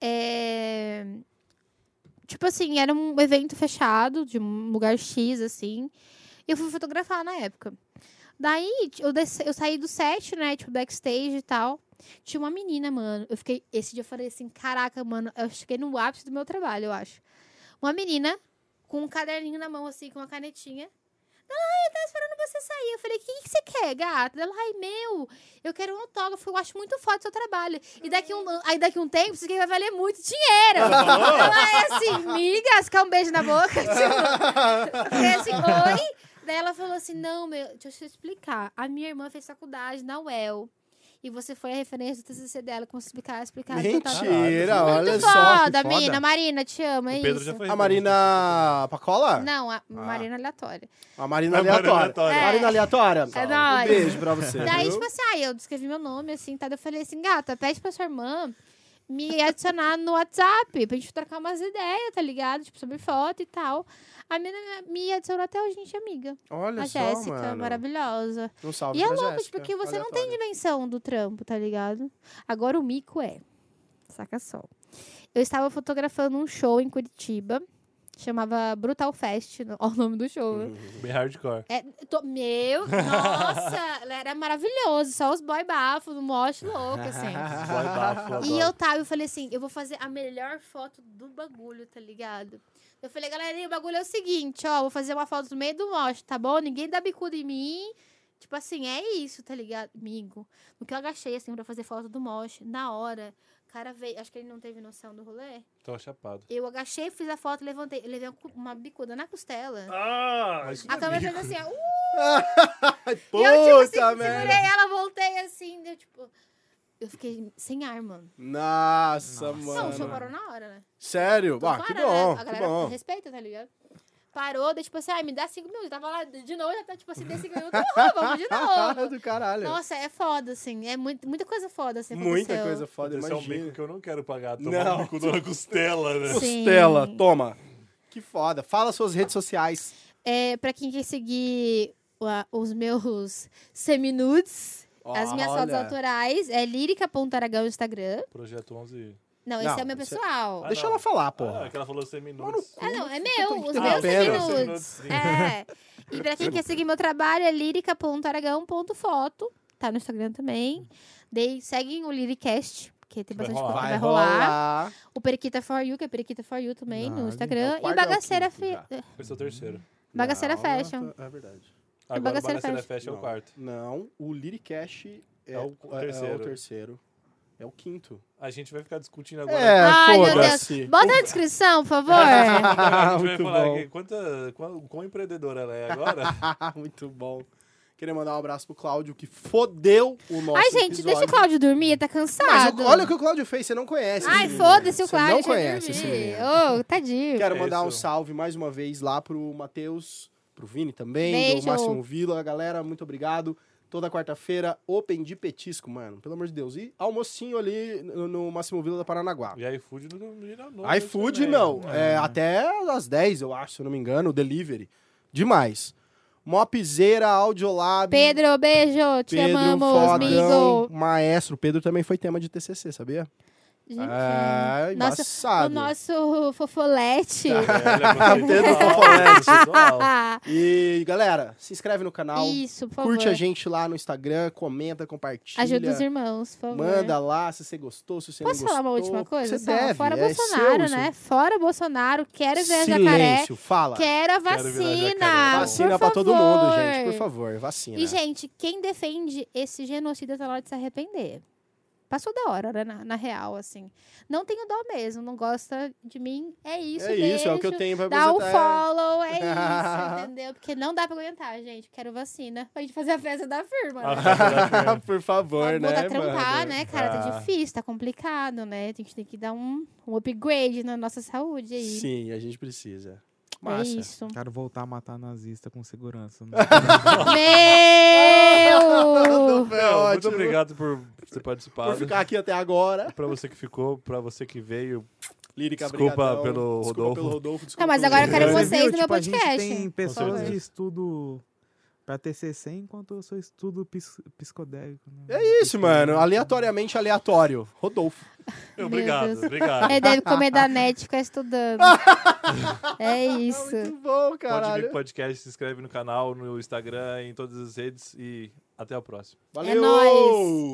D: é... Tipo assim, era um evento fechado, de um lugar X, assim. E eu fui fotografar na época. Daí, eu, desci- eu saí do set, né? Tipo, backstage e tal. Tinha uma menina, mano. Eu fiquei... Esse dia eu falei assim, caraca, mano. Eu cheguei no ápice do meu trabalho, eu acho. Uma menina com um caderninho na mão, assim, com uma canetinha. Ai, eu tava esperando você sair. Eu falei, o que, que você quer, gata? Ela, ai, meu, eu quero um autógrafo, eu acho muito foda o seu trabalho. E daqui um, aí daqui um tempo, isso aqui vai valer muito dinheiro. Ela é assim, miga, você quer um beijo na boca? [LAUGHS] Tipo, eu falei assim, oi? Daí ela falou assim, não, meu, deixa eu te explicar. A minha irmã fez faculdade na UEL. E você foi a referência do TCC dela, como explicar, explicar. tá, tá, tá.
B: Mentira, olha
D: Muito
B: só.
D: foda,
B: que foda.
D: Mina. Marina, te amo, é
A: O Pedro
D: isso.
A: já foi
B: A Marina Pacola?
D: Não, a Marina aleatória.
B: A Marina
A: A Marina
B: Aleatória.
A: Aleatória.
D: É.
B: Marina Aleatória.
D: É nóis.
B: Um beijo pra você.
D: Daí,
B: viu?
D: tipo assim, aí eu descrevi meu nome, assim, tá? Daí eu falei assim, gata, pede pra sua irmã me adicionar no WhatsApp pra gente trocar umas ideias, tá ligado? Tipo, sobre foto e tal. A menina me- me adicionou até hoje, gente, é amiga.
B: Olha
D: a
B: só,
D: Jéssica,
B: mano.
D: maravilhosa.
B: Um salve
D: e é
B: pra
D: louco,
B: Jéssica,
D: porque você não né? tem
B: aleatória.
D: dimensão do trampo, tá ligado? Agora o mico é. Saca só. Eu estava fotografando um show em Curitiba. Chamava Brutal Fest, [LAUGHS] ó o nome do show, né?
A: Bem hardcore.
D: É, tô- meu, nossa, [LAUGHS] era maravilhoso. Só os boy bafo, no mosh louco,
A: [LAUGHS]
D: assim.
A: Boy bafo,
D: [LAUGHS] E
A: adoro.
D: eu tava, eu falei assim, eu vou fazer a melhor foto do bagulho, tá ligado? Eu falei, galerinha, o bagulho é o seguinte, ó, vou fazer uma foto no meio do mosh, tá bom? Ninguém dá bicuda em mim. Tipo assim, é isso, tá ligado? Amigo, no que eu agachei, assim, pra fazer foto do mosh, na hora, o cara veio, acho que ele não teve noção do rolê.
A: Tô chapado.
D: Eu agachei, fiz a foto, levantei, eu levei uma cu- uma bicuda na costela.
A: Ah,
D: a câmera fez assim, ó,
B: Ai,
D: E eu, tipo,
B: puta
D: assim,
B: merda.
D: segurei ela, voltei assim, deu tipo. Eu fiquei sem ar, mano.
B: Nossa,
D: Não, o show
B: mano.
D: parou na hora, né?
B: Sério?
D: Então
B: Ah, que
D: para,
B: bom,
D: né? A
B: que
D: galera
B: bom.
D: respeita, tá ligado? Parou, daí tipo assim, ai, me dá cinco minutos. Eu tava lá de novo, já tá tipo assim, dei cinco minutos, porra, vamos
B: [LAUGHS]
D: de novo.
B: do caralho.
D: Nossa, é foda, assim. É muito, muita coisa foda, assim.
B: Muita
D: aconteceu.
B: coisa foda,
A: Esse é um
B: imagina.
A: mico que eu não quero pagar. Tomar
B: Não.
A: um mico na costela,
B: [LAUGHS]
A: né?
D: Sim.
B: Costela, toma. Que foda. Fala suas redes sociais.
D: É, pra quem quer seguir a- os meus seminudes, as minhas fotos
B: Ah, Olha.
D: autorais, é lírica.aragão no Instagram.
A: Projeto 11.
D: Não, esse
B: Não,
D: é o meu
B: isso é-
D: pessoal.
A: Ah,
B: Deixa
A: não.
B: ela falar,
A: Ah,
B: porra.
A: que ela falou seminutos.
D: Ah, não, é
B: tô
D: meu, os
B: interrompendo.
D: meus
B: Ah,
A: pera.
D: minutos. É. E pra quem quer seguir meu trabalho, é lirica.aragão.foto. Tá no Instagram também. Dei, seguem o Liricast, que tem
A: Vai
D: bastante
A: rolar.
D: coisa que
B: Vai
D: vai rolar.
B: rolar.
D: O Periquita For You, que é Periquita For You também
B: Não,
D: no Instagram.
B: é o quarto,
D: e Bagaceira,
B: é o quinto
D: Fe-
A: Esse é o terceiro.
D: Bagaceira
B: Não,
D: Fashion.
B: É verdade.
A: Agora o
D: Bagaceira
A: Bagaceira
D: Fest.
A: Fest é o
B: Não.
A: quarto.
B: Não, o Liricash é,
A: É o
B: o, é- é o
A: terceiro.
B: terceiro. É o quinto.
A: A gente vai ficar discutindo agora.
B: É,
D: Ai, meu
B: foda-se. [LAUGHS]
D: Deus. Bota na descrição, por favor.
A: A gente vai
B: Muito
A: falar
B: bom.
A: aqui quanta, quão, quão empreendedora ela é
B: [LAUGHS]
A: agora.
B: Ah, Muito bom. Queria mandar um abraço pro Cláudio, que fodeu o nosso
D: Ai, gente, deixa o
B: episódio.
D: Cláudio dormir, tá
B: Mas
D: cansado.
B: o- olha o que o Cláudio fez, você não conhece.
D: Ai,
B: esse menino.
D: foda-se o
B: Você
D: Cláudio.
B: não conhece
D: deixa
B: esse
D: eu dormir.
B: menino.
D: Ô, tadinho.
B: Quero
A: É
B: mandar um
A: isso.
B: salve mais uma vez lá pro Matheus, pro Vini também,
D: Beijo.
B: do Máximo Vila. Galera, muito obrigado. Toda quarta-feira, open de petisco, mano. Pelo amor de Deus. E almocinho ali no, no Máximo Vila da Paranaguá.
A: E iFood não- não vira novo.
B: iFood,
A: também.
B: meu, é, até às 10, eu acho, se eu não me engano, o delivery. Demais. Mopzeira, Audiolab.
D: Pedro, beijo. Te
B: Pedro,
D: amamos,
B: fodão,
D: amigo.
B: maestro. Pedro também foi tema de TCC, sabia?
D: Gente.
B: é,
D: Nossa,
B: embaçado.
D: O nosso fofolete.
B: Tá.
D: [LAUGHS] Ah,
A: É, ela é
B: [LAUGHS] Pedro tá
A: profissional,
B: Fofolete.
A: profissional.
B: E, galera, se inscreve no canal.
D: Isso, por
B: um
D: favor.
B: Curte a gente lá no Instagram, comenta, compartilha.
D: Ajuda os irmãos, por favor.
B: Manda lá se você gostou, se você
D: Posso
B: não gostou.
D: falar uma última coisa?
B: Você
D: só?
B: deve,
D: Fora
B: é
D: Bolsonaro,
B: seu,
D: né?
B: isso.
D: Fora Bolsonaro, quero ver a jacaré.
B: Silêncio, fala.
D: Quero a
A: Quero virar
D: vacina.
A: jacaré.
D: por
B: Vacina pra todo mundo,
D: favor.
B: gente. Por favor, vacina.
D: E, gente, quem defende esse genocida tá na hora de se arrepender. Passou da hora, né? Na, na real, assim. Não tenho dó mesmo, não gosta de mim. É isso,
B: é isso, é o que eu
D: beijo.
B: tenho pra
D: Dá um
B: apresentar.
D: follow, é isso, entendeu? Porque não dá pra aguentar, gente. Quero vacina pra gente fazer a festa da firma.
A: A
D: né?
A: festa
B: [LAUGHS] Por favor, [LAUGHS]
D: Vamos
B: Ah, né,
D: botar
B: mano?
D: trampar, né, cara?
A: Ah.
D: Tá difícil, tá complicado, né? A gente tem que dar um, um upgrade na nossa saúde aí.
B: Sim, a gente precisa.
D: é
B: Massa.
D: isso.
C: Quero voltar a matar nazista com segurança. né?
B: [LAUGHS]
D: Meu!
A: Não, muito
B: ótimo.
A: obrigado por ter participado.
B: Por ficar aqui até agora.
A: Pra você que ficou, pra você que veio,
B: Lírica,
A: Desculpa
B: brigadão.
A: pelo
B: Desculpa
A: Rodolfo.
B: pelo Rodolfo. Desculpa
D: Não, mas
B: pelo
D: agora eu
B: Rodolfo.
D: quero
C: Você
D: vocês
C: viu?
D: no meu
C: Tipo, a gente
D: podcast.
C: tem pessoas
A: certeza.
C: de estudo pra TCC, enquanto eu sou estudo pis- psicodélico. né?
B: É isso, mano. Aleatoriamente aleatório. Rodolfo.
D: Meu
A: Obrigado,
D: Deus. É
A: obrigado.
D: Ele deve comer da net e
B: [LAUGHS]
D: ficar estudando. é isso.
B: Muito bom,
A: Pode vir
B: caralho.
A: podcast, se inscreve no canal, no Instagram, em todas as redes e até o próximo.
B: Valeu!
D: É nóis.